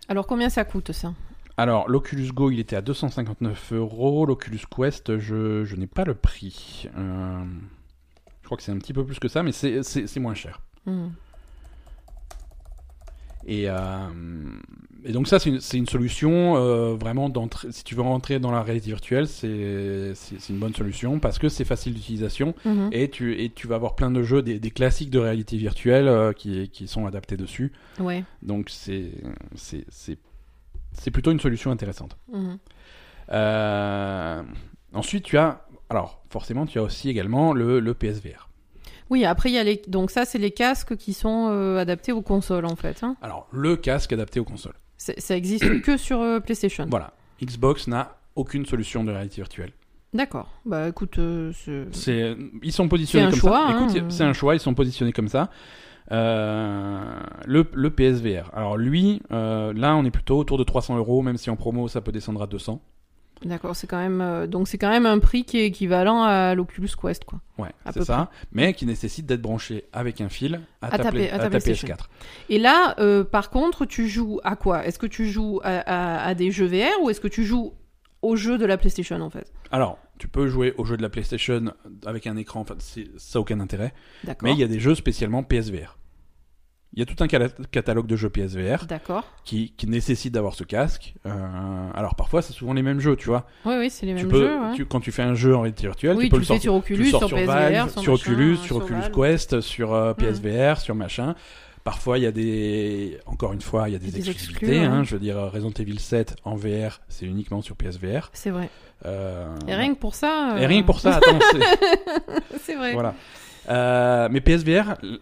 Alors combien ça coûte ça alors, l'Oculus Go, il était à 259 euros. L'Oculus Quest, je, je n'ai pas le prix. Euh, je crois que c'est un petit peu plus que ça, mais c'est- c'est c'est moins cher. Hmm. Et, euh, et donc ça, c'est une, c'est une solution euh, vraiment d'entrée. Si tu veux rentrer dans la réalité virtuelle, c'est c'est- c'est une bonne solution parce que c'est facile d'utilisation Mhm. et tu, et tu vas avoir plein de jeux, des, des classiques de réalité virtuelle euh, qui, qui sont adaptés dessus. Ouais. Donc c'est c'est- c'est- c'est plutôt une solution intéressante. Mhm. Euh, ensuite, tu as... Alors, forcément, tu as aussi également le, le PSVR. Oui, après il y a les donc ça c'est les casques qui sont euh, adaptés aux consoles en fait. hein. Alors, le casque adapté aux consoles. C'est- Ça existe que sur euh, PlayStation. Voilà. Xbox n'a aucune solution de réalité virtuelle. D'accord. Bah écoute, euh, c'est- C'est, ils sont positionnés C'est comme un choix, ça. hein. Écoute, c'est un choix. Ils sont positionnés comme ça. Euh, le, le PSVR. Alors lui, euh, là, on est plutôt autour de 300 euros, même si en promo ça peut descendre à 200. d'accord, c'est quand même euh, donc c'est quand même un prix qui est équivalent à l'Oculus Quest quoi. Ouais, À c'est peu ça. Mais qui nécessite d'être branché avec un fil à, À ta, ta pla- P- à à ta ta PlayStation. PS4. Et là, euh, par contre, tu joues à quoi Est-ce que tu joues à, à- à des jeux VR ou est-ce que tu joues aux jeux de la PlayStation en fait Alors, tu peux jouer au jeu de la PlayStation avec un écran. Enfin, c'est, ça a aucun intérêt. Mais D'accord. il y a des jeux spécialement PSVR. Il y a tout un cala- catalogue de jeux PSVR D'accord. qui, qui nécessite d'avoir ce casque. Euh, alors parfois, c'est souvent les mêmes jeux, tu vois. Oui, oui, c'est les tu mêmes peux, jeux. ouais. tu- quand tu fais un jeu en réalité virtuelle, oui, tu peux tu le fais sortir. sur tu Oculus, le sur sors PSVR, Vive, sur, sur machin, Oculus, euh, sur Oculus Valve. Mmh. Quest, sur euh, PSVR, sur machin. Parfois, il y a des. Encore une fois, il y a des, Des exclusivités. exclus, ouais. hein. Je veux dire, euh, Resident Evil 7 en VR, c'est uniquement sur PSVR. C'est vrai. Euh, Et rien que pour ça. et euh, rien que pour ça, attends, c'est- c'est vrai. voilà. Euh, mais PSVR, l-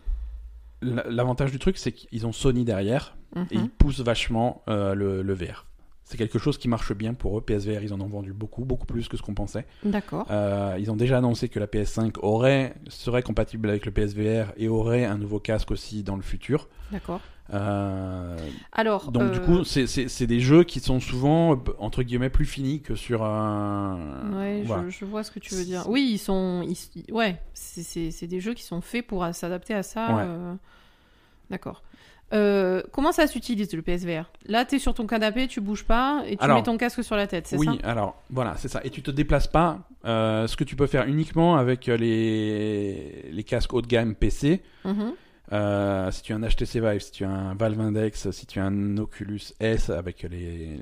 l'avantage du truc, c'est qu'ils ont Sony derrière Mhm. et ils poussent vachement euh, le, le VR. C'est quelque chose qui marche bien pour eux. PSVR, ils en ont vendu beaucoup, beaucoup plus que ce qu'on pensait. D'accord. Euh, ils ont déjà annoncé que la PS5 aurait, serait compatible avec le PSVR et aurait un nouveau casque aussi dans le futur. D'accord. Euh, Alors. donc du euh, coup, c'est- c'est c'est des jeux qui sont souvent, euh, entre guillemets, plus finis que sur un... Ouais, je- Voilà. je, vois ce que tu veux dire. Oui, ils sont. ils- ouais, c'est- c'est c'est des jeux qui sont faits pour euh, s'adapter à ça. Ouais. euh, D'accord. Euh, comment ça s'utilise le PSVR Là, t'es sur ton canapé, tu bouges pas et tu Alors, mets ton casque sur la tête, c'est Oui, ça alors voilà, c'est ça. Et tu te déplaces pas. Euh, ce que tu peux faire uniquement avec euh, les, les casques haut de gamme PC, Mhm. euh, si tu as un HTC Vive, si tu as un Valve Index, si tu as un Oculus S avec les... les-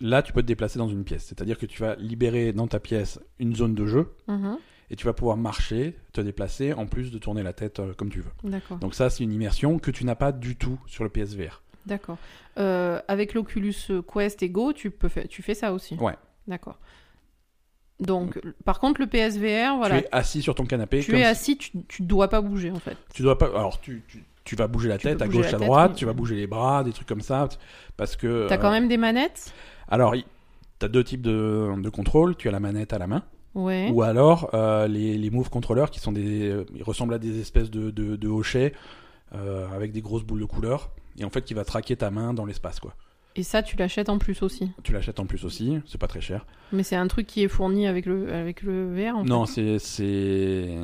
Là, tu peux te déplacer dans une pièce. C'est-à-dire que tu vas libérer dans ta pièce une zone de jeu Mhm. et tu vas pouvoir marcher, te déplacer, en plus de tourner la tête euh, comme tu veux. D'accord. Donc ça, c'est une immersion que tu n'as pas du tout sur le PSVR. D'accord. Euh, avec l'Oculus Quest et Go, tu, peux fa- tu fais ça aussi Ouais. D'accord. Donc, par contre, le PSVR, voilà. Tu es assis sur ton canapé. Tu comme es si- assis, tu, tu dois pas bouger en fait. Tu dois pas. Alors, tu, tu, tu vas bouger la Tu peux tête à bouger gauche, la à tête, droite, oui. tu vas bouger les bras, des trucs comme ça. tu- Parce que. T'as quand euh, même des manettes Alors, il- t'as deux types de, de contrôle. Tu as la manette à la main, Ouais. ou alors euh, les, les move contrôleurs qui sont des. euh, Ils ressemblent à des espèces de, de, de hochets euh, avec des grosses boules de couleur. Et en fait, qui va traquer ta main dans l'espace, quoi. Et ça, tu l'achètes en plus aussi. Tu l'achètes en plus aussi, c'est pas très cher. Mais c'est un truc qui est fourni avec le, avec le VR en Non, c'est c'est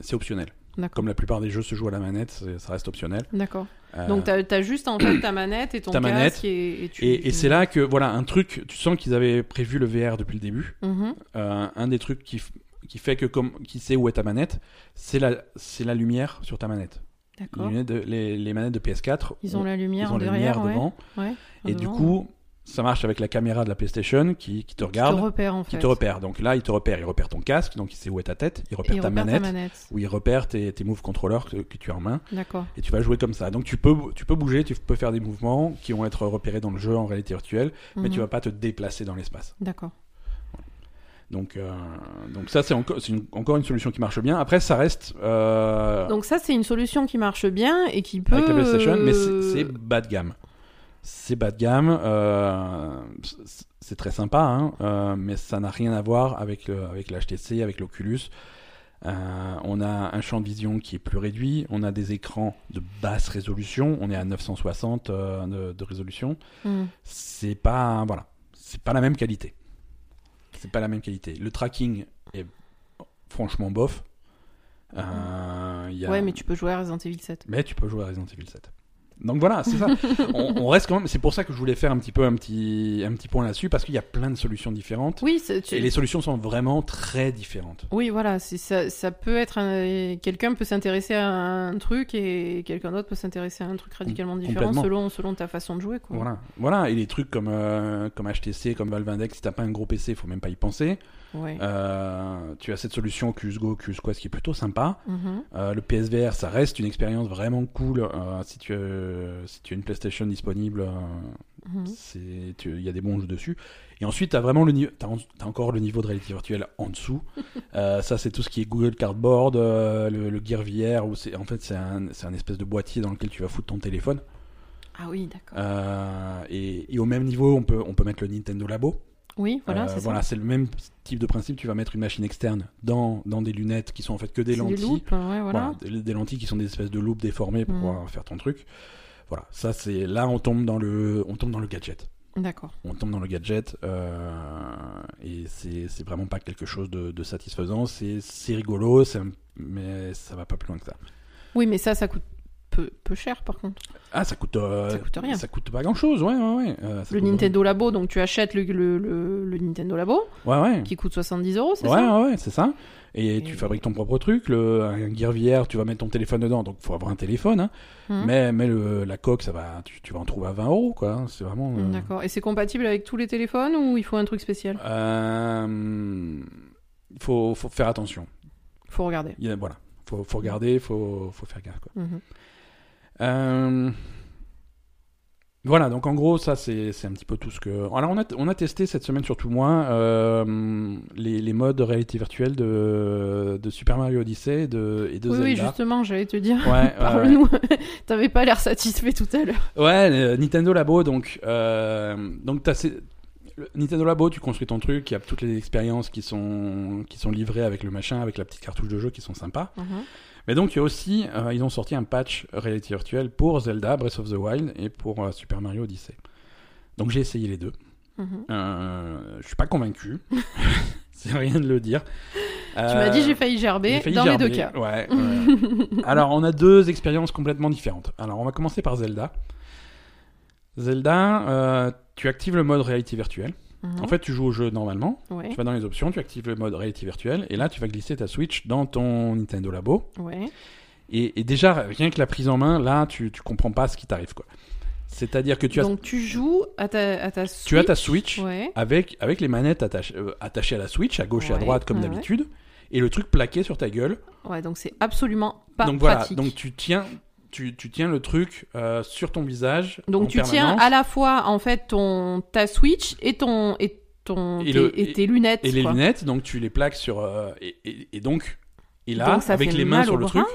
c'est optionnel. fait. D'accord. Comme la plupart des jeux se jouent à la manette, c'est- ça reste optionnel. D'accord. Euh, Donc t'as as juste en fait ta manette et ton ta casque manette et, et tu. Et, et c'est là que, voilà, un truc, tu sens qu'ils avaient prévu le VR depuis le début. Mhm. Euh, un des trucs qui, f- qui fait que, comme, qui sait où est ta manette, c'est la, c'est la lumière sur ta manette. Les, D'accord. lunettes de- les, les manettes de PS4, Ils ont la ils lumière ont la derrière. ouais. devant. Ouais. Et Devant, du ouais. coup, ça marche avec la caméra de la PlayStation qui, qui te Qui te regarde, repère en fait. qui te repère. Donc là, il te repère, il repère ton casque, donc il sait où est ta tête, il Et repère il ta repère manette. ta manette. Ou il repère tes, tes move contrôleurs que, que tu as en main D'accord. et tu vas jouer comme ça. Donc tu peux, tu peux bouger, tu peux faire des mouvements qui vont être repérés dans le jeu en réalité virtuelle, mais tu Mhm. vas pas te déplacer dans l'espace. D'accord. Donc, euh, donc ça, c'est encore, c'est une- encore une solution qui marche bien. Après, ça reste euh, Donc ça, c'est une solution qui marche bien et qui peut. avec la PlayStation, mais c'est euh, c'est bas de gamme. c'est bas de gamme, euh, c- c'est très sympa, hein, euh, mais ça n'a rien à voir avec le, avec l'HTC, avec l'Oculus. Euh, on a un champ de vision qui est plus réduit, on a des écrans de basse résolution, on est à 960 euh, de, de résolution. Hmm. C'est pas voilà, c'est pas la même qualité. C'est pas la même qualité. Le tracking est franchement bof. Euh, il y a- Ouais, mais tu peux jouer à Resident Evil 7. mais tu peux jouer à Resident Evil 7. Donc voilà, c'est ça. on, on reste quand même. C'est pour ça que je voulais faire un petit peu un petit un petit point là-dessus parce qu'il y a plein de solutions différentes Oui, c'est- tu- et les solutions sont vraiment très différentes. oui voilà, c'est ça, ça peut être... un- Quelqu'un peut s'intéresser à un truc et quelqu'un d'autre peut s'intéresser à un truc radicalement différent complètement. selon, selon ta façon de jouer. Quoi. Voilà, voilà. Et les trucs comme euh, comme HTC, comme Valve Index, si t'as pas un gros PC, faut même pas y penser. Ouais. Euh, tu as cette solution Oculus Go, Oculus Quest qui est plutôt sympa. Mhm. Euh, le PSVR, ça reste une expérience vraiment cool euh, si tu euh, si tu as une PlayStation disponible. euh, Mhm. C'est- tu- Il y a des bons jeux dessus. Et ensuite, tu as vraiment le niveau. T'as, en- t'as encore le niveau de réalité virtuelle en dessous. Euh, ça, c'est tout ce qui est Google Cardboard, euh, le, le Gear VR, où c'est, en fait, c'est un, c'est un espèce de boîtier dans lequel tu vas foutre ton téléphone. Ah oui, d'accord. Euh, et, et au même niveau, on peut, on peut mettre le Nintendo Labo. oui, voilà, Euh, c'est ça. voilà, c'est le même type de principe. Tu vas mettre une machine externe dans, dans des lunettes qui sont en fait que des C'est lentilles. du loop, ouais, voilà. Voilà, des, des lentilles qui sont des espèces de loupes déformées pour Mhm. pouvoir faire ton truc. Voilà, ça c'est là on tombe dans le on tombe dans le gadget D'accord. on tombe dans le gadget euh, et c'est c'est vraiment pas quelque chose de, de satisfaisant. C'est c'est rigolo, c'est un- mais ça va pas plus loin que ça. Oui, mais ça, ça coûte peu, peu cher par contre. Ah, ça coûte, euh, Ça coûte rien. Ça coûte pas grand chose, ouais, ouais, ouais. Euh, ça Le coûte- Nintendo Labo, donc tu achètes le, le, le- le Nintendo Labo Ouais, ouais. qui coûte 70 euros, c'est Ouais, ça ouais, ouais, c'est ça. Et, Et- tu fabriques ton propre truc, le, un Gear VR, tu vas mettre ton téléphone dedans, donc faut avoir un téléphone. hein. Mhm. Mais, mais le, la coque, ça va, tu, tu vas en trouver à 20 euros, quoi. C'est vraiment. euh, Mm, D'accord. Et c'est compatible avec tous les téléphones ou il faut un truc spécial euh, faut, faut faire attention. Faut regarder. Il y a- voilà, faut, faut regarder, faut, faut faire gaffe. Quoi. Mhm. Euh, Voilà, donc en gros, ça c'est c'est un petit peu tout ce que. Alors on a, on a testé cette semaine, surtout moi, euh, les, les modes de réalité virtuelle de, de Super Mario Odyssey et de, et de Oui, Zelda. oui, justement, j'allais te dire. Ouais, ouais, ouais. Parle-nous. T'avais pas l'air satisfait tout à l'heure. Ouais, le Nintendo Labo, donc, euh, donc t'as ces- le Nintendo Labo, tu construis ton truc, il y a toutes les expériences qui sont, qui sont livrées avec le machin, avec la petite cartouche de jeu qui sont sympas. Mhm. Mais donc, il y a aussi, euh, ils ont sorti un patch réalité virtuelle pour Zelda Breath of the Wild et pour euh, Super Mario Odyssey. Donc, j'ai essayé les deux. Mhm. Euh, je suis pas convaincu. C'est rien de le dire. Tu m'as dit Euh, j'ai failli gerber dans les deux cas. Ouais. ouais. Alors, on a deux expériences complètement différentes. Alors, on va commencer par Zelda. Zelda, euh, tu actives le mode réalité virtuelle. Mhm. En fait, tu joues au jeu normalement. ouais. Tu vas dans les options, tu actives le mode réalité virtuelle. Et là, tu vas glisser ta Switch dans ton Nintendo Labo. ouais. Et, et déjà, rien que la prise en main, là, tu, tu comprends pas ce qui t'arrive, quoi. C'est-à-dire que tu as, Donc tu joues à ta, à ta Switch. tu as ta Switch Ouais. avec, avec les manettes attach- euh, attachées à la Switch, à gauche et à Ouais, droite, comme ouais, d'habitude, et le truc plaqué sur ta gueule. Ouais, donc c'est absolument pas donc voilà, pratique. donc tu tiens, tu, tu tiens le truc euh, sur ton visage. en Donc tu tiens permanence, à la fois en fait ton ta Switch et ton et ton Et tes, le- et tes lunettes. Et les quoi. lunettes, donc tu les plaques sur. euh, et, et- et donc. Et là, Donc ça avec fait les mains mal sur aux le bras truc.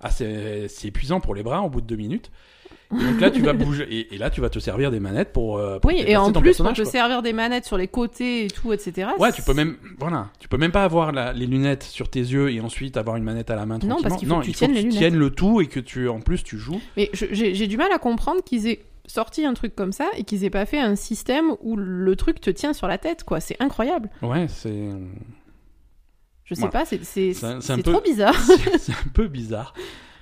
Ah, c'est c'est épuisant pour les bras au bout de deux minutes. Et donc là, tu vas bouger. Et, et là, tu vas te servir des manettes pour. euh, pour Oui, et déplacer en ton plus pour personnage, te quoi. servir des manettes sur les côtés et tout, etc. Ouais, c'est- tu peux même, voilà, tu peux même pas avoir la- les lunettes sur tes yeux et ensuite avoir une manette à la main. Non, parce tranquillement. qu'il faut que il tu tiennes les tu lunettes. tiennes le tout et que tu, en plus, tu joues. Mais je- j'ai j'ai du mal à comprendre qu'ils aient sorti un truc comme ça et qu'ils aient pas fait un système où le truc te tient sur la tête, quoi. C'est incroyable. Ouais, c'est, Je sais Voilà. pas, c'est c'est C'est un- c'est un c'est peu- trop bizarre. c'est c'est un peu bizarre.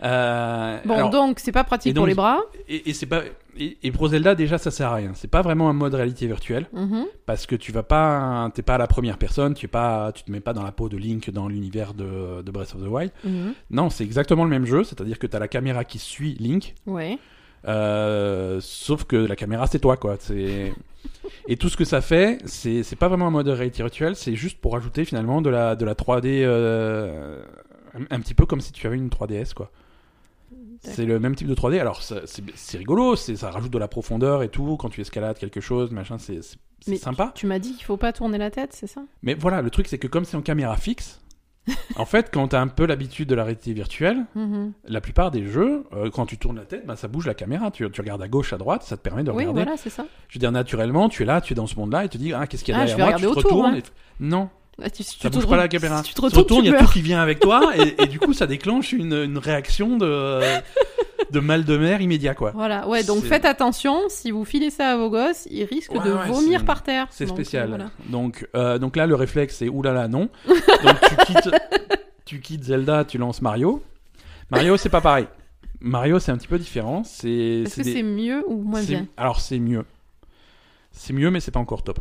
Euh, Bon, alors, donc c'est pas et pratique donc- pour les bras. et, et c'est pas, et, et pour Zelda déjà, ça sert à rien. C'est pas vraiment un mode réalité virtuelle Mhm. parce que tu vas pas, t'es pas la première personne, tu es pas, tu te mets pas dans la peau de Link dans l'univers de, de Breath of the Wild. Mhm. Non, c'est exactement le même jeu, c'est-à-dire que t'as la caméra qui suit Link Ouais. Euh, sauf que la caméra, c'est toi, quoi. C'est et tout ce que ça fait, c'est c'est pas vraiment un mode réalité virtuelle, c'est juste pour ajouter finalement de la de la 3D, euh, un, un petit peu comme si tu avais une 3DS, quoi. C'est le même type de 3D. Alors ça- c'est c'est rigolo, c'est ça rajoute de la profondeur et tout quand tu escalades quelque chose, machin, c'est c'est- c'est Mais sympa. Tu m'as dit qu'il faut pas tourner la tête, c'est ça Mais voilà, le truc c'est que comme c'est en caméra fixe, en fait, quand t'as un peu l'habitude de la réalité virtuelle, Mhm. la plupart des jeux, euh, quand tu tournes la tête, bah, ça bouge la caméra. Tu, tu regardes à gauche, à droite, ça te permet de Oui, regarder. voilà, c'est ça. Je veux dire, naturellement, tu es là, tu es dans ce monde-là, et tu te dis, ah, qu'est-ce qu'il y a Ah, je vais derrière moi Tu te regarder autour, retournes. hein. et tu- Non, Ah, tu, tu ça te bouge pas retournes- la caméra. Si tu te retournes, tu il y a tout meurs. qui vient avec toi, et, et du coup, ça déclenche une, une réaction de, de mal de mer immédiat, quoi. Voilà, ouais, donc C'est- faites attention, si vous filez ça à vos gosses, ils risquent Ouais, de ouais, vomir c'est- par terre. C'est Donc, spécial. voilà. Donc, euh, donc là, le réflexe, c'est oulala, non. Donc tu quittes, tu quittes Zelda, tu lances Mario. Mario, c'est pas pareil. Mario, c'est un petit peu différent. C'est. Est-ce que des- c'est mieux ou moins c'est- bien Alors, c'est mieux. C'est mieux, mais c'est pas encore top.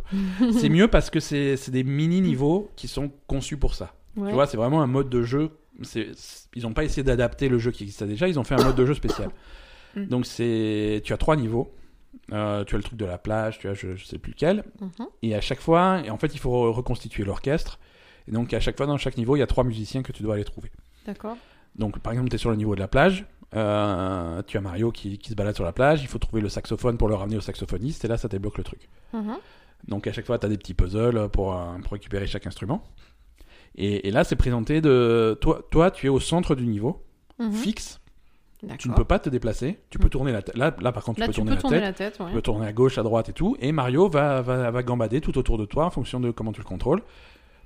c'est mieux parce que c'est c'est des mini-niveaux qui sont conçus pour ça. Ouais. Tu vois, c'est vraiment un mode de jeu. c'est- c'est- Ils n'ont pas essayé d'adapter le jeu qui existait déjà, ils ont fait un mode de jeu spécial. Mm. Donc, c'est tu as trois niveaux. Euh, tu as le truc de la plage, tu as je, je sais plus lequel. Mhm. Et à chaque fois, et en fait, il faut re- reconstituer l'orchestre. Et donc, à chaque fois, dans chaque niveau, il y a trois musiciens que tu dois aller trouver. D'accord. Donc, par exemple, tu es sur le niveau de la plage. euh, tu as Mario qui, qui se balade sur la plage. Il faut trouver le saxophone pour le ramener au saxophoniste. Et là, ça débloque le truc. Mhm. Donc, à chaque fois, tu as des petits puzzles pour, euh, pour récupérer chaque instrument. Et, et là, c'est présenté de. Toi, toi, tu es au centre du niveau, Mhm. fixe. Tu ne D'accord. peux pas te déplacer. Tu peux Mm. tourner la tête. Là, là, par contre, tu Là, peux tu tourner peux la tourner tête. la tête, ouais. Tu peux tourner à gauche, à droite et tout. Et Mario va, va, va gambader tout autour de toi en fonction de comment tu le contrôles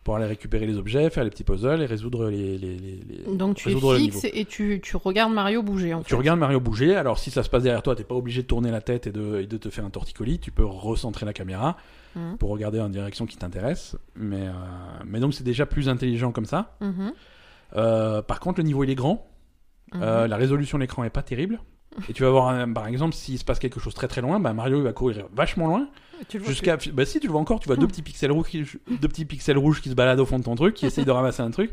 pour aller récupérer les objets, faire les petits puzzles et résoudre les. les, les, les- Donc tu résoudre es le fixe niveau. et tu, tu regardes Mario bouger en Tu fait. regardes Mario bouger. Alors, si ça se passe derrière toi, t'es pas obligé de tourner la tête et de, et de te faire un torticolis. Tu peux recentrer la caméra Mhm. pour regarder en direction qui t'intéresse. Mais, euh, mais donc, c'est déjà plus intelligent comme ça. Mhm. Euh, par contre, le niveau il est grand. Mhm. Euh, la résolution de l'écran est pas terrible. Et tu vas voir, un- par exemple, s'il se passe quelque chose très très loin, bah, Mario il va courir vachement loin. Tu le vois Jusqu'à. Bah si, tu le vois encore, tu vois deux Mmh. petits pixels rouges qui, deux petits pixels rouges qui se baladent au fond de ton truc, qui essayent de ramasser un truc.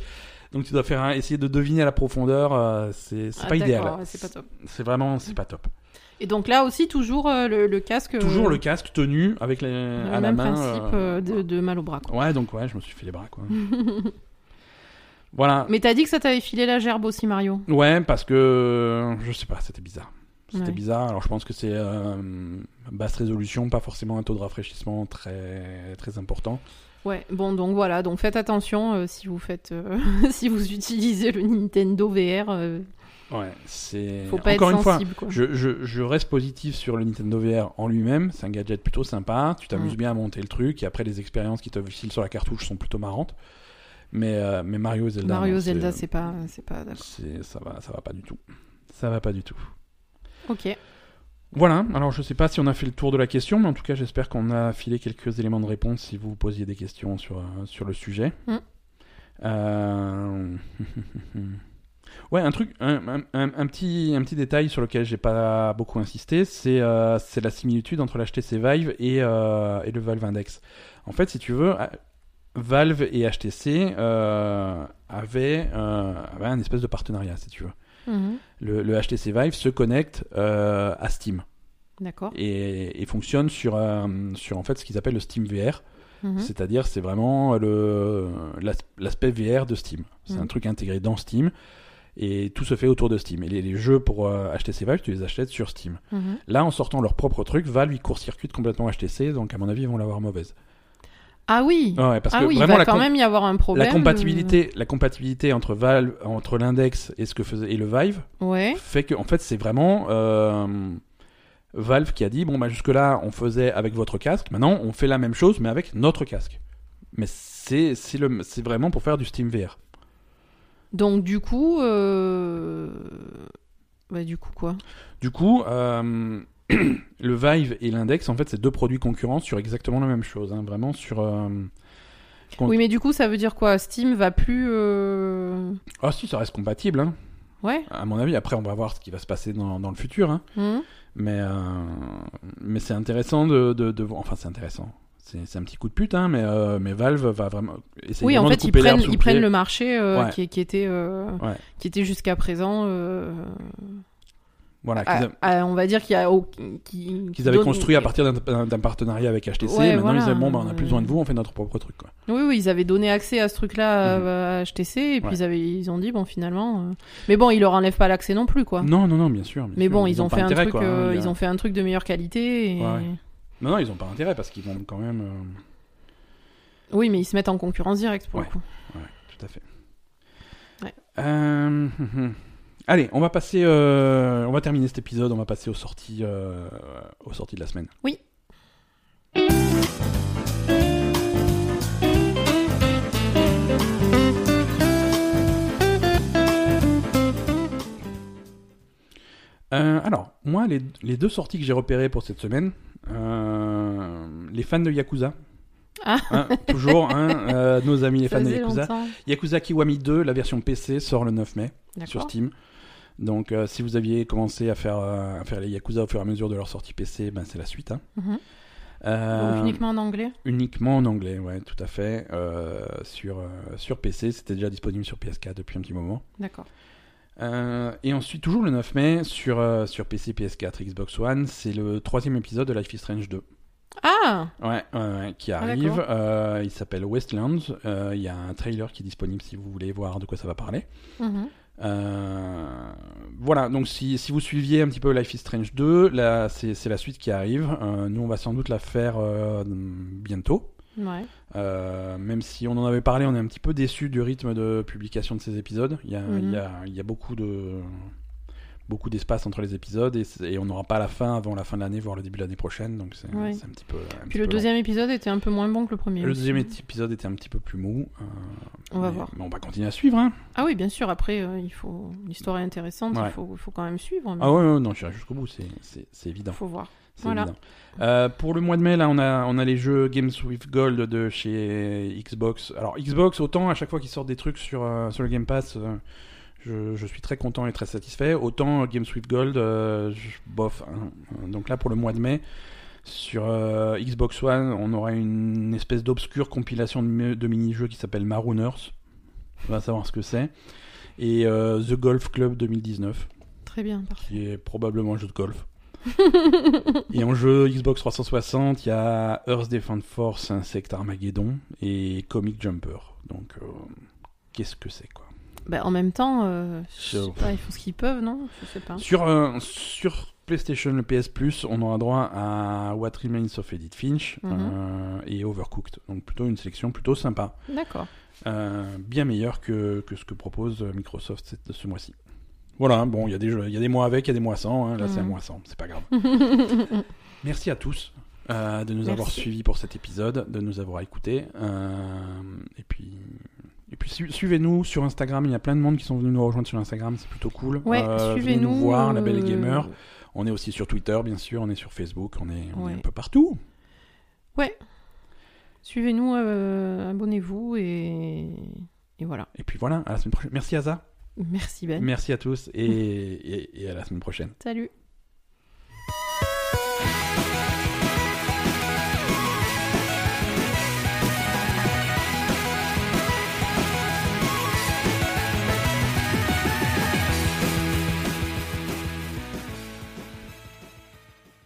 Donc tu dois faire un- essayer de deviner à la profondeur, euh, c'est c'est Ah, pas idéal. d'accord, ouais, c'est pas top. C'est vraiment, c'est pas top. plus. Et donc là aussi, toujours euh, le, le casque. euh, Toujours le casque tenu avec les, le à la même main. principe euh, euh, de, de mal au bras. quoi. Ouais, donc ouais, je me suis fait les bras quoi. voilà. Mais t'as dit que ça t'avait filé la gerbe aussi, Mario. Ouais, parce que je sais pas, c'était bizarre. C'était Ouais. bizarre. Alors je pense que c'est euh, basse résolution, pas forcément un taux de rafraîchissement très très important. Ouais, bon, donc voilà, donc faites attention euh, si vous faites, euh, si vous utilisez le Nintendo VR, euh, Ouais, c'est faut pas encore être une fois. sensible, quoi. Je, je- je reste positif sur le Nintendo VR en lui-même. C'est un gadget plutôt sympa. Tu t'amuses Mm. bien à monter le truc. Et après, les expériences qui te filent sur la cartouche sont plutôt marrantes. Mais, euh, mais Mario et Zelda. Mario non, Zelda, c'est pas, c'est pas d'accord. c'est- Ça va, ça va pas du tout. Ça va pas du tout. Ok, Voilà. Alors, je sais pas si on a fait le tour de la question, mais en tout cas, j'espère qu'on a filé quelques éléments de réponse si vous posiez des questions sur, euh, sur le sujet. Mm. Euh, ouais, un truc, un, un- un- un petit, un petit détail sur lequel j'ai pas beaucoup insisté, c'est euh, c'est la similitude entre l'HTC Vive et, euh, et le Valve Index. En fait, si tu veux, à- Valve et HTC euh, avaient, euh, avaient un espèce de partenariat, si tu veux. Mhm. Le, le HTC Vive se connecte euh, à Steam d'accord. et, et fonctionne sur, euh, sur en fait ce qu'ils appellent le Steam VR, Mhm. c'est-à-dire c'est vraiment le l'as- l'aspect VR de Steam. C'est Mhm. un truc intégré dans Steam et tout se fait autour de Steam. Et les, les jeux pour euh, HTC Valve, tu les achètes sur Steam. Mhm. Là, en sortant leur propre truc, Valve lui court-circuite complètement HTC, donc à mon avis ils vont l'avoir mauvaise. Ah oui, Ah ouais, parce ah que oui, il vraiment va la, quand com- même y avoir un problème. euh, la compatibilité, la compatibilité entre Valve, entre l'index et ce que faisait et le Vive, euh, Ouais. fait que en fait c'est vraiment euh, Valve qui a dit bon bah jusque là on faisait avec votre casque maintenant on fait la même chose mais avec notre casque mais c'est c'est le c'est vraiment pour faire du Steam VR Donc du coup, euh... bah du coup quoi du coup euh, le Vive et l'index en fait c'est deux produits concurrents sur exactement la même chose hein, vraiment sur euh, Compte- Oui, mais du coup, ça veut dire quoi Steam va plus. euh, ah si ça reste compatible hein, Ouais. à mon avis après on va voir ce qui va se passer dans, dans le futur hein. Mhm. Mais, euh, mais c'est intéressant de, de, de voir. Enfin, c'est intéressant. C'est c'est un petit coup de pute, hein, mais, euh, mais Valve va vraiment essayer Oui, en vraiment fait, de ils couper l'herbe prennent, sous le ils pied. prennent le marché euh, Ouais. qui, qui était, euh, Ouais. qui était jusqu'à présent. euh, Voilà, Bah, qu'ils à- a- à- on va dire qu'il y a au- qui- qu'ils avaient donne- construit à partir d'un- d'un d'un partenariat avec HTC. Ouais, Maintenant, voilà, ils disaient, bon, bah, on n'a euh, plus besoin de vous, on fait notre propre truc. Quoi. Oui, oui, ils avaient donné accès à ce truc-là euh, à HTC et puis Mhm. Ouais. ils, avaient, ils ont dit bon finalement. euh, Mais bon, ils leur enlèvent pas l'accès non plus quoi. Non, non, non, bien sûr. bien Mais sûr, bon, ils, ont, pas fait un intérêt, truc, quoi, hein, euh, il y a- ils ont fait un truc de meilleure qualité. et- Ouais. Non, non, ils n'ont pas intérêt parce qu'ils vont quand même. euh, Oui, mais ils se mettent en concurrence directe pour Ouais. le coup. Tout à fait. Euh, Allez, on va passer, euh, on va terminer cet épisode, on va passer aux sorties, euh, aux sorties de la semaine. Oui. Euh, alors, moi, les, les deux sorties que j'ai repérées pour cette semaine, euh, les fans de Yakuza. Ah. Hein, toujours, hein, euh, nos amis les Ça fans de faisait Yakuza. longtemps. Yakuza Kiwami 2, la version PC, sort le 9 mai sur D'accord. Steam. Donc, euh, si vous aviez commencé à faire, euh, à faire les Yakuza au fur et à mesure de leur sortie PC, ben, c'est la suite. hein. Mhm. Euh, Donc uniquement en anglais. uniquement en anglais, ouais, tout à fait. euh, sur, euh, sur PC, c'était déjà disponible sur PS4 depuis un petit moment. D'accord. Euh, et ensuite, toujours le 9 mai, sur, euh, sur PC, PS4, Xbox One, c'est le troisième épisode de Life is Strange 2. Ah Ouais, ouais, ouais, qui Ah, arrive. d'accord. Euh, il s'appelle Westlands. Euh, Il y a un trailer qui est disponible si vous voulez voir de quoi ça va parler. Mhm. Euh, voilà, donc si, si vous suiviez un petit peu Life is Strange 2, là, c'est c'est la suite qui arrive. Euh, nous, on va sans doute la faire euh, bientôt. Ouais. Euh, même si on en avait parlé, on est un petit peu déçu du rythme de publication de ces épisodes. Il y a, Mhm. il y a- il y a beaucoup de beaucoup d'espace entre les épisodes et, c'est- et on n'aura pas la fin avant la fin de l'année, voire le début de l'année prochaine. Donc c'est Ouais. c'est un petit peu. un petit Puis le peu lent. deuxième épisode était un peu moins bon que le premier. Le aussi. deuxième épisode était un petit peu plus mou. euh, On va mais- voir. mais on va continuer à suivre. Hein. Ah oui, bien sûr. Après, euh, il faut l'histoire est intéressante. Ouais. Il faut, faut quand même suivre. mais Ah ouais, ouais, non, je suis jusqu'au bout, c'est- c'est c'est évident. Faut voir. C'est Voilà. évident. Euh, pour le mois de mai, là, on a, on a les jeux Games with Gold de chez Xbox. Alors, Xbox, autant à chaque fois qu'ils sortent des trucs sur, euh, sur le Game Pass, euh, je, je suis très content et très satisfait. Autant euh, Games with Gold, euh, je bof. hein. Donc là, pour le mois de mai, sur euh, Xbox One, on aura une espèce d'obscure compilation de, mi- de mini-jeux qui s'appelle Marooners. On va savoir ce que c'est. Et euh, The Golf Club 2019 Très bien. parfait. qui est probablement un jeu de golf. et en jeu Xbox 360, il y a Earth Defense Force, Insect Armageddon et Comic Jumper. Donc, euh, qu'est-ce que c'est quoi Bah, en même temps, euh, je So- sais pas, ils font ce qu'ils peuvent, non Je sais pas. sur, euh, sur PlayStation, le PS Plus, on aura droit à What Remains of Edith Finch Mhm. euh, et Overcooked. Donc, plutôt une sélection plutôt sympa. D'accord. Euh, bien meilleure que, que ce que propose Microsoft cette- ce mois-ci. Voilà, hein, bon, il y, a des jeux- il y a des mois avec, il y a des mois sans. hein. Là, c'est un Mhm. mois sans, c'est pas grave. Merci à tous euh, de nous Merci. avoir suivis pour cet épisode, de nous avoir écoutés. euh, et puis, et puis su- suivez-nous sur Instagram. Il y a plein de monde qui sont venus nous rejoindre sur Instagram, c'est plutôt cool. Ouais, Euh, venez suivez-nous. nous voir, la euh, Belle et Gamer. On est aussi sur Twitter, bien sûr. On est sur Facebook. On est, on est Ouais. un peu partout. Suivez-nous, euh, abonnez-vous et... et voilà. Et puis voilà, à la semaine prochaine. Merci Aza. Merci Ben. Merci à tous et- et- et à la semaine prochaine. Salut.